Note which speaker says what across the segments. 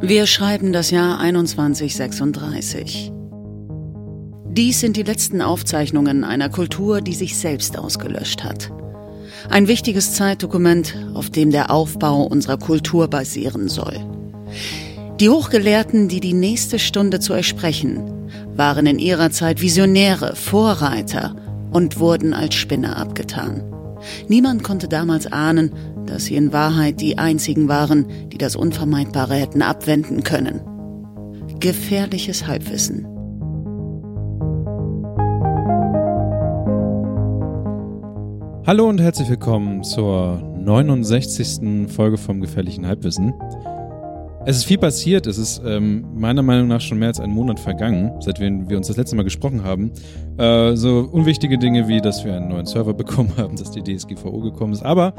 Speaker 1: Wir schreiben das Jahr 2136. Dies sind die letzten Aufzeichnungen einer Kultur, die sich selbst ausgelöscht hat. Ein wichtiges Zeitdokument, auf dem der Aufbau unserer Kultur basieren soll. Die Hochgelehrten, die die nächste Stunde zu ersprechen, waren in ihrer Zeit Visionäre, Vorreiter und wurden als Spinner abgetan. Niemand konnte damals ahnen, dass sie in Wahrheit die einzigen waren, die das Unvermeidbare hätten abwenden können. Gefährliches Halbwissen.
Speaker 2: Hallo und herzlich willkommen zur 69. Folge vom Gefährlichen Halbwissen. Es ist viel passiert. Es ist ähm, meiner Meinung nach schon mehr als einen Monat vergangen, seit wir, wir uns das letzte Mal gesprochen haben. Äh, so unwichtige Dinge wie, dass wir einen neuen Server bekommen haben, dass die DSGVO gekommen ist. Aber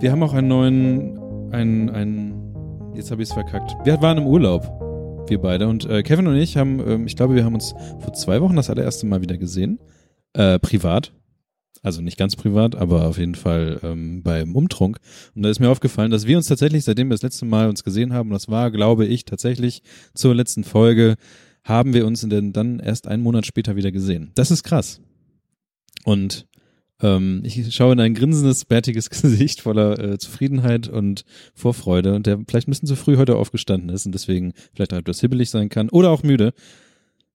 Speaker 2: wir haben auch einen neuen, einen, einen jetzt habe ich es verkackt. Wir waren im Urlaub, wir beide. Und äh, Kevin und ich haben, ähm, ich glaube, wir haben uns vor zwei Wochen das allererste Mal wieder gesehen. Äh, privat. Also nicht ganz privat, aber auf jeden Fall ähm, beim Umtrunk. Und da ist mir aufgefallen, dass wir uns tatsächlich, seitdem wir das letzte Mal uns gesehen haben, und das war, glaube ich, tatsächlich zur letzten Folge, haben wir uns denn dann erst einen Monat später wieder gesehen. Das ist krass. Und ähm, ich schaue in ein grinsendes, bärtiges Gesicht voller äh, Zufriedenheit und Vorfreude und der vielleicht ein bisschen zu früh heute aufgestanden ist und deswegen vielleicht auch etwas hibbelig sein kann oder auch müde.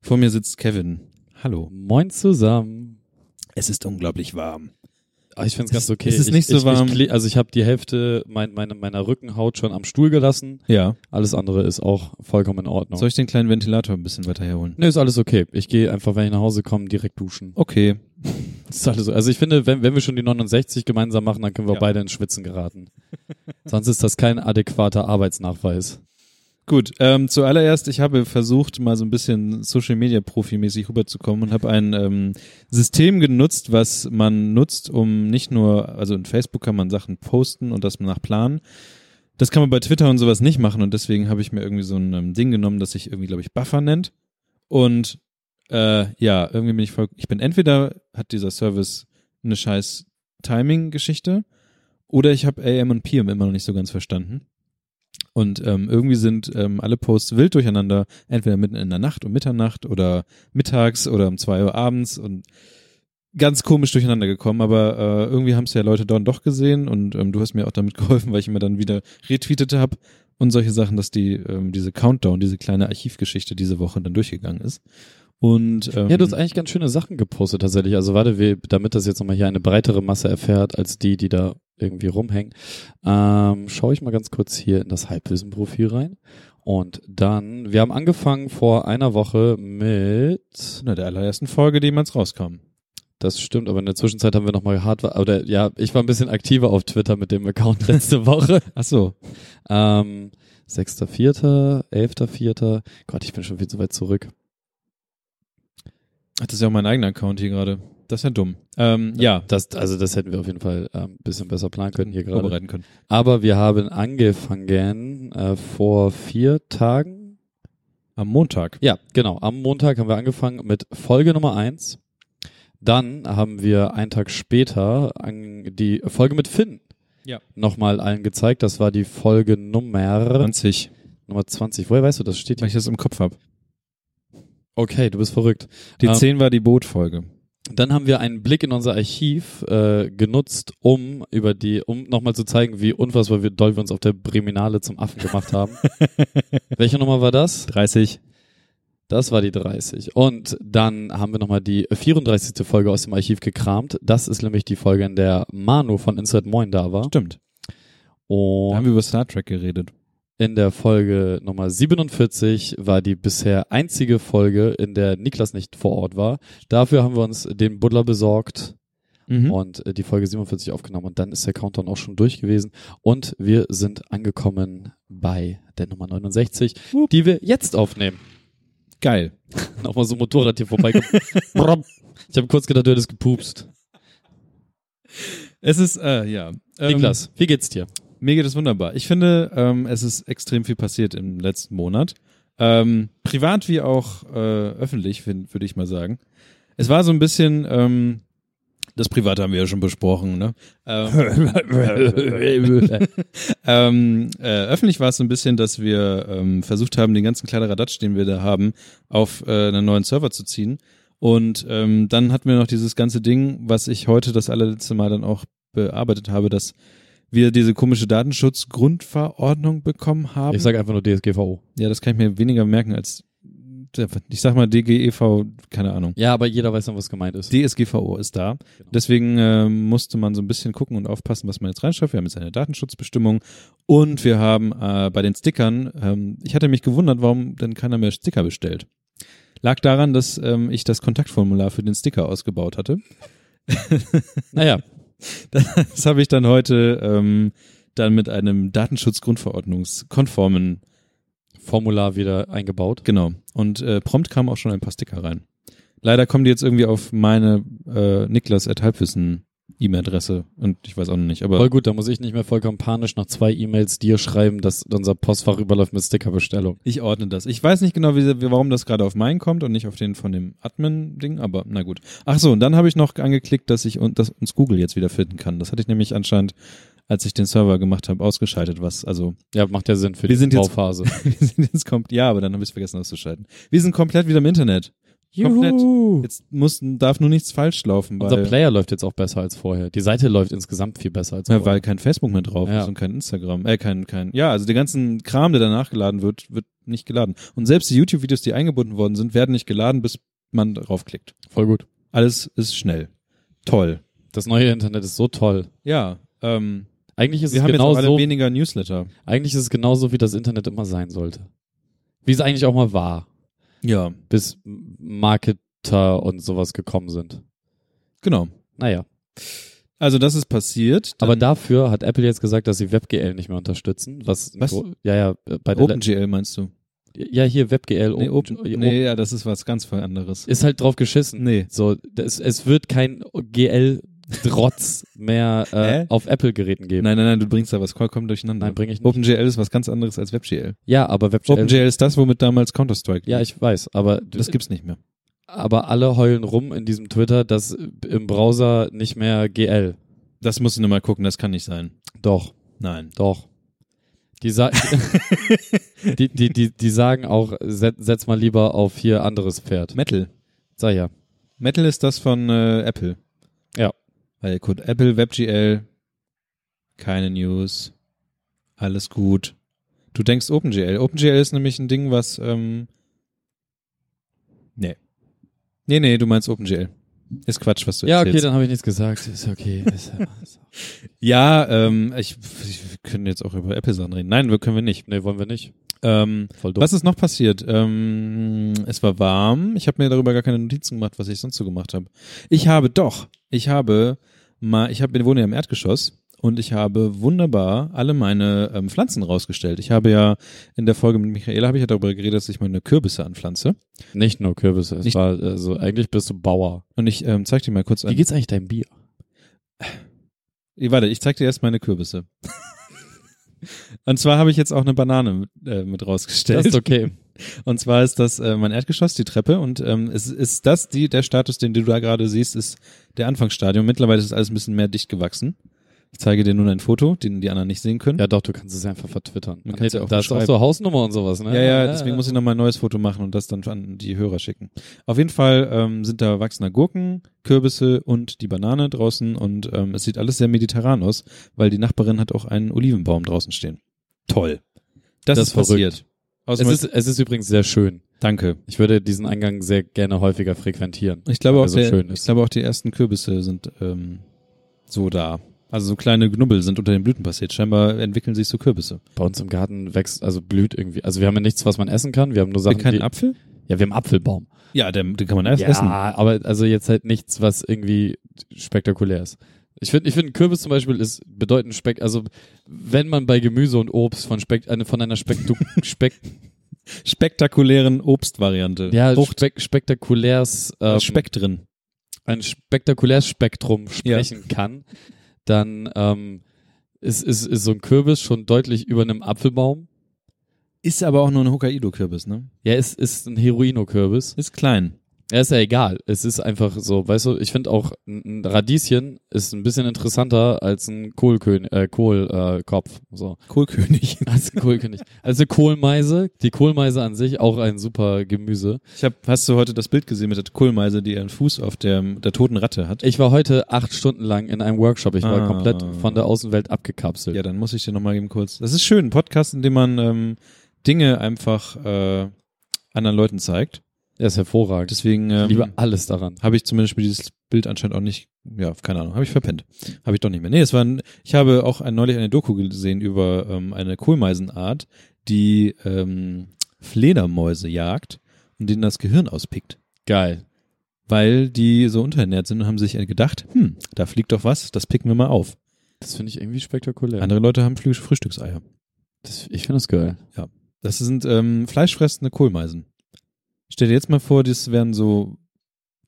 Speaker 2: Vor mir sitzt Kevin. Hallo.
Speaker 3: Moin zusammen.
Speaker 2: Es ist unglaublich warm.
Speaker 3: Ah, ich find's
Speaker 2: Es-
Speaker 3: ganz okay.
Speaker 2: es ist
Speaker 3: ich,
Speaker 2: nicht so
Speaker 3: ich,
Speaker 2: warm.
Speaker 3: Ich, kle- also ich habe die Hälfte mein, meine, meiner Rückenhaut schon am Stuhl gelassen.
Speaker 2: Ja.
Speaker 3: Alles andere ist auch vollkommen in Ordnung.
Speaker 2: Soll ich den kleinen Ventilator ein bisschen weiter herholen?
Speaker 3: Nee, ist alles okay. Ich gehe einfach, wenn ich nach Hause komme, direkt duschen.
Speaker 2: Okay. Oh.
Speaker 3: Ist alles so. Also ich finde, wenn, wenn wir schon die 69 gemeinsam machen, dann können wir
Speaker 2: Ja.
Speaker 3: beide ins Schwitzen geraten. Sonst ist das kein adäquater Arbeitsnachweis.
Speaker 2: Gut, ähm, zuallererst, ich habe versucht, mal so ein bisschen Social Media Profi-mäßig rüberzukommen und habe ein ähm, System genutzt, was man nutzt, um nicht nur, also in Facebook kann man Sachen posten und das nach Plan. Das kann man bei Twitter und sowas nicht machen und deswegen habe ich mir irgendwie so ein ähm, Ding genommen, das sich irgendwie, glaube ich, Buffer nennt. Und äh, ja, irgendwie bin ich voll, ich bin entweder hat dieser Service eine scheiß Timing-Geschichte oder ich habe AM und PM immer noch nicht so ganz verstanden. Und ähm, irgendwie sind ähm, alle Posts wild durcheinander, entweder mitten in der Nacht um Mitternacht oder mittags oder um 2 Uhr abends und ganz komisch durcheinander gekommen, aber äh, irgendwie haben es ja Leute dann doch gesehen und ähm, du hast mir auch damit geholfen, weil ich immer dann wieder retweetet habe und solche Sachen, dass die ähm, diese Countdown, diese kleine Archivgeschichte diese Woche dann durchgegangen ist. Und ähm,
Speaker 3: Ja, du hast eigentlich ganz schöne Sachen gepostet tatsächlich. Also warte, wir, damit das jetzt nochmal hier eine breitere Masse erfährt, als die, die da irgendwie rumhängen, ähm, schaue ich mal ganz kurz hier in das Halbwissen-Profil rein. Und dann, wir haben angefangen vor einer Woche mit,
Speaker 2: na, der allerersten Folge, die jemals rauskam.
Speaker 3: das stimmt, aber in der Zwischenzeit haben wir nochmal hart, oder ja, ich war ein bisschen aktiver auf Twitter mit dem Account letzte Woche.
Speaker 2: Ach so,
Speaker 3: Ähm, 6.4., 11.4., Gott, ich bin schon viel zu weit zurück.
Speaker 2: Ach, das ist ja auch mein eigener Account hier gerade. Das ist ja dumm. Ähm, ja,
Speaker 3: Das, also das hätten wir auf jeden Fall äh, ein bisschen besser planen können hier gerade.
Speaker 2: vorbereiten können.
Speaker 3: Aber wir haben angefangen äh, vor vier Tagen.
Speaker 2: Am Montag.
Speaker 3: Ja, genau. Am Montag haben wir angefangen mit Folge Nummer eins. Dann haben wir einen Tag später an die Folge mit Finn
Speaker 2: Ja.
Speaker 3: nochmal allen gezeigt. Das war die Folge Nummer,
Speaker 2: 20.
Speaker 3: Nummer 20. Woher weißt du, das steht
Speaker 2: Weil
Speaker 3: hier?
Speaker 2: ich das im Kopf habe.
Speaker 3: Okay, du bist verrückt.
Speaker 2: Die
Speaker 3: Ähm,
Speaker 2: 10 war die Bootfolge.
Speaker 3: Dann haben wir einen Blick in unser Archiv äh, genutzt, um über die, um nochmal zu zeigen, wie unfassbar wir doll wir uns auf der Breminale zum Affen gemacht haben. Welche Nummer war das?
Speaker 2: 30.
Speaker 3: Das war die 30. Und dann haben wir nochmal die 34. Folge aus dem Archiv gekramt. Das ist nämlich die Folge, in der Manu von Inside Moin da war.
Speaker 2: Stimmt. Da haben
Speaker 3: Und
Speaker 2: wir über Star Trek geredet.
Speaker 3: in der Folge Nummer 47 war die bisher einzige Folge, in der Niklas nicht vor Ort war. Dafür haben wir uns den Buddler besorgt.
Speaker 2: Mhm. Hm?
Speaker 3: und äh, die Folge 47 aufgenommen und dann ist der Countdown auch schon durch gewesen und wir sind angekommen bei der Nummer 69,
Speaker 2: Wupp.
Speaker 3: die wir jetzt aufnehmen.
Speaker 2: Geil.
Speaker 3: Nochmal so ein Motorrad hier vorbei. ich habe kurz gedacht, du hättest gepupst.
Speaker 2: Es ist, äh, ja. Ähm,
Speaker 3: Niklas, wie geht's dir?
Speaker 2: Mir geht es wunderbar. Ich finde, ähm, es ist extrem viel passiert im letzten Monat. Ähm, privat wie auch äh, öffentlich, fin- würde ich mal sagen. Es war so ein bisschen, ähm, Das Private haben wir ja schon besprochen, ne? Ähm, ähm, äh, öffentlich war es so ein bisschen, dass wir ähm, versucht haben, den ganzen Kladderadatsch, den wir da haben, auf äh, einen neuen Server zu ziehen. Und ähm, dann hatten wir noch dieses ganze Ding, was ich heute das allerletzte Mal dann auch bearbeitet habe, dass wir diese komische Datenschutzgrundverordnung bekommen haben.
Speaker 3: Ich sage einfach nur DSGVO.
Speaker 2: ja, das kann ich mir weniger merken als, ich sag mal DGEV, keine Ahnung.
Speaker 3: Ja, aber jeder weiß dann, was gemeint ist.
Speaker 2: DSGVO ist da. Deswegen äh, musste man so ein bisschen gucken und aufpassen, was man jetzt reinschreibt. Wir haben jetzt eine Datenschutzbestimmung und wir haben äh, bei den Stickern, ähm, ich hatte mich gewundert, warum denn keiner mehr Sticker bestellt. Lag daran, dass ähm, ich das Kontaktformular für den Sticker ausgebaut hatte.
Speaker 3: naja,
Speaker 2: Das habe ich dann heute ähm, dann mit einem Datenschutzgrundverordnungskonformen,
Speaker 3: Formular wieder eingebaut.
Speaker 2: genau. Und äh, prompt kamen auch schon ein paar Sticker rein. Leider kommen die jetzt irgendwie auf meine äh, Niklas at Halbwissen E-Mail-Adresse und ich weiß auch noch nicht, aber
Speaker 3: Voll gut, da muss ich nicht mehr vollkommen panisch nach zwei E-Mails dir schreiben, dass unser Postfach überläuft mit Stickerbestellung.
Speaker 2: Ich ordne das. Ich weiß nicht genau, wie, warum das gerade auf meinen kommt und nicht auf den von dem Admin-Ding, aber na gut. Ach so, und dann habe ich noch angeklickt, dass ich und dass uns Google jetzt wieder finden kann. Das hatte ich nämlich anscheinend, als ich den Server gemacht habe, ausgeschaltet, was, also
Speaker 3: Ja, macht ja Sinn für
Speaker 2: Wir
Speaker 3: die
Speaker 2: sind jetzt-
Speaker 3: Bauphase.
Speaker 2: wir sind jetzt kommt, ja, aber dann habe ich es vergessen auszuschalten. Wir sind komplett wieder im Internet.
Speaker 3: Juhu.
Speaker 2: Jetzt muss, darf nur nichts falsch laufen,
Speaker 3: Unser
Speaker 2: weil,
Speaker 3: Player läuft jetzt auch besser als vorher. Die Seite läuft insgesamt viel besser als
Speaker 2: ja,
Speaker 3: vorher.
Speaker 2: weil kein Facebook mehr drauf
Speaker 3: Ja.
Speaker 2: ist und kein Instagram, äh, kein, kein, ja, also der ganzen Kram, der danach geladen wird, wird nicht geladen. Und selbst die YouTube-Videos, die eingebunden worden sind, werden nicht geladen, bis man draufklickt.
Speaker 3: Voll gut.
Speaker 2: Alles ist schnell. Toll.
Speaker 3: Das neue Internet ist so toll.
Speaker 2: Ja. Ähm,
Speaker 3: Eigentlich ist
Speaker 2: wir
Speaker 3: es
Speaker 2: haben jetzt auch
Speaker 3: genau
Speaker 2: alle
Speaker 3: so,
Speaker 2: weniger Newsletter.
Speaker 3: eigentlich ist es genauso, wie das Internet immer sein sollte. Wie es eigentlich auch mal war,
Speaker 2: Ja.
Speaker 3: bis Marketer und sowas gekommen sind.
Speaker 2: Genau.
Speaker 3: Naja.
Speaker 2: Also das ist passiert.
Speaker 3: Aber dafür hat Apple jetzt gesagt, dass sie WebGL nicht mehr unterstützen. Was?
Speaker 2: Was?
Speaker 3: Ja, ja, äh, bei der
Speaker 2: OpenGL meinst du?
Speaker 3: Ja, hier WebGL.
Speaker 2: nee, Open,
Speaker 3: Open-
Speaker 2: nee, ja, das ist was ganz voll anderes.
Speaker 3: Ist halt drauf geschissen.
Speaker 2: Nee.
Speaker 3: So, das, es wird kein GL-Drotz mehr äh,
Speaker 2: Hä?
Speaker 3: auf Apple-Geräten geben.
Speaker 2: Nein, nein, nein, du bringst da was vollkommen durcheinander.
Speaker 3: Nein, bring ich nicht.
Speaker 2: OpenGL ist was ganz anderes als WebGL.
Speaker 3: Ja, aber WebGL.
Speaker 2: OpenGL ist das, womit damals Counter-Strike.
Speaker 3: ja, ich weiß, aber,
Speaker 2: das gibt's nicht mehr.
Speaker 3: aber alle heulen rum in diesem Twitter, dass im Browser nicht mehr GL.
Speaker 2: Das musst du nur mal gucken, das kann nicht sein.
Speaker 3: Doch,
Speaker 2: Nein.
Speaker 3: doch. Die, sa die, die, die, die sagen auch, set, setz mal lieber auf hier anderes Pferd.
Speaker 2: Metal.
Speaker 3: Sag ja.
Speaker 2: Metal ist das von äh, Apple.
Speaker 3: Ja.
Speaker 2: Weil gut, Apple, WebGL, keine News, alles gut. Du denkst OpenGL. OpenGL ist nämlich ein Ding, was, ähm, nee. Nee, nee, du meinst OpenGL. Ist Quatsch, was du
Speaker 3: Ja, okay,
Speaker 2: erzählst.
Speaker 3: dann habe ich nichts gesagt. Ist okay. Ist, ist,
Speaker 2: Ja, ähm, ich, ich, wir können jetzt auch über Apple-Sachen reden. Nein, wir können wir nicht.
Speaker 3: nee, wollen wir nicht.
Speaker 2: Ähm,
Speaker 3: Voll dumm.
Speaker 2: was ist noch passiert? Ähm, es war warm. Ich habe mir darüber gar keine Notizen gemacht, was ich sonst so gemacht habe. Ich habe doch, ich habe mal, ich habe, wir wohnen ja im Erdgeschoss und ich habe wunderbar alle meine ähm, Pflanzen rausgestellt. Ich habe ja in der Folge mit Michaela habe ich ja darüber geredet, dass ich meine Kürbisse anpflanze.
Speaker 3: Nicht nur Kürbisse. Es
Speaker 2: Nicht-
Speaker 3: war, also eigentlich bist du Bauer.
Speaker 2: Und ich ähm, zeig dir mal kurz
Speaker 3: Wie
Speaker 2: ein.
Speaker 3: geht's eigentlich deinem Bier?
Speaker 2: Eh, Warte, ich zeig dir erst meine Kürbisse. und zwar habe ich jetzt auch eine Banane mit, äh, mit rausgestellt.
Speaker 3: Das ist okay.
Speaker 2: Und zwar ist das äh, mein Erdgeschoss, die Treppe. Und ähm, es ist das, die, der Status, den du da gerade siehst, ist der Anfangsstadium. Mittlerweile ist alles ein bisschen mehr dicht gewachsen. Ich zeige dir nun ein Foto, den die anderen nicht sehen können.
Speaker 3: Ja, doch, du kannst es einfach vertwittern.
Speaker 2: Man
Speaker 3: Ach,
Speaker 2: kann's ja auch
Speaker 3: da ist auch so
Speaker 2: beschreiben.
Speaker 3: Hausnummer und sowas, ne?
Speaker 2: Ja, ja, deswegen muss ich nochmal ein neues Foto machen und das dann an die Hörer schicken. Auf jeden Fall ähm, sind da wachsende Gurken, Kürbisse und die Banane draußen und ähm, es sieht alles sehr mediterran aus, weil die Nachbarin hat auch einen Olivenbaum draußen stehen. Toll. Das,
Speaker 3: Das
Speaker 2: ist
Speaker 3: ist verrückt.
Speaker 2: passiert.
Speaker 3: Es ist, es ist übrigens sehr schön.
Speaker 2: Danke.
Speaker 3: Ich würde diesen Eingang sehr gerne häufiger frequentieren.
Speaker 2: Ich glaube,
Speaker 3: Weil
Speaker 2: auch
Speaker 3: er so
Speaker 2: der,
Speaker 3: schön
Speaker 2: ich
Speaker 3: ist.
Speaker 2: glaube auch die ersten Kürbisse sind ähm, so da. Also so kleine Knubbel sind unter den Blüten passiert. Scheinbar entwickeln sich so Kürbisse.
Speaker 3: Bei uns im Garten wächst, also blüht irgendwie. Also wir haben ja nichts, was man essen kann. Wir haben nur Sachen,
Speaker 2: Kein
Speaker 3: die,
Speaker 2: Apfel?
Speaker 3: Ja, wir haben Apfelbaum.
Speaker 2: Ja, den, den kann man erst
Speaker 3: ja,
Speaker 2: essen.
Speaker 3: aber also jetzt halt nichts, was irgendwie spektakulär ist. Ich finde, ich finde, Kürbis zum Beispiel ist bedeutend Spek, also wenn man bei Gemüse und Obst von Spek, eine, von einer Spek, Spek,
Speaker 2: Spektakulären Obstvariante.
Speaker 3: ja,
Speaker 2: Frucht, äh,
Speaker 3: Spek, spektakulärs, ähm,
Speaker 2: Speck drin.
Speaker 3: ein spektakuläres Spektrum sprechen kann, dann ähm, ist, ist, ist so ein Kürbis schon deutlich über einem Apfelbaum.
Speaker 2: Ist aber auch nur ein Hokkaido-Kürbis, ne?
Speaker 3: Ja, ist, ist ein Heroino-Kürbis.
Speaker 2: Ist klein.
Speaker 3: Ja, ist ja egal. Es ist einfach so, weißt du, ich finde auch, ein ein Radieschen ist ein bisschen interessanter als ein Kohlkön äh, Kohlkopf. Äh, Kopf, so.
Speaker 2: Kohlkönig.
Speaker 3: Als ein Kohlkönig. Also Kohlmeise, die Kohlmeise an sich, auch ein super Gemüse.
Speaker 2: Ich hab, hast du heute das Bild gesehen mit der Kohlmeise, die ihren Fuß auf der, der toten Ratte hat?
Speaker 3: Ich war heute acht Stunden lang in einem Workshop. Ich war
Speaker 2: Ah.
Speaker 3: komplett von der Außenwelt abgekapselt.
Speaker 2: Ja, dann muss ich dir nochmal eben kurz. Das ist schön, ein Podcast, in dem man ähm, Dinge einfach äh, anderen Leuten zeigt.
Speaker 3: Er ist hervorragend.
Speaker 2: Deswegen
Speaker 3: ich liebe
Speaker 2: ähm,
Speaker 3: alles daran.
Speaker 2: habe ich zum Beispiel dieses Bild anscheinend auch nicht, ja, keine Ahnung, habe ich verpennt. Habe ich doch nicht mehr. Nee, es war ein, ich habe auch ein, neulich eine Doku gesehen über ähm, eine Kohlmeisenart, die ähm, Fledermäuse jagt und denen das Gehirn auspickt.
Speaker 3: Geil.
Speaker 2: Weil die so unterernährt sind und haben sich gedacht, hm, da fliegt doch was, das picken wir mal auf.
Speaker 3: Das finde ich irgendwie spektakulär.
Speaker 2: Andere Leute haben Flü- Frühstückseier.
Speaker 3: Das, ich finde das geil.
Speaker 2: Das sind ähm, fleischfressende Kohlmeisen. Stell dir jetzt mal vor, das wären so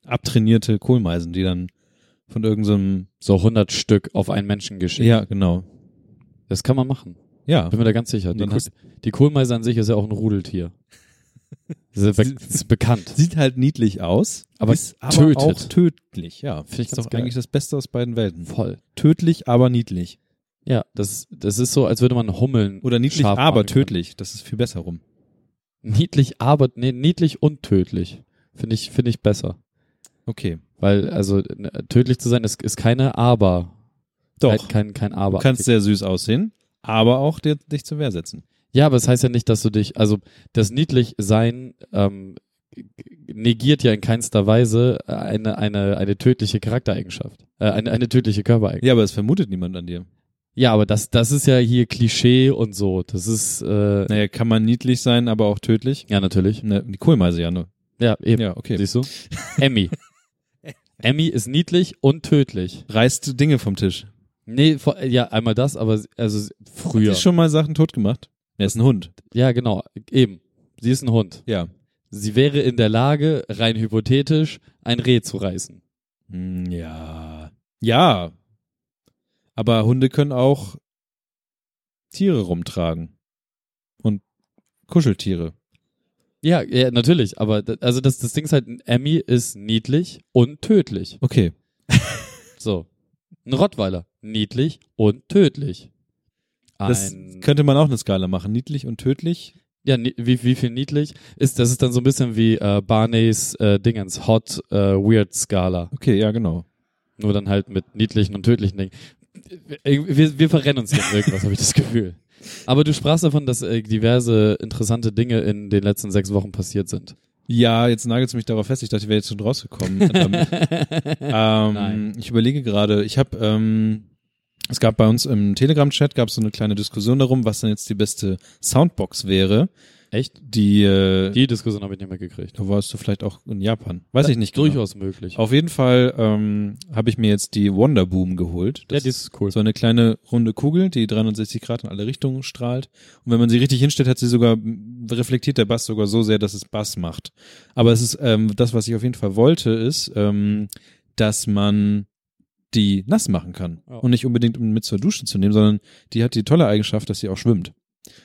Speaker 2: abtrainierte Kohlmeisen, die dann von irgendeinem.
Speaker 3: So 100 Stück auf einen Menschen geschickt.
Speaker 2: ja, genau.
Speaker 3: Das kann man machen.
Speaker 2: Ja.
Speaker 3: Bin mir da ganz sicher.
Speaker 2: Und
Speaker 3: Die,
Speaker 2: dann
Speaker 3: Kohl-
Speaker 2: hast-
Speaker 3: die Kohlmeise an sich ist ja auch ein Rudeltier. Das ist, be das ist bekannt.
Speaker 2: Sieht halt niedlich aus,
Speaker 3: Aber
Speaker 2: ist aber
Speaker 3: tötet.
Speaker 2: auch tödlich. Ja,
Speaker 3: Finde ich
Speaker 2: ist
Speaker 3: ganz
Speaker 2: doch
Speaker 3: geil.
Speaker 2: eigentlich das Beste aus beiden Welten.
Speaker 3: Voll.
Speaker 2: Tödlich, aber niedlich.
Speaker 3: Ja, das, das ist so, als würde man Hummeln.
Speaker 2: Oder niedlich,
Speaker 3: scharf
Speaker 2: aber
Speaker 3: machen können.
Speaker 2: tödlich. Das ist viel besser rum.
Speaker 3: Niedlich, aber, nee, niedlich und tödlich. Finde ich, finde ich besser.
Speaker 2: Okay.
Speaker 3: Weil, also, n- tödlich zu sein ist, ist keine Aber.
Speaker 2: Doch.
Speaker 3: Kein, kein Aber.
Speaker 2: Du kannst sehr süß aussehen, aber auch dir, dich zur Wehr setzen.
Speaker 3: Ja, aber es heißt ja nicht, dass du dich, also das niedlich sein ähm, g- g- negiert ja in keinster Weise eine, eine, eine tödliche Charaktereigenschaft, äh, eine, eine tödliche Körpereigenschaft.
Speaker 2: Ja, aber es vermutet niemand an dir.
Speaker 3: Ja, aber das, das ist ja hier Klischee und so. Das ist, äh,
Speaker 2: Naja, kann man niedlich sein, aber auch tödlich?
Speaker 3: ja, natürlich.
Speaker 2: Ne, die Kohlmeise, ja, ne?
Speaker 3: Ja, eben.
Speaker 2: Ja, okay.
Speaker 3: Siehst du? Emmy. Emmy ist niedlich und tödlich.
Speaker 2: reißt Dinge vom Tisch.
Speaker 3: Nee, vor, ja, einmal das, aber s- also s-
Speaker 2: Hat
Speaker 3: früher.
Speaker 2: sie schon mal Sachen tot gemacht? Er ist ein Hund.
Speaker 3: Ja, genau, eben. Sie ist ein Hund.
Speaker 2: Ja.
Speaker 3: Sie wäre in der Lage, rein hypothetisch, ein Reh zu reißen.
Speaker 2: Hm, Ja. Ja. Aber Hunde können auch Tiere rumtragen. Und Kuscheltiere.
Speaker 3: Ja, ja, natürlich, aber da- also das, das Ding ist halt, ein Emmy ist niedlich und tödlich.
Speaker 2: Okay.
Speaker 3: So. Ein Rottweiler, niedlich und tödlich. Ein,
Speaker 2: Das könnte man auch eine Skala machen. Niedlich und tödlich.
Speaker 3: ja, ni- wie, wie viel niedlich ist, das ist dann so ein bisschen wie äh, Barneys äh, Dingens, Hot äh, Weird Skala.
Speaker 2: Okay, ja, genau.
Speaker 3: Nur dann halt mit niedlichen und tödlichen Dingen. Wir, wir- wir verrennen uns hier in irgendwas, habe ich das Gefühl. Aber du sprachst davon, dass äh, diverse interessante Dinge in den letzten sechs Wochen passiert sind.
Speaker 2: Ja, jetzt nagelst du mich darauf fest. Ich dachte, ich wäre jetzt schon rausgekommen. ähm, ähm, ich überlege gerade, ich habe, ähm, es gab bei uns im Telegram-Chat, gab es so eine kleine Diskussion darum, was denn jetzt die beste Soundbox wäre.
Speaker 3: Echt?
Speaker 2: Die, äh,
Speaker 3: Die Diskussion habe ich nicht mehr gekriegt.
Speaker 2: Da warst du vielleicht auch in Japan. Weiß ich nicht genau.
Speaker 3: Durchaus möglich.
Speaker 2: Auf jeden Fall ähm, habe ich mir jetzt die Wonderboom geholt.
Speaker 3: ja,
Speaker 2: Das
Speaker 3: die ist cool.
Speaker 2: so eine kleine runde Kugel, die 360 Grad in alle Richtungen strahlt. Und wenn man sie richtig hinstellt, hat sie sogar reflektiert der Bass sogar so sehr, dass es Bass macht. Aber es ist ähm, das, was ich auf jeden Fall wollte, ist, ähm, dass man die nass machen kann
Speaker 3: Ja.
Speaker 2: und nicht unbedingt um mit zur Dusche zu nehmen, sondern die hat die tolle Eigenschaft, dass sie auch schwimmt.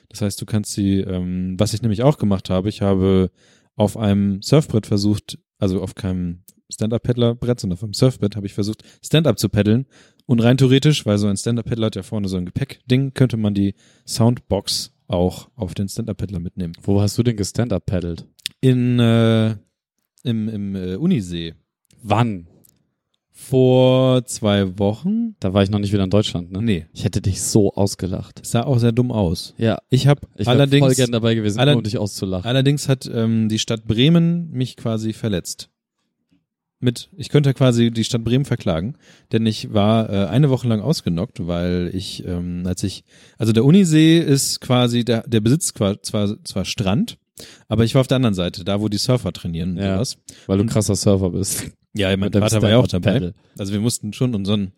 Speaker 2: Das heißt, du kannst sie, ähm, was ich nämlich auch gemacht habe, ich habe auf einem Surfbrett versucht, also auf keinem Stand-up-Paddler-Brett, sondern auf einem Surfbrett habe ich versucht, Stand-up zu paddeln und rein theoretisch, weil so ein Stand-Up-Paddler hat ja vorne so ein Gepäckding, könnte man die Soundbox auch auf den Stand-Up-Paddler mitnehmen.
Speaker 3: Wo hast du denn gestand-up paddelt?
Speaker 2: In, äh, im, im äh, Unisee.
Speaker 3: Wann?
Speaker 2: Vor zwei Wochen?
Speaker 3: Da war ich noch nicht wieder in Deutschland, ne?
Speaker 2: Nee.
Speaker 3: Ich hätte dich so ausgelacht.
Speaker 2: Es sah auch sehr dumm aus.
Speaker 3: Ja.
Speaker 2: Ich habe
Speaker 3: Ich wäre voll
Speaker 2: allerdings,
Speaker 3: gern dabei gewesen,
Speaker 2: aller-
Speaker 3: nur um dich auszulachen.
Speaker 2: allerdings hat ähm, die Stadt Bremen mich quasi verletzt. Mit, ich könnte quasi die Stadt Bremen verklagen, denn ich war äh, eine Woche lang ausgenockt, weil ich, ähm, als ich, also der Unisee ist quasi, der, der besitzt qua- zwar, zwar Strand, aber ich war auf der anderen Seite, da wo die Surfer trainieren und
Speaker 3: Ja.
Speaker 2: sowas.
Speaker 3: Weil du ein krasser Surfer bist.
Speaker 2: Ja, mein
Speaker 3: Mit deinem
Speaker 2: Vater war ja auch dabei.
Speaker 3: Stand-up-Paddle.
Speaker 2: Also wir mussten schon unseren,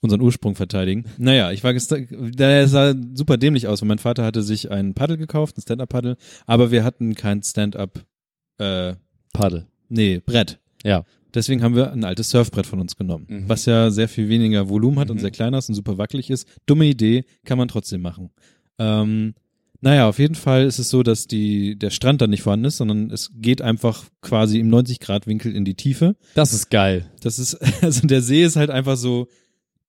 Speaker 2: unseren Ursprung verteidigen. Naja, ich war gestern, der sah super dämlich aus, weil mein Vater hatte sich einen Paddel gekauft, ein Stand-Up-Paddel, aber wir hatten kein Stand-Up, äh,
Speaker 3: Paddel.
Speaker 2: nee, Brett.
Speaker 3: Ja.
Speaker 2: Deswegen haben wir ein altes Surfbrett von uns genommen,
Speaker 3: Mhm.
Speaker 2: was ja sehr viel weniger Volumen hat und
Speaker 3: Mhm.
Speaker 2: sehr klein ist und super wackelig ist. Dumme Idee, kann man trotzdem machen. Ähm, Naja, auf jeden Fall ist es so, dass die, der Strand dann nicht vorhanden ist, sondern es geht einfach quasi im 90-Grad-Winkel in die Tiefe.
Speaker 3: Das ist geil.
Speaker 2: Das ist, also der See ist halt einfach so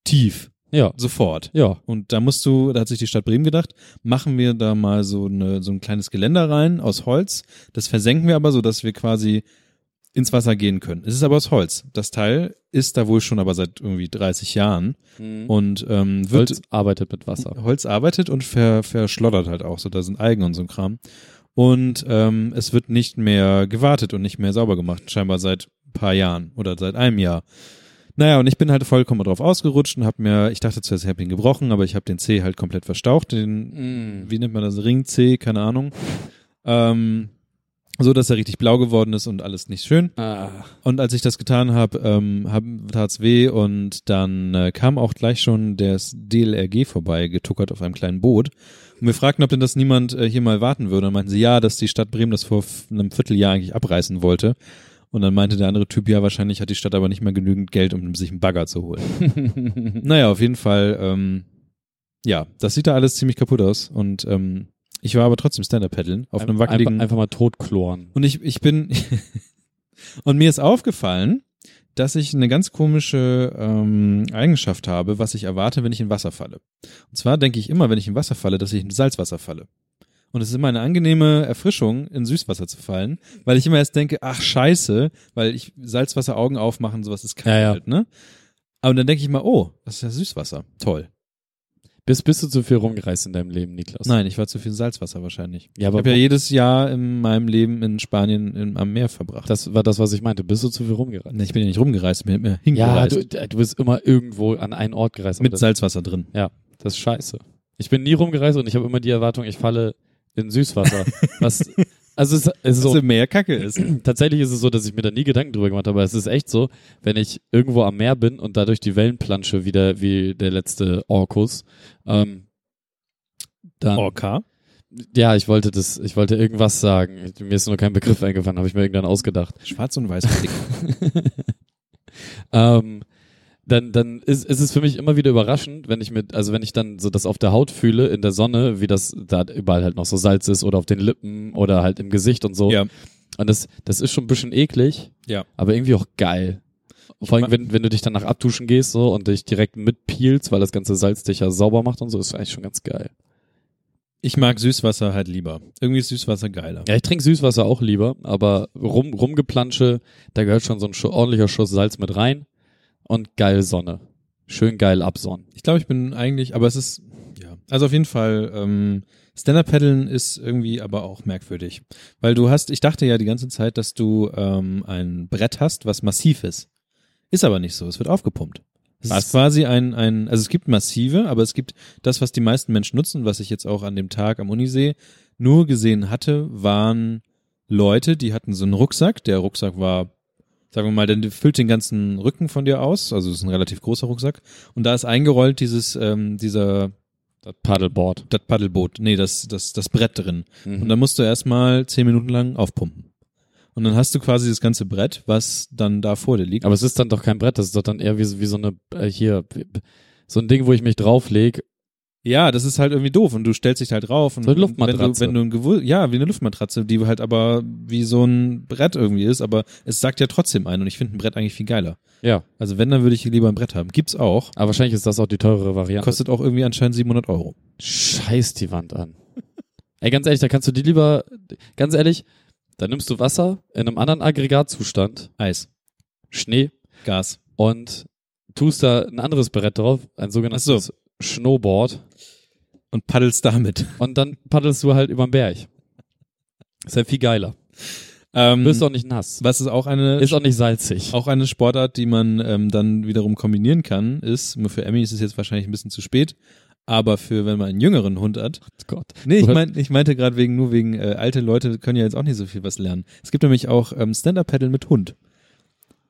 Speaker 2: tief,
Speaker 3: Ja.
Speaker 2: sofort.
Speaker 3: Ja.
Speaker 2: Und da musst du, da hat sich die Stadt Bremen gedacht, machen wir da mal so, eine, so ein kleines Geländer rein aus Holz. Das versenken wir aber so, dass wir quasi ins Wasser gehen können. Es ist aber aus Holz. Das Teil ist da wohl schon aber seit irgendwie 30 Jahren
Speaker 3: Und
Speaker 2: und ähm, wird
Speaker 3: Holz arbeitet mit Wasser.
Speaker 2: Holz arbeitet und ver, verschlottert halt auch so. Da sind Algen und so ein Kram. Und ähm, es wird nicht mehr gewartet und nicht mehr sauber gemacht, scheinbar seit ein paar Jahren oder seit einem Jahr. Naja, und ich bin halt vollkommen drauf ausgerutscht und hab mir, ich dachte zuerst, ich hab ihn gebrochen, aber ich hab den Zeh halt komplett verstaucht, den, wie nennt man das, Ring C, keine Ahnung. Ähm, so, dass er richtig blau geworden ist und alles nicht schön.
Speaker 3: Ah.
Speaker 2: Und als ich das getan habe, ähm, hab, tat's weh und dann äh, kam auch gleich schon der DLRG vorbei, getuckert auf einem kleinen Boot. Und wir fragten, ob denn das niemand äh, hier mal warten würde. Und meinten sie, ja, dass die Stadt Bremen das vor f- einem Vierteljahr eigentlich abreißen wollte. Und dann meinte der andere Typ, ja, wahrscheinlich hat die Stadt aber nicht mehr genügend Geld, um sich einen Bagger zu holen. naja, auf jeden Fall, ähm, ja, das sieht da alles ziemlich kaputt aus. Und ähm, ich war aber trotzdem Stand-Up-Paddeln auf einem
Speaker 3: Einfach-
Speaker 2: wackeligen
Speaker 3: Einfach, einfach mal totkloren.
Speaker 2: und ich, ich bin. und mir ist aufgefallen, dass ich eine ganz komische ähm, Eigenschaft habe, was ich erwarte, wenn ich in Wasser falle. Und zwar denke ich immer, wenn ich in Wasser falle, dass ich in Salzwasser falle. Und es ist immer eine angenehme Erfrischung, in Süßwasser zu fallen, weil ich immer erst denke, ach scheiße, weil ich Salzwasser Augen aufmachen, sowas ist kalt,
Speaker 3: Ja, ja.
Speaker 2: halt, ne? Aber dann denke ich mal, oh, das ist ja Süßwasser. Toll.
Speaker 3: Bist, bist du zu viel rumgereist in deinem Leben, Niklas?
Speaker 2: Nein, ich war zu viel Salzwasser wahrscheinlich.
Speaker 3: Ja,
Speaker 2: Ich
Speaker 3: aber
Speaker 2: habe ja
Speaker 3: wo-
Speaker 2: jedes Jahr in meinem Leben in Spanien im, am Meer verbracht.
Speaker 3: das war das, was ich meinte. Bist du zu viel rumgereist?
Speaker 2: Ne, ich bin ja nicht rumgereist, ich bin mir
Speaker 3: Ja,
Speaker 2: hingereist.
Speaker 3: du, du bist immer irgendwo an einen Ort gereist. aber
Speaker 2: mit
Speaker 3: das,
Speaker 2: Salzwasser drin.
Speaker 3: das ist scheiße. Ich bin nie rumgereist und ich habe immer die Erwartung, ich falle in Süßwasser. was, also es, es ist
Speaker 2: So.
Speaker 3: so,
Speaker 2: Was im Meer Kacke ist.
Speaker 3: tatsächlich ist es so, dass ich mir da nie Gedanken drüber gemacht habe, aber es ist echt so, wenn ich irgendwo am Meer bin und dadurch die Wellen plansche, wie der, wie der letzte Orkus, ähm, dann,
Speaker 2: Orca.
Speaker 3: ja, ich wollte das, ich wollte irgendwas sagen. Ich- Mir ist nur kein Begriff eingefallen, habe ich mir irgendwann ausgedacht.
Speaker 2: Schwarz und weiß. Dick.
Speaker 3: ähm, dann, dann ist, ist es für mich immer wieder überraschend, wenn ich mit, also wenn ich dann so das auf der Haut fühle, in der Sonne, wie das da überall halt noch so Salz ist oder auf den Lippen oder halt im Gesicht und so.
Speaker 2: Ja.
Speaker 3: Und das, das ist schon ein bisschen eklig,
Speaker 2: Ja.
Speaker 3: aber irgendwie auch geil. Vor allem,
Speaker 2: ma-
Speaker 3: wenn, wenn du dich danach abduschen gehst so und dich direkt mitpeelst, weil das ganze Salz dich ja sauber macht und so, ist eigentlich schon ganz geil.
Speaker 2: Ich mag Süßwasser halt lieber. Irgendwie ist Süßwasser geiler.
Speaker 3: Ja, ich trinke Süßwasser auch lieber, aber rum, rumgeplansche, da gehört schon so ein Schu ordentlicher Schuss Salz mit rein und geil Sonne. Schön geil absonnen.
Speaker 2: Ich glaube, ich bin eigentlich, aber es ist, ja. Also auf jeden Fall, ähm, Stand-Up-Paddeln ist irgendwie aber auch merkwürdig. Weil du hast, ich dachte ja die ganze Zeit, dass du ähm, ein Brett hast, was massiv ist. Ist aber nicht so, es wird aufgepumpt. Es
Speaker 3: Was?
Speaker 2: ist quasi ein, ein, also es gibt massive, aber es gibt das, was die meisten Menschen nutzen, was ich jetzt auch an dem Tag am Unisee nur gesehen hatte, waren Leute, die hatten so einen Rucksack. Der Rucksack war, sagen wir mal, der füllt den ganzen Rücken von dir aus. Also es ist ein relativ großer Rucksack. Und da ist eingerollt dieses, ähm, dieser,
Speaker 3: Das Paddleboard.
Speaker 2: das Paddelboot, nee, das, das, das Brett drin. Und
Speaker 3: Mhm.
Speaker 2: dann musst du erstmal zehn Minuten lang aufpumpen. Und dann hast du quasi das ganze Brett, was dann da vor dir liegt.
Speaker 3: Aber es ist dann doch kein Brett, das ist doch dann eher wie, so- wie so eine, äh, hier, so ein Ding, wo ich mich drauflege.
Speaker 2: Ja, das ist halt irgendwie doof und du stellst dich halt drauf und
Speaker 3: So eine Luftmatratze.
Speaker 2: wenn du, wenn du ein Gewul ja, wie eine Luftmatratze, die halt aber wie so ein Brett irgendwie ist, aber es sagt ja trotzdem ein und ich finde ein Brett eigentlich viel geiler.
Speaker 3: Ja.
Speaker 2: Also wenn, dann würde ich lieber ein Brett haben. Gibt's auch.
Speaker 3: Aber wahrscheinlich ist das auch die teurere Variante.
Speaker 2: Kostet auch irgendwie anscheinend 700 Euro.
Speaker 3: Scheiß die Wand an. Ey, ganz ehrlich, da kannst du die lieber, ganz ehrlich, da nimmst du Wasser in einem anderen Aggregatzustand,
Speaker 2: Eis,
Speaker 3: Schnee,
Speaker 2: Gas.
Speaker 3: und tust da ein anderes Brett drauf, ein sogenanntes
Speaker 2: Ach so.
Speaker 3: Snowboard,
Speaker 2: Und paddelst damit.
Speaker 3: und dann paddelst du halt über den Berg. Ist ja viel geiler.
Speaker 2: Ähm,
Speaker 3: Bist auch nicht nass.
Speaker 2: was ist auch eine
Speaker 3: Ist auch nicht salzig.
Speaker 2: Auch eine Sportart, die man ähm, dann wiederum kombinieren kann, ist, nur für Emmy ist es jetzt wahrscheinlich ein bisschen zu spät, aber für wenn man einen jüngeren Hund hat.
Speaker 3: Gott.
Speaker 2: Nee, ich,
Speaker 3: Du hast-
Speaker 2: mein, ich meinte gerade wegen, nur wegen äh, alte Leute können ja jetzt auch nicht so viel was lernen. Es gibt nämlich auch ähm, Stand-Up-Paddle mit Hund.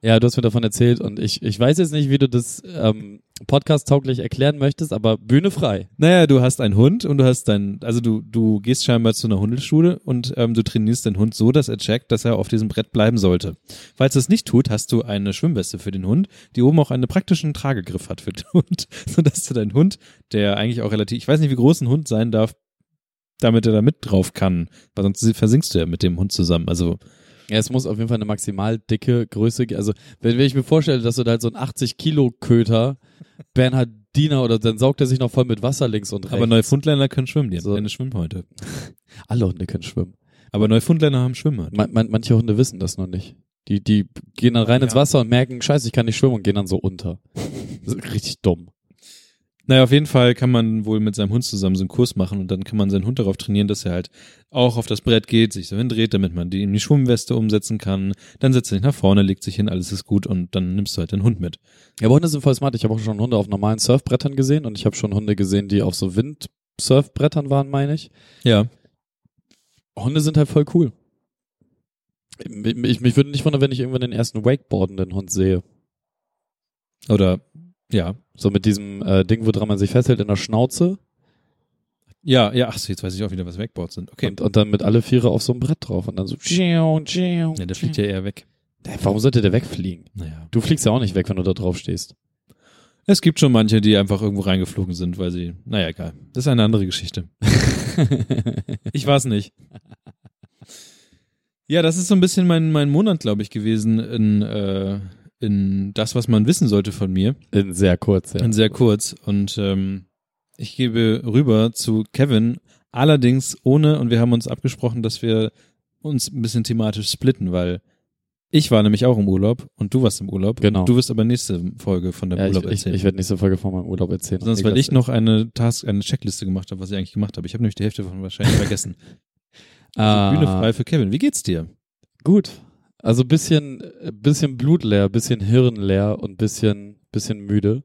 Speaker 3: Ja, du hast mir davon erzählt und ich, ich weiß jetzt nicht, wie du das ähm, podcast-tauglich erklären möchtest, aber Bühne frei.
Speaker 2: Naja, du hast einen Hund und du hast deinen, also du, du gehst scheinbar zu einer Hundeschule und ähm, du trainierst den Hund so, dass er checkt, dass er auf diesem Brett bleiben sollte. Falls er es nicht tut, hast du eine Schwimmweste für den Hund, die oben auch einen praktischen Tragegriff hat für den Hund, sodass du deinen Hund, der eigentlich auch relativ, ich weiß nicht, wie groß ein Hund sein darf, damit er da mit drauf kann. Weil sonst versinkst du ja mit dem Hund zusammen. Also
Speaker 3: Ja, es muss auf jeden Fall eine maximal dicke Größe, ge- also wenn, wenn ich mir vorstelle, dass du da halt so einen 80-Kilo-Köter, Bernhardiner oder dann saugt er sich noch voll mit Wasser links und rechts.
Speaker 2: Aber ne- Neufundländer können schwimmen, die haben
Speaker 3: So.
Speaker 2: keine Schwimmhäute.
Speaker 3: Alle Hunde können schwimmen.
Speaker 2: Aber Neufundländer haben Schwimmhäute.
Speaker 3: Man, man, manche Hunde wissen das noch nicht. Die, die gehen dann rein ins
Speaker 2: Ja.
Speaker 3: Wasser und merken, scheiße, ich kann nicht schwimmen und gehen dann so unter. Das ist richtig dumm.
Speaker 2: Naja, auf jeden Fall kann man wohl mit seinem Hund zusammen so einen Kurs machen und dann kann man seinen Hund darauf trainieren, dass er halt auch auf das Brett geht, sich so hindreht, damit man die in die Schwimmweste umsetzen kann. Dann setzt er sich nach vorne, legt sich hin, alles ist gut und dann nimmst du halt den Hund mit.
Speaker 3: Ja, aber Hunde sind voll smart. Ich habe auch schon Hunde auf normalen Surfbrettern gesehen und ich habe schon Hunde gesehen, die auf so Windsurfbrettern waren, meine ich.
Speaker 2: Ja.
Speaker 3: Hunde sind halt voll cool. Ich, ich, mich würde nicht wundern, wenn ich irgendwann den ersten wakeboardenden Hund sehe.
Speaker 2: Oder ja.
Speaker 3: So mit diesem äh, Ding, woran man sich festhält in der Schnauze
Speaker 2: Ja, ja, ach so, jetzt weiß ich auch wieder, was Wakeboards sind. Okay.
Speaker 3: und, und dann mit alle Viere auf so einem Brett drauf und dann so. Ja,
Speaker 2: ja, der fliegt ja eher weg.
Speaker 3: Warum sollte der wegfliegen?
Speaker 2: Naja.
Speaker 3: Du fliegst ja auch nicht weg, wenn du da drauf stehst.
Speaker 2: Es gibt schon manche, die einfach irgendwo reingeflogen sind, weil sie, naja, egal. Das ist eine andere Geschichte. Ich war's nicht. Ja, das ist so ein bisschen mein, mein Monat, glaube ich, gewesen in, äh, in das, was man wissen sollte von mir.
Speaker 3: In sehr kurz, ja.
Speaker 2: In sehr kurz. Und ähm, ich gebe rüber zu Kevin, allerdings ohne, und wir haben uns abgesprochen, dass wir uns ein bisschen thematisch splitten, weil ich war nämlich auch im Urlaub und du warst im Urlaub.
Speaker 3: Genau.
Speaker 2: Du wirst aber nächste Folge von deinem
Speaker 3: ja, ich,
Speaker 2: Urlaub
Speaker 3: ich,
Speaker 2: erzählen.
Speaker 3: ich werde nächste Folge von meinem Urlaub erzählen.
Speaker 2: Sonst, weil ich noch eine Task, eine Checkliste gemacht habe, was ich eigentlich gemacht habe. Ich habe nämlich die Hälfte davon wahrscheinlich vergessen.
Speaker 3: ah,
Speaker 2: Bühne frei für Kevin. Wie geht's dir?
Speaker 3: Gut. Also bisschen, bisschen blutleer, bisschen hirnleer und bisschen, bisschen müde.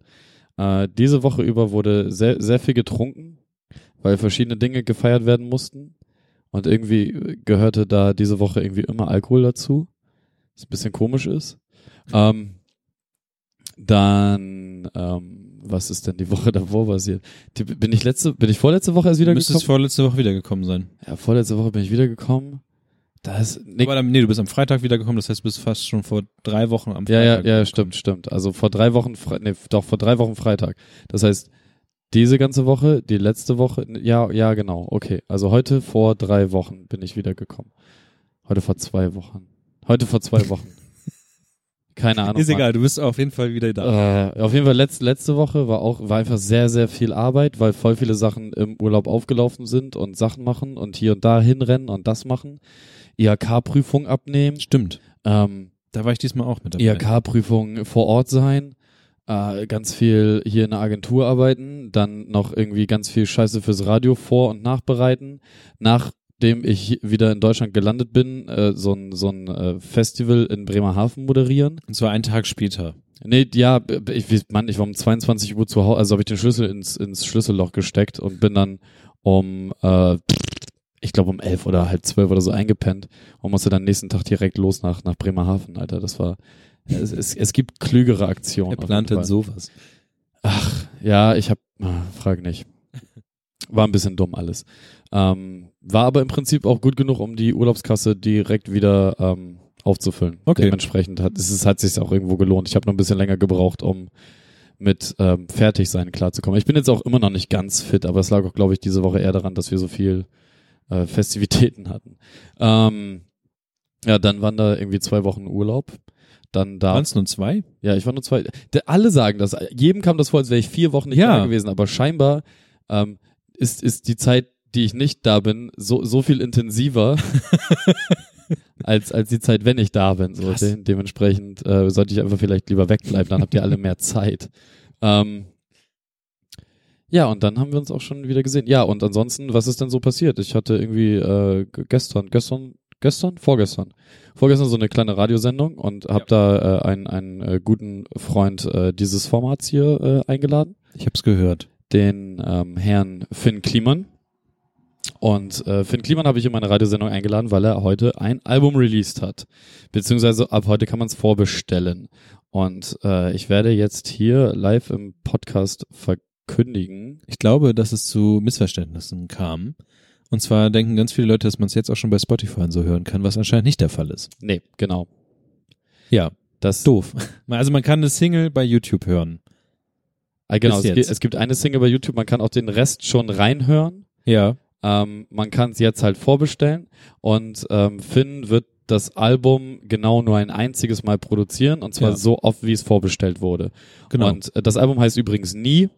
Speaker 3: Äh, diese Woche über wurde sehr, sehr viel getrunken, weil verschiedene Dinge gefeiert werden mussten. Und irgendwie gehörte da diese Woche irgendwie immer Alkohol dazu, was ein bisschen komisch ist. Ähm, dann, ähm, was ist denn die Woche davor passiert? Die, bin ich letzte, bin ich vorletzte Woche erst
Speaker 2: Du
Speaker 3: wieder
Speaker 2: müsstest
Speaker 3: gekommen?
Speaker 2: vorletzte Woche wiedergekommen sein.
Speaker 3: ja, vorletzte Woche bin ich wiedergekommen. Da ist Nick
Speaker 2: Aber dann, nee, du bist am Freitag wiedergekommen, das heißt, du bist fast schon vor drei Wochen am
Speaker 3: Ja, ja,
Speaker 2: Freitag.
Speaker 3: ja, stimmt, stimmt. Also vor drei Wochen, Fre nee, doch vor drei Wochen Freitag. Das heißt, diese ganze Woche, die letzte Woche, ja, ja, genau, okay. Also heute vor drei Wochen bin ich wiedergekommen. Heute vor zwei Wochen. Heute vor zwei Wochen. Keine Ahnung.
Speaker 2: Ist egal, du bist auf jeden Fall wieder da.
Speaker 3: Mann. Äh, auf jeden Fall letzte, letzte Woche war auch war einfach sehr sehr viel Arbeit, weil voll viele Sachen im Urlaub aufgelaufen sind und Sachen machen und hier und da hinrennen und das machen, IHK-Prüfung abnehmen.
Speaker 2: Stimmt.
Speaker 3: Ähm,
Speaker 2: Da war ich diesmal auch mit dabei.
Speaker 3: IHK-Prüfung vor Ort sein, äh, ganz viel hier in der Agentur arbeiten, dann noch irgendwie ganz viel Scheiße fürs Radio vor- und nachbereiten. Nachdem ich wieder in Deutschland gelandet bin, äh, so ein, so ein äh, Festival in Bremerhaven moderieren.
Speaker 2: Und zwar einen Tag später.
Speaker 3: Nee, ja, b- b- ich, wie- Mann, ich war um 22 Uhr zu Hause, also habe ich den Schlüssel ins, ins Schlüsselloch gesteckt und bin dann um, äh, ich glaube um 11 oder halb 12 oder so eingepennt und musste dann nächsten Tag direkt los nach, nach Bremerhaven, Alter. Das war, es, es, es gibt klügere Aktionen.
Speaker 2: Er
Speaker 3: auf
Speaker 2: plant
Speaker 3: jeden
Speaker 2: dann
Speaker 3: Fall.
Speaker 2: sowas.
Speaker 3: Ja, ich hab, ah, frag nicht. War ein bisschen dumm alles. Ähm, war aber im Prinzip auch gut genug, um die Urlaubskasse direkt wieder ähm, aufzufüllen.
Speaker 2: Okay.
Speaker 3: Dementsprechend hat es ist, hat sich auch irgendwo gelohnt. Ich habe noch ein bisschen länger gebraucht, um mit ähm, fertig sein klarzukommen. Ich bin jetzt auch immer noch nicht ganz fit, aber es lag auch, glaube ich, diese Woche eher daran, dass wir so viel äh, Festivitäten hatten. Ähm, ja, dann waren da irgendwie zwei Wochen Urlaub. Dann da
Speaker 2: Waren es nur zwei?
Speaker 3: ja, ich war nur zwei. Der, alle sagen das. Jedem kam das vor, als wäre ich vier Wochen nicht
Speaker 2: Ja.
Speaker 3: da gewesen. Aber scheinbar ähm, ist, ist die Zeit, die ich nicht da bin, so, so viel intensiver als, als die Zeit, wenn ich da bin. So,
Speaker 2: Krass.
Speaker 3: de dementsprechend äh, sollte ich einfach vielleicht lieber wegbleiben. Dann habt ihr alle mehr Zeit. Ähm, ja, und dann haben wir uns auch schon wieder gesehen. Ja, und ansonsten, was ist denn so passiert? Ich hatte irgendwie äh, g- gestern, gestern, gestern, vorgestern, vorgestern so eine kleine Radiosendung und habe da äh, einen, einen äh, guten Freund äh, dieses Formats hier äh, eingeladen,
Speaker 2: Ich hab's gehört.
Speaker 3: den ähm, Herrn Finn Kliman. Und äh, Finn Kliman habe ich in meine Radiosendung eingeladen, weil er heute ein Album released hat. Beziehungsweise ab heute kann man es vorbestellen. Und äh, ich werde jetzt hier live im Podcast verkündigen,
Speaker 2: Ich glaube, dass es zu Missverständnissen kam. Und zwar denken ganz viele Leute, dass man es jetzt auch schon bei Spotify und so hören kann, was anscheinend nicht der Fall ist.
Speaker 3: Nee, genau.
Speaker 2: Ja,
Speaker 3: Das,
Speaker 2: doof. Also man kann eine Single bei YouTube hören.
Speaker 3: ah, genau
Speaker 2: bis
Speaker 3: es, gibt,
Speaker 2: jetzt.
Speaker 3: es gibt eine Single bei YouTube, man kann auch den Rest schon reinhören,
Speaker 2: Ja.
Speaker 3: Ähm, man kann es jetzt halt vorbestellen und ähm, Finn wird das Album genau nur ein einziges Mal produzieren und zwar
Speaker 2: Ja.
Speaker 3: so oft, wie es vorbestellt wurde.
Speaker 2: Genau. Und,
Speaker 3: Und äh, das Album heißt übrigens Nie,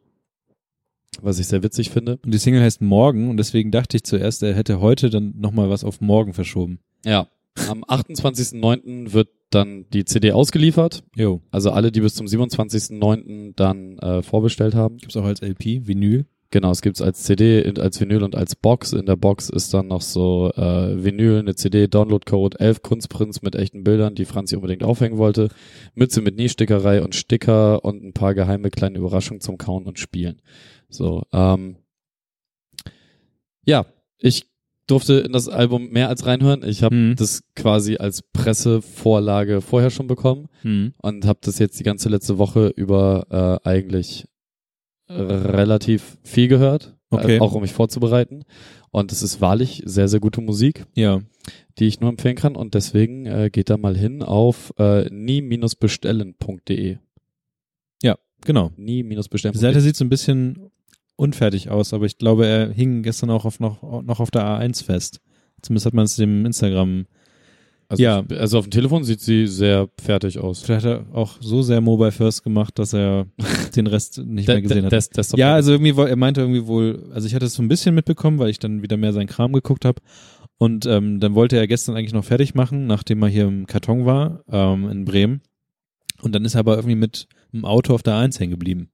Speaker 3: was ich sehr witzig finde.
Speaker 2: die Single heißt Morgen und deswegen dachte ich zuerst, er hätte heute dann nochmal was auf morgen verschoben.
Speaker 3: Ja, am 28.09. wird dann die CD ausgeliefert.
Speaker 2: Jo.
Speaker 3: Also alle, die bis zum 27.09. dann äh, vorbestellt haben.
Speaker 2: Gibt's auch als LP, Vinyl.
Speaker 3: Genau, es gibt's als CD, in- als Vinyl und als Box. In der Box ist dann noch so äh, Vinyl, eine CD, Downloadcode, elf Kunstprints mit echten Bildern, die Franzi unbedingt aufhängen wollte, Mütze mit Niestickerei und Sticker und ein paar geheime kleine Überraschungen zum Kauen und Spielen. So, ähm, ja, ich durfte in das Album mehr als reinhören. Ich habe
Speaker 2: Mhm.
Speaker 3: das quasi als Pressevorlage vorher schon bekommen
Speaker 2: Mhm.
Speaker 3: und habe das jetzt die ganze letzte Woche über äh, eigentlich relativ viel gehört,
Speaker 2: Okay.
Speaker 3: äh, auch um mich vorzubereiten. Und es ist wahrlich sehr, sehr gute Musik,
Speaker 2: Ja.
Speaker 3: die ich nur empfehlen kann. Und deswegen äh, geht da mal hin auf äh, nie-bestellen.de.
Speaker 2: Genau. Die Seite
Speaker 3: Nie-bestellen.de.
Speaker 2: sieht so ein bisschen unfertig aus, aber ich glaube, er hing gestern auch auf noch, noch auf der A1 fest. Zumindest hat man es dem Instagram.
Speaker 3: Also,
Speaker 2: ja.
Speaker 3: also auf dem Telefon sieht sie sehr fertig aus.
Speaker 2: Vielleicht hat er auch so sehr Mobile First gemacht, dass er den Rest nicht mehr gesehen hat.
Speaker 3: Das, das, das
Speaker 2: Ja, also irgendwie, woll- er meinte irgendwie wohl, also ich hatte es so ein bisschen mitbekommen, weil ich dann wieder mehr seinen Kram geguckt habe. Und ähm, dann wollte er gestern eigentlich noch fertig machen, nachdem er hier im Karton war, ähm, in Bremen. Und dann ist er aber irgendwie mit dem Auto auf der A1 hängen geblieben.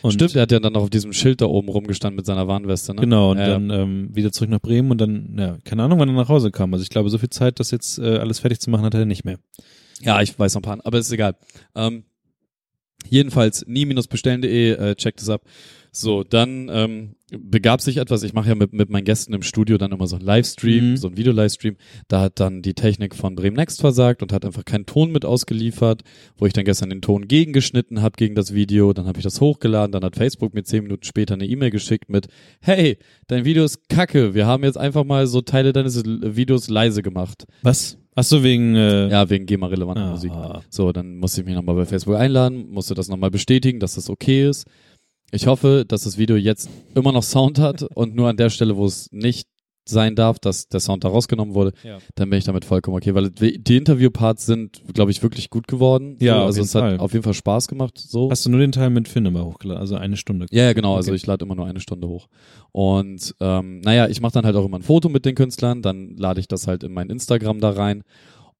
Speaker 2: Und-
Speaker 3: Stimmt, er hat ja dann noch auf diesem Schild da oben rumgestanden mit seiner Warnweste. Ne?
Speaker 2: Genau, und
Speaker 3: Ja, ja.
Speaker 2: dann ähm, wieder zurück nach Bremen und dann, ja, keine Ahnung, wann er nach Hause kam. Also ich glaube, so viel Zeit, das jetzt äh, alles fertig zu machen, hatte er nicht mehr.
Speaker 3: Ja, ich weiß noch ein paar, aber ist egal. Ähm, jedenfalls nie-bestellen.de, äh, checkt es ab. So, dann ähm, begab sich etwas. Ich mache ja mit, mit meinen Gästen im Studio dann immer so einen Livestream,
Speaker 2: Mhm.
Speaker 3: so einen Video-Livestream. Da hat dann die Technik von Bremen Next versagt und hat einfach keinen Ton mit ausgeliefert, wo ich dann gestern den Ton gegengeschnitten habe gegen das Video. Dann habe ich das hochgeladen. Dann hat Facebook mir zehn Minuten später eine E-Mail geschickt mit, hey, dein Video ist kacke. Wir haben jetzt einfach mal so Teile deines L- Videos leise gemacht.
Speaker 2: Was? Ach so, wegen, äh,
Speaker 3: Ja, wegen GEMA-relevanter
Speaker 2: Ah.
Speaker 3: Musik. So, dann musste ich mich nochmal bei Facebook einladen, musste das nochmal bestätigen, dass das okay ist. Ich hoffe, dass das Video jetzt immer noch Sound hat und nur an der Stelle, wo es nicht sein darf, dass der Sound da rausgenommen wurde,
Speaker 2: Ja.
Speaker 3: dann bin ich damit vollkommen okay, weil die die Interview-Parts sind, glaube ich, wirklich gut geworden.
Speaker 2: Ja,
Speaker 3: so,
Speaker 2: auf
Speaker 3: also
Speaker 2: jeden
Speaker 3: es hat
Speaker 2: Fall.
Speaker 3: auf jeden Fall Spaß gemacht. So.
Speaker 2: hast du nur den Teil mit Finn immer hochgeladen, also eine Stunde.
Speaker 3: Ja, ja, genau. Also
Speaker 2: Okay.
Speaker 3: ich lade immer nur eine Stunde hoch. Und ähm, naja, ich mache dann halt auch immer ein Foto mit den Künstlern, dann lade ich das halt in mein Instagram da rein.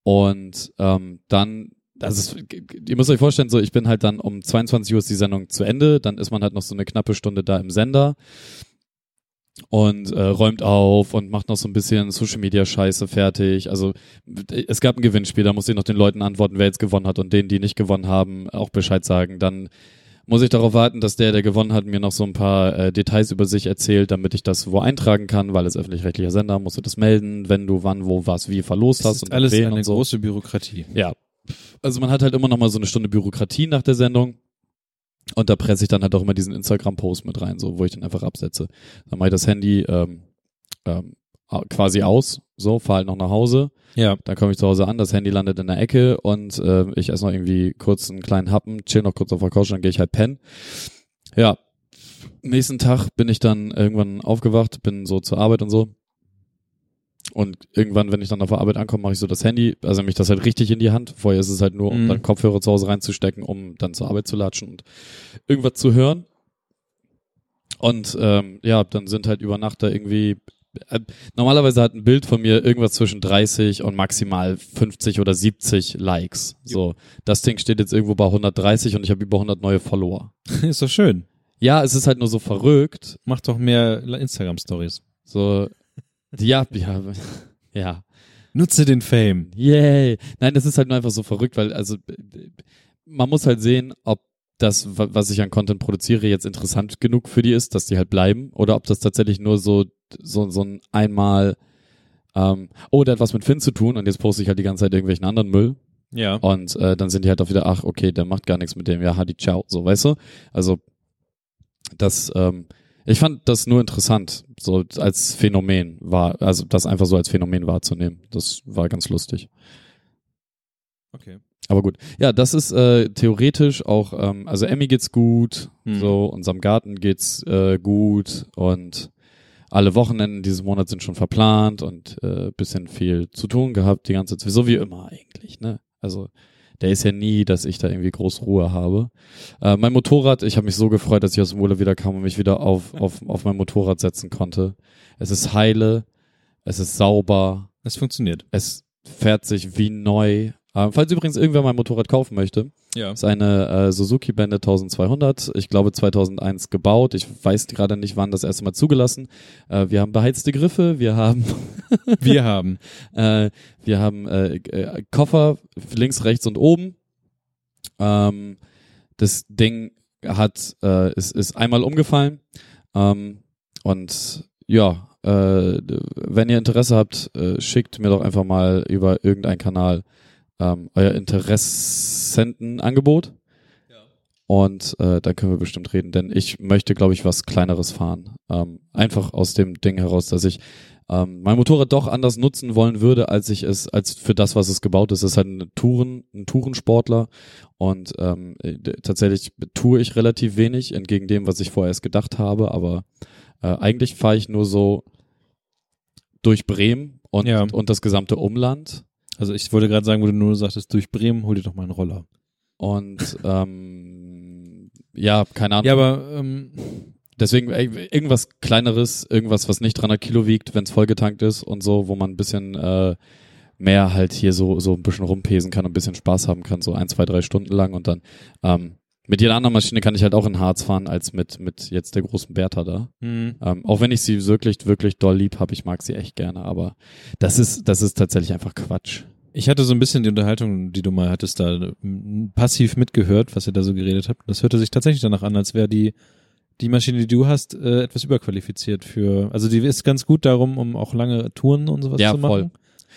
Speaker 3: Und ähm, dann, also es, ihr müsst euch vorstellen, so ich bin halt dann um 22 Uhr ist die Sendung zu Ende, dann ist man halt noch so eine knappe Stunde da im Sender und äh, räumt auf und macht noch so ein bisschen Social Media Scheiße fertig. Also es gab ein Gewinnspiel, da muss ich noch den Leuten antworten, wer jetzt gewonnen hat und denen, die nicht gewonnen haben, auch Bescheid sagen. Dann muss ich darauf warten, dass der, der gewonnen hat, mir noch so ein paar äh, Details über sich erzählt, damit ich das wo eintragen kann, weil es öffentlich-rechtlicher Sender, musst du das melden, wenn du wann, wo, was, wie verlost
Speaker 2: Das
Speaker 3: hast
Speaker 2: ist
Speaker 3: und
Speaker 2: alles
Speaker 3: wen
Speaker 2: eine
Speaker 3: und so.
Speaker 2: große Bürokratie.
Speaker 3: Ja. Also man hat halt immer noch mal so eine Stunde Bürokratie nach der Sendung. Und da presse ich dann halt auch immer diesen Instagram-Post mit rein, so wo ich den einfach absetze. Dann mache ich das Handy ähm, ähm, au- quasi aus, so, fahre halt noch nach Hause.
Speaker 2: Ja.
Speaker 3: Dann komme ich zu Hause an, das Handy landet in der Ecke und äh, ich esse noch irgendwie kurz einen kleinen Happen, chill noch kurz auf der Couch, dann gehe ich halt pennen. Ja, nächsten Tag bin ich dann irgendwann aufgewacht, bin so zur Arbeit und so. Und irgendwann, wenn ich dann auf der Arbeit ankomme, mache ich so das Handy, also nehme ich das halt richtig in die Hand. Vorher ist es halt nur, um
Speaker 2: Mhm.
Speaker 3: dann Kopfhörer zu Hause reinzustecken, um dann zur Arbeit zu latschen und irgendwas zu hören. Und ähm, ja, dann sind halt über Nacht da irgendwie. Äh, normalerweise hat ein Bild von mir irgendwas zwischen 30 und maximal 50 oder 70 Likes. So, das Ding steht jetzt irgendwo bei 130 und ich habe über 100 neue Follower.
Speaker 2: ist doch schön.
Speaker 3: Ja, es ist halt nur so verrückt.
Speaker 2: Mach doch mehr Instagram-Stories.
Speaker 3: So, ja, ja, ja.
Speaker 2: Nutze den Fame.
Speaker 3: Yay. Nein, das ist halt nur einfach so verrückt, weil, also, man muss halt sehen, ob das, wa- was ich an Content produziere, jetzt interessant genug für die ist, dass die halt bleiben, oder ob das tatsächlich nur so, so, so ein einmal, ähm, oh, der hat was mit Finn zu tun und jetzt poste ich halt die ganze Zeit irgendwelchen anderen Müll.
Speaker 2: Ja.
Speaker 3: Und äh, dann sind die halt auch wieder, ach, okay, der macht gar nichts mit dem, ja, Hadi, ciao, so, weißt du? Also, das, ähm, ich fand das nur interessant, so als Phänomen war, also das einfach so als Phänomen wahrzunehmen. Das war ganz lustig.
Speaker 2: Okay.
Speaker 3: Aber gut. Ja, das ist äh, theoretisch auch, ähm, also Emmy geht's gut,
Speaker 2: Mhm.
Speaker 3: so, unserem Garten geht's äh, gut und alle Wochenenden dieses Monats sind schon verplant und äh, bisschen viel zu tun gehabt die ganze Zeit. So wie immer eigentlich, ne? Also der ist ja nie, dass ich da irgendwie groß Ruhe habe. Äh, mein Motorrad, ich habe mich so gefreut, dass ich aus dem Urlaub wieder kam und mich wieder auf, auf, auf mein Motorrad setzen konnte. Es ist heile, es ist sauber,
Speaker 2: Es funktioniert.
Speaker 3: es fährt sich wie neu. Äh, falls übrigens irgendwer mein Motorrad kaufen möchte,
Speaker 2: Ja.
Speaker 3: ist eine äh, Suzuki Bände 1200, ich glaube 2001 gebaut. Ich weiß gerade nicht, wann das erste Mal zugelassen. Äh, wir haben beheizte Griffe, wir haben,
Speaker 2: Wir haben.
Speaker 3: äh, wir haben äh, äh, Koffer links, rechts und oben. Ähm, das Ding hat, äh, ist, ist einmal umgefallen. Ähm, und ja, äh, d- wenn ihr Interesse habt, äh, schickt mir doch einfach mal über irgendeinen Kanal ähm, euer Interessentenangebot. Und äh, dann können wir bestimmt reden, denn ich möchte, glaube ich, was Kleineres fahren. Ähm, einfach aus dem Ding heraus, dass ich ähm, mein Motorrad doch anders nutzen wollen würde, als ich es, als für das, was es gebaut ist. Es ist halt ein Touren, ein Tourensportler und ähm, äh, d- tatsächlich tue ich relativ wenig, entgegen dem, was ich vorher erst gedacht habe, aber äh, eigentlich fahre ich nur so durch Bremen und,
Speaker 2: Ja.
Speaker 3: und das gesamte Umland.
Speaker 2: Also ich wollte gerade sagen, wo du nur sagtest, durch Bremen hol dir doch mal einen Roller.
Speaker 3: Und ähm, ja, keine Ahnung.
Speaker 2: Ja, aber ähm,
Speaker 3: Deswegen ey, irgendwas kleineres, irgendwas, was nicht 300 Kilo wiegt, wenn es vollgetankt ist und so, wo man ein bisschen äh, mehr halt hier so, so ein bisschen rumpesen kann und ein bisschen Spaß haben kann, so ein, zwei, drei Stunden lang und dann ähm, mit jeder anderen Maschine kann ich halt auch in Harz fahren, als mit, mit jetzt der großen Bertha da.
Speaker 2: mh,
Speaker 3: Ähm, auch wenn ich sie wirklich, wirklich doll lieb habe, ich mag sie echt gerne, aber das ist, das ist tatsächlich einfach Quatsch.
Speaker 2: ich hatte so ein bisschen die Unterhaltung, die du mal hattest, da mh, passiv mitgehört, was ihr da so geredet habt. Das hörte sich tatsächlich danach an, als wäre die, die Maschine, die du hast, äh, etwas überqualifiziert für. Also die ist ganz gut darum, um auch lange Touren und sowas
Speaker 3: Ja,
Speaker 2: zu machen.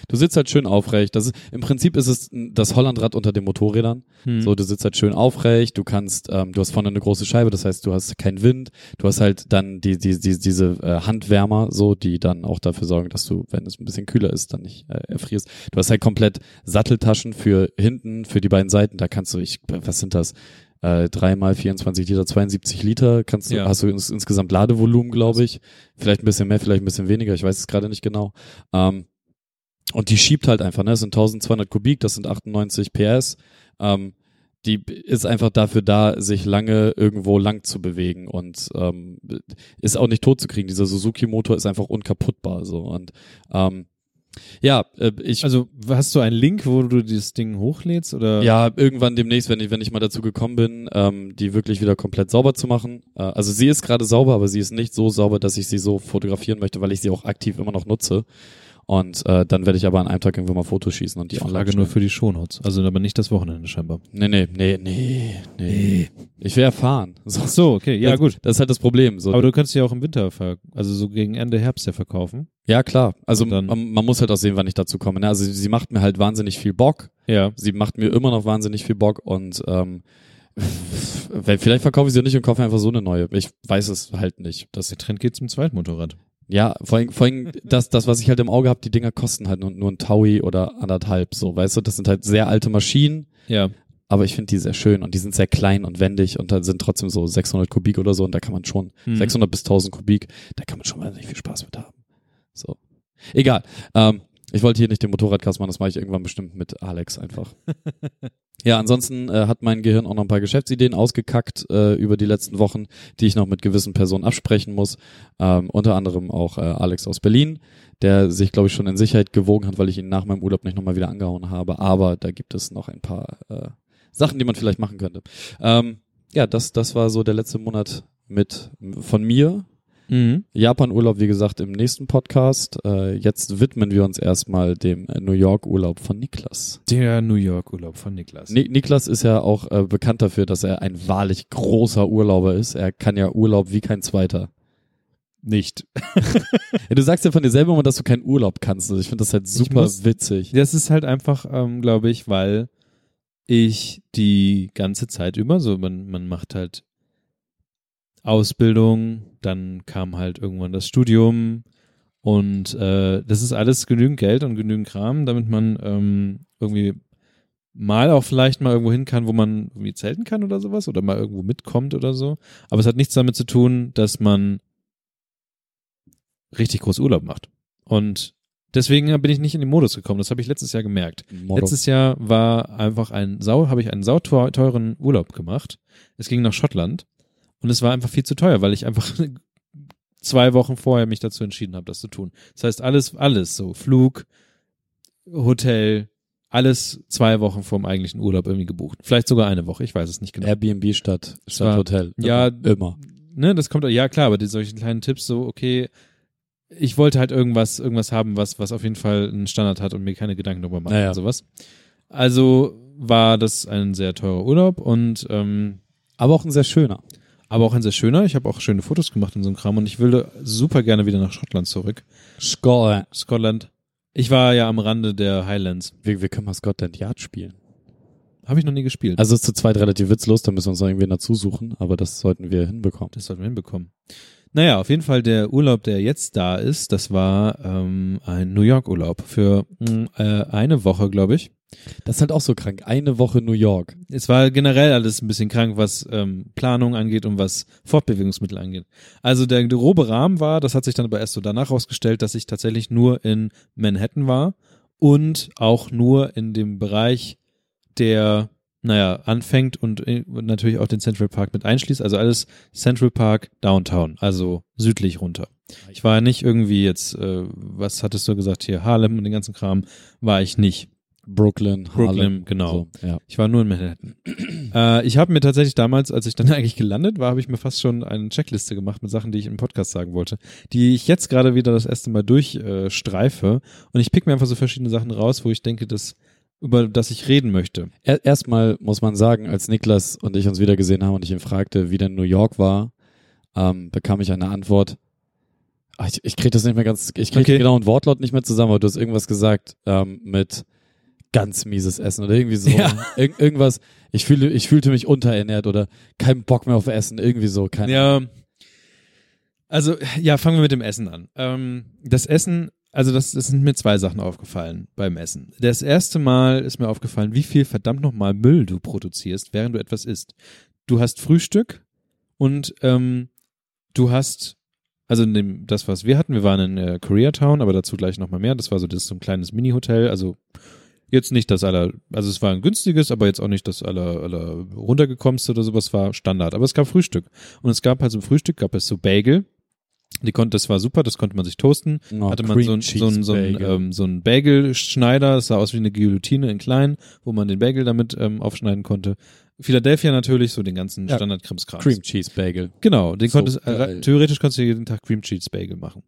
Speaker 3: Du sitzt halt schön aufrecht. Das ist, Im Prinzip ist es n- das Hollandrad unter den Motorrädern.
Speaker 2: Hm.
Speaker 3: So, du sitzt halt schön aufrecht, du kannst, ähm, du hast vorne eine große Scheibe, das heißt, du hast keinen Wind, du hast halt dann die, die, die, diese äh, Handwärmer, so, die dann auch dafür sorgen, dass du, wenn es ein bisschen kühler ist, dann nicht äh, erfrierst. Du hast halt komplett Satteltaschen für hinten, für die beiden Seiten, da kannst du, ich, was sind das? Äh, 3 mal 24 Liter, 72 Liter, kannst du,
Speaker 2: Ja.
Speaker 3: hast du ins, insgesamt Ladevolumen, glaube ich. Vielleicht ein bisschen mehr, vielleicht ein bisschen weniger, ich weiß es gerade nicht genau. Ähm, und die schiebt halt einfach, ne? Das sind 1200 Kubik, das sind 98 PS. Ähm, die b- ist einfach dafür da, sich lange irgendwo lang zu bewegen und ähm, ist auch nicht tot zu kriegen. Dieser Suzuki-Motor ist einfach unkaputtbar. So und ähm, ja, äh, ich
Speaker 2: Also hast du einen Link, wo du dieses Ding hochlädst oder?
Speaker 3: ja, äh, irgendwann demnächst, wenn ich, wenn ich mal dazu gekommen bin, ähm, die wirklich wieder komplett sauber zu machen. Äh, also sie ist gerade sauber, aber sie ist nicht so sauber, dass ich sie so fotografieren möchte, weil ich sie auch aktiv immer noch nutze. Und äh, dann werde ich aber an einem Tag irgendwann mal Fotos schießen und die
Speaker 2: Die
Speaker 3: online
Speaker 2: Frage nur
Speaker 3: stellen.
Speaker 2: für die Shownotes. Also aber nicht das Wochenende scheinbar.
Speaker 3: Nee, nee, nee, nee, nee. Ich will erfahren. So.
Speaker 2: Ach so, okay, ja
Speaker 3: das,
Speaker 2: gut.
Speaker 3: Das ist halt das Problem. So.
Speaker 2: Aber du könntest ja auch im Winter, ver also so gegen Ende Herbst ja verkaufen.
Speaker 3: ja, klar. Also
Speaker 2: Und dann-
Speaker 3: man, man muss halt auch sehen, wann ich dazu komme. Ne? Also sie macht mir halt wahnsinnig viel Bock.
Speaker 2: Ja.
Speaker 3: Sie macht mir immer noch wahnsinnig viel Bock und ähm, weil- vielleicht verkaufe ich sie nicht und kaufe einfach so eine neue. Ich weiß es halt nicht. Das,
Speaker 2: Der Trend geht zum Zweitmotorrad.
Speaker 3: ja, vor allem, vor allem das, das, was ich halt im Auge habe, die Dinger kosten halt nur, nur ein Taui oder anderthalb. So, weißt du, das sind halt sehr alte Maschinen.
Speaker 2: Ja.
Speaker 3: aber ich finde die sehr schön und die sind sehr klein und wendig und da sind trotzdem so 600 Kubik oder so und da kann man schon
Speaker 2: Mhm.
Speaker 3: 600 bis 1000 Kubik, da kann man schon mal nicht viel Spaß mit haben. So. Egal. Ähm, ich wollte hier nicht den Motorradcast machen, das mache ich irgendwann bestimmt mit Alex einfach. ja, ansonsten äh, hat mein Gehirn auch noch ein paar Geschäftsideen ausgekackt äh, über die letzten Wochen, die ich noch mit gewissen Personen absprechen muss. Ähm, unter anderem auch äh, Alex aus Berlin, der sich, glaube ich, schon in Sicherheit gewogen hat, weil ich ihn nach meinem Urlaub nicht nochmal wieder angehauen habe. Aber da gibt es noch ein paar äh, Sachen, die man vielleicht machen könnte. Ähm, ja, das, das war so der letzte Monat mit von mir.
Speaker 2: Mhm.
Speaker 3: Japan-Urlaub, wie gesagt, im nächsten Podcast. Äh, jetzt widmen wir uns erstmal dem äh, New York-Urlaub von Niklas.
Speaker 2: Der New York Urlaub von Niklas.
Speaker 3: Ni Niklas ist ja auch äh, bekannt dafür, dass er ein wahrlich großer Urlauber ist. Er kann ja Urlaub wie kein zweiter.
Speaker 2: Nicht.
Speaker 3: Ja, du sagst ja von dir selber immer, dass du keinen Urlaub kannst. Also ich finde das halt super
Speaker 2: muss-
Speaker 3: witzig.
Speaker 2: Das ist halt einfach, ähm, glaube ich, weil ich die ganze Zeit über so, man, man macht halt Ausbildung, dann kam halt irgendwann das Studium und äh, das ist alles genügend Geld und genügend Kram, damit man ähm, irgendwie mal auch vielleicht mal irgendwo hin kann, wo man irgendwie zelten kann oder sowas oder mal irgendwo mitkommt oder so. Aber es hat nichts damit zu tun, dass man richtig groß Urlaub macht. Und deswegen bin ich nicht in den Modus gekommen. Das habe ich letztes Jahr gemerkt.
Speaker 3: Motto.
Speaker 2: Letztes Jahr war einfach ein Sau, habe ich einen sauteuren Urlaub gemacht. Es ging nach Schottland und es war einfach viel zu teuer, weil ich einfach zwei Wochen vorher mich dazu entschieden habe, das zu tun. Das heißt, alles, alles so, Flug, Hotel, alles zwei Wochen vor dem eigentlichen Urlaub irgendwie gebucht. Vielleicht sogar eine Woche, ich weiß es nicht genau.
Speaker 3: Airbnb statt, statt
Speaker 2: war-
Speaker 3: Hotel.
Speaker 2: ja,
Speaker 3: immer.
Speaker 2: ne, das kommt, ja klar, aber die, solche kleinen Tipps so, okay, ich wollte halt irgendwas, irgendwas haben, was, was auf jeden Fall einen Standard hat und mir keine Gedanken darüber macht
Speaker 3: Naja.
Speaker 2: und sowas. Also war das ein sehr teurer Urlaub und ähm,
Speaker 3: Aber auch ein sehr schöner.
Speaker 2: aber auch ein sehr schöner. Ich habe auch schöne Fotos gemacht in so einem Kram und ich würde super gerne wieder nach Schottland zurück.
Speaker 3: Scotland.
Speaker 2: Scotland. Ich war ja am Rande der Highlands.
Speaker 3: Wir, wir können mal Scotland Yard spielen.
Speaker 2: Habe ich noch nie gespielt.
Speaker 3: Also ist zu zweit relativ witzlos, da müssen wir uns noch irgendwen dazu suchen, aber das sollten wir hinbekommen.
Speaker 2: Das sollten wir hinbekommen. Naja, auf jeden Fall der Urlaub, der jetzt da ist, das war ähm, ein New York-Urlaub für mh, äh, eine Woche, glaube ich.
Speaker 3: Das ist halt auch so krank. Eine Woche New York.
Speaker 2: Es war generell alles ein bisschen krank, was ähm, Planung angeht und was Fortbewegungsmittel angeht. Also der grobe Rahmen war, das hat sich dann aber erst so danach herausgestellt, dass ich tatsächlich nur in Manhattan war und auch nur in dem Bereich, der, naja, anfängt und äh, natürlich auch den Central Park mit einschließt. Also alles Central Park, Downtown, also südlich runter. Ich war nicht irgendwie jetzt, äh, was hattest du gesagt, hier Harlem und den ganzen Kram, war ich nicht.
Speaker 3: Brooklyn, Harlem.
Speaker 2: Brooklyn, genau.
Speaker 3: So, ja.
Speaker 2: Ich war nur in Manhattan. äh, ich habe mir tatsächlich damals, als ich dann eigentlich gelandet war, habe ich mir fast schon eine Checkliste gemacht mit Sachen, die ich im Podcast sagen wollte, die ich jetzt gerade wieder das erste Mal durchstreife. Äh, streife. und ich pick mir einfach so verschiedene Sachen raus, wo ich denke, dass über das ich reden möchte.
Speaker 3: Er- Erstmal muss man sagen, als Niklas und ich uns wiedergesehen haben und ich ihn fragte, wie denn New York war, ähm, bekam ich eine Antwort. Ah, Ich, ich kriege das nicht mehr ganz, ich kriege
Speaker 2: Okay.
Speaker 3: den genauen Wortlaut nicht mehr zusammen, aber du hast irgendwas gesagt ähm, mit ganz mieses Essen oder irgendwie so.
Speaker 2: Ja.
Speaker 3: Irg irgendwas, ich, fühle, ich fühlte mich unterernährt oder keinen Bock mehr auf Essen, irgendwie so. Keine
Speaker 2: Ja. Also, ja, fangen wir mit dem Essen an. Ähm, das Essen, also das, das sind mir zwei Sachen aufgefallen beim Essen. Das erste Mal ist mir aufgefallen, wie viel verdammt nochmal Müll du produzierst, während du etwas isst. Du hast Frühstück und ähm, du hast, also in dem, das, was wir hatten, wir waren in äh, Koreatown, aber dazu gleich nochmal mehr. Das war so, das ist so ein kleines Mini-Hotel, also jetzt nicht das aller, also es war ein günstiges, aber jetzt auch nicht das aller, aller runtergekommenste oder sowas, war Standard. Aber es gab Frühstück. Und es gab halt zum Frühstück, gab es so Bagel. Die konnte, das war super, das konnte man sich toasten.
Speaker 3: Oh,
Speaker 2: Hatte man
Speaker 3: Cream
Speaker 2: so ein, so ein, so ein,
Speaker 3: Cheese-Bagel.
Speaker 2: ähm, so ein Bagel-Schneider, das sah aus wie eine Guillotine in klein, wo man den Bagel damit ähm, aufschneiden konnte. Philadelphia natürlich, so den ganzen
Speaker 3: Ja.
Speaker 2: Standard-Krimskrams.
Speaker 3: Cream Cheese Bagel.
Speaker 2: Genau, den
Speaker 3: So
Speaker 2: konntest,
Speaker 3: geil.
Speaker 2: äh, theoretisch konntest du jeden Tag Cream Cheese Bagel machen.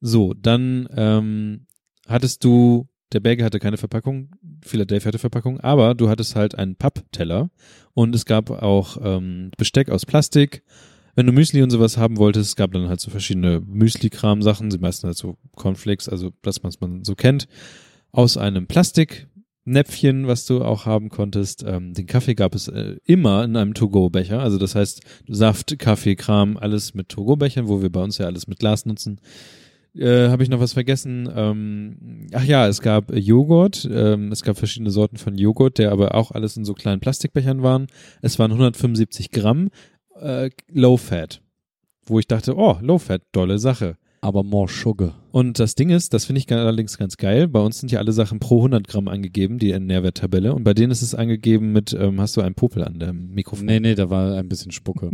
Speaker 2: So, dann ähm, hattest du, der Bagel hatte keine Verpackung, Philadelphia hatte Verpackung, aber du hattest halt einen Pappteller und es gab auch ähm, Besteck aus Plastik. Wenn du Müsli und sowas haben wolltest, es gab dann halt so verschiedene Müsli-Kram-Sachen, die meisten halt so Cornflakes, also das, was man so kennt, aus einem Plastik. Näpfchen, was du auch haben konntest. Ähm, den Kaffee gab es äh, immer in einem To-Go-Becher. Also das heißt, Saft, Kaffee, Kram, alles mit To-Go-Bechern, wo wir bei uns ja alles mit Glas nutzen. Äh, Habe ich noch was vergessen? Ähm, ach ja, es gab Joghurt. Ähm, es gab verschiedene Sorten von Joghurt, der aber auch alles in so kleinen Plastikbechern waren. Es waren 175 Gramm äh, Low Fat, wo ich dachte, oh, Low Fat, dolle Sache.
Speaker 3: Aber more sugar.
Speaker 2: Und das Ding ist, das finde ich ge- allerdings ganz geil. Bei uns sind ja alle Sachen pro 100 Gramm angegeben, die in Nährwerttabelle. Und bei denen ist es angegeben mit, ähm, hast du einen Popel an dem Mikrofon.
Speaker 3: Nee, nee, da war ein bisschen Spucke.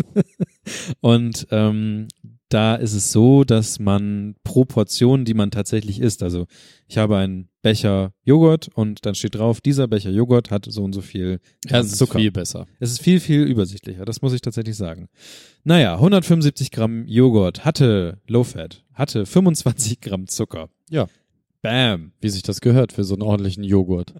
Speaker 2: Und ähm, da ist es so, dass man pro Portion, die man tatsächlich isst, also ich habe einen Becher Joghurt und dann steht drauf, dieser Becher Joghurt hat so und so viel
Speaker 3: Das ist viel besser.
Speaker 2: es ist viel, viel übersichtlicher, das muss ich tatsächlich sagen. Naja, 175 Gramm Joghurt hatte Low Fat, hatte 25 Gramm Zucker.
Speaker 3: Ja.
Speaker 2: Bam.
Speaker 3: wie sich das gehört für so einen ordentlichen Joghurt.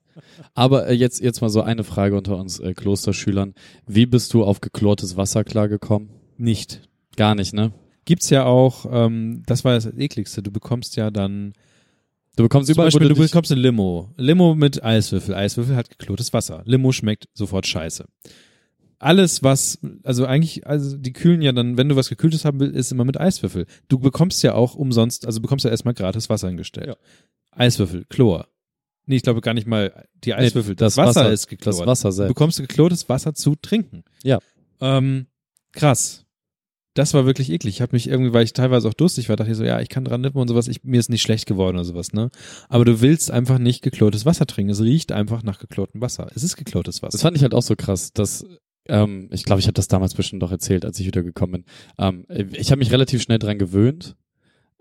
Speaker 3: Aber äh, jetzt, jetzt mal so eine Frage unter uns äh, Klosterschülern. Wie bist du auf geklortes Wasser klargekommen?
Speaker 2: Nicht.
Speaker 3: Gar nicht, ne?
Speaker 2: Gibt's ja auch, ähm, das war das ekligste, du bekommst ja dann
Speaker 3: Du bekommst
Speaker 2: Also Zum
Speaker 3: überall,
Speaker 2: Beispiel,
Speaker 3: wo
Speaker 2: du
Speaker 3: du dich,
Speaker 2: bekommst eine Limo. Limo mit Eiswürfel. Eiswürfel hat geklotes Wasser. Limo schmeckt sofort scheiße. Alles, was, also eigentlich, also die kühlen ja dann, wenn du was gekühltes haben willst, ist immer mit Eiswürfel. Du bekommst ja auch umsonst, also bekommst ja erstmal gratis Wasser hingestellt.
Speaker 3: Ja.
Speaker 2: Eiswürfel, Chlor. Nee, ich glaube gar nicht mal die Eiswürfel.
Speaker 3: Nee, das
Speaker 2: Wasser,
Speaker 3: Wasser-
Speaker 2: ist geklort.
Speaker 3: das Wasser
Speaker 2: du
Speaker 3: selbst.
Speaker 2: bekommst geklotes Wasser zu trinken.
Speaker 3: Ja.
Speaker 2: Ähm, krass. Das war wirklich eklig. Ich habe mich irgendwie, weil ich teilweise auch durstig war, dachte ich so, ja, ich kann dran nippen und sowas, ich, mir ist nicht schlecht geworden oder sowas, ne? Aber du willst einfach nicht geklortes Wasser trinken. Es riecht einfach nach geklotem Wasser. Es ist geklortes Wasser.
Speaker 3: Das fand ich halt auch so krass, dass ähm, ich glaube, ich habe das damals bestimmt doch erzählt, als ich wieder gekommen bin. Ähm, ich habe mich relativ schnell dran gewöhnt.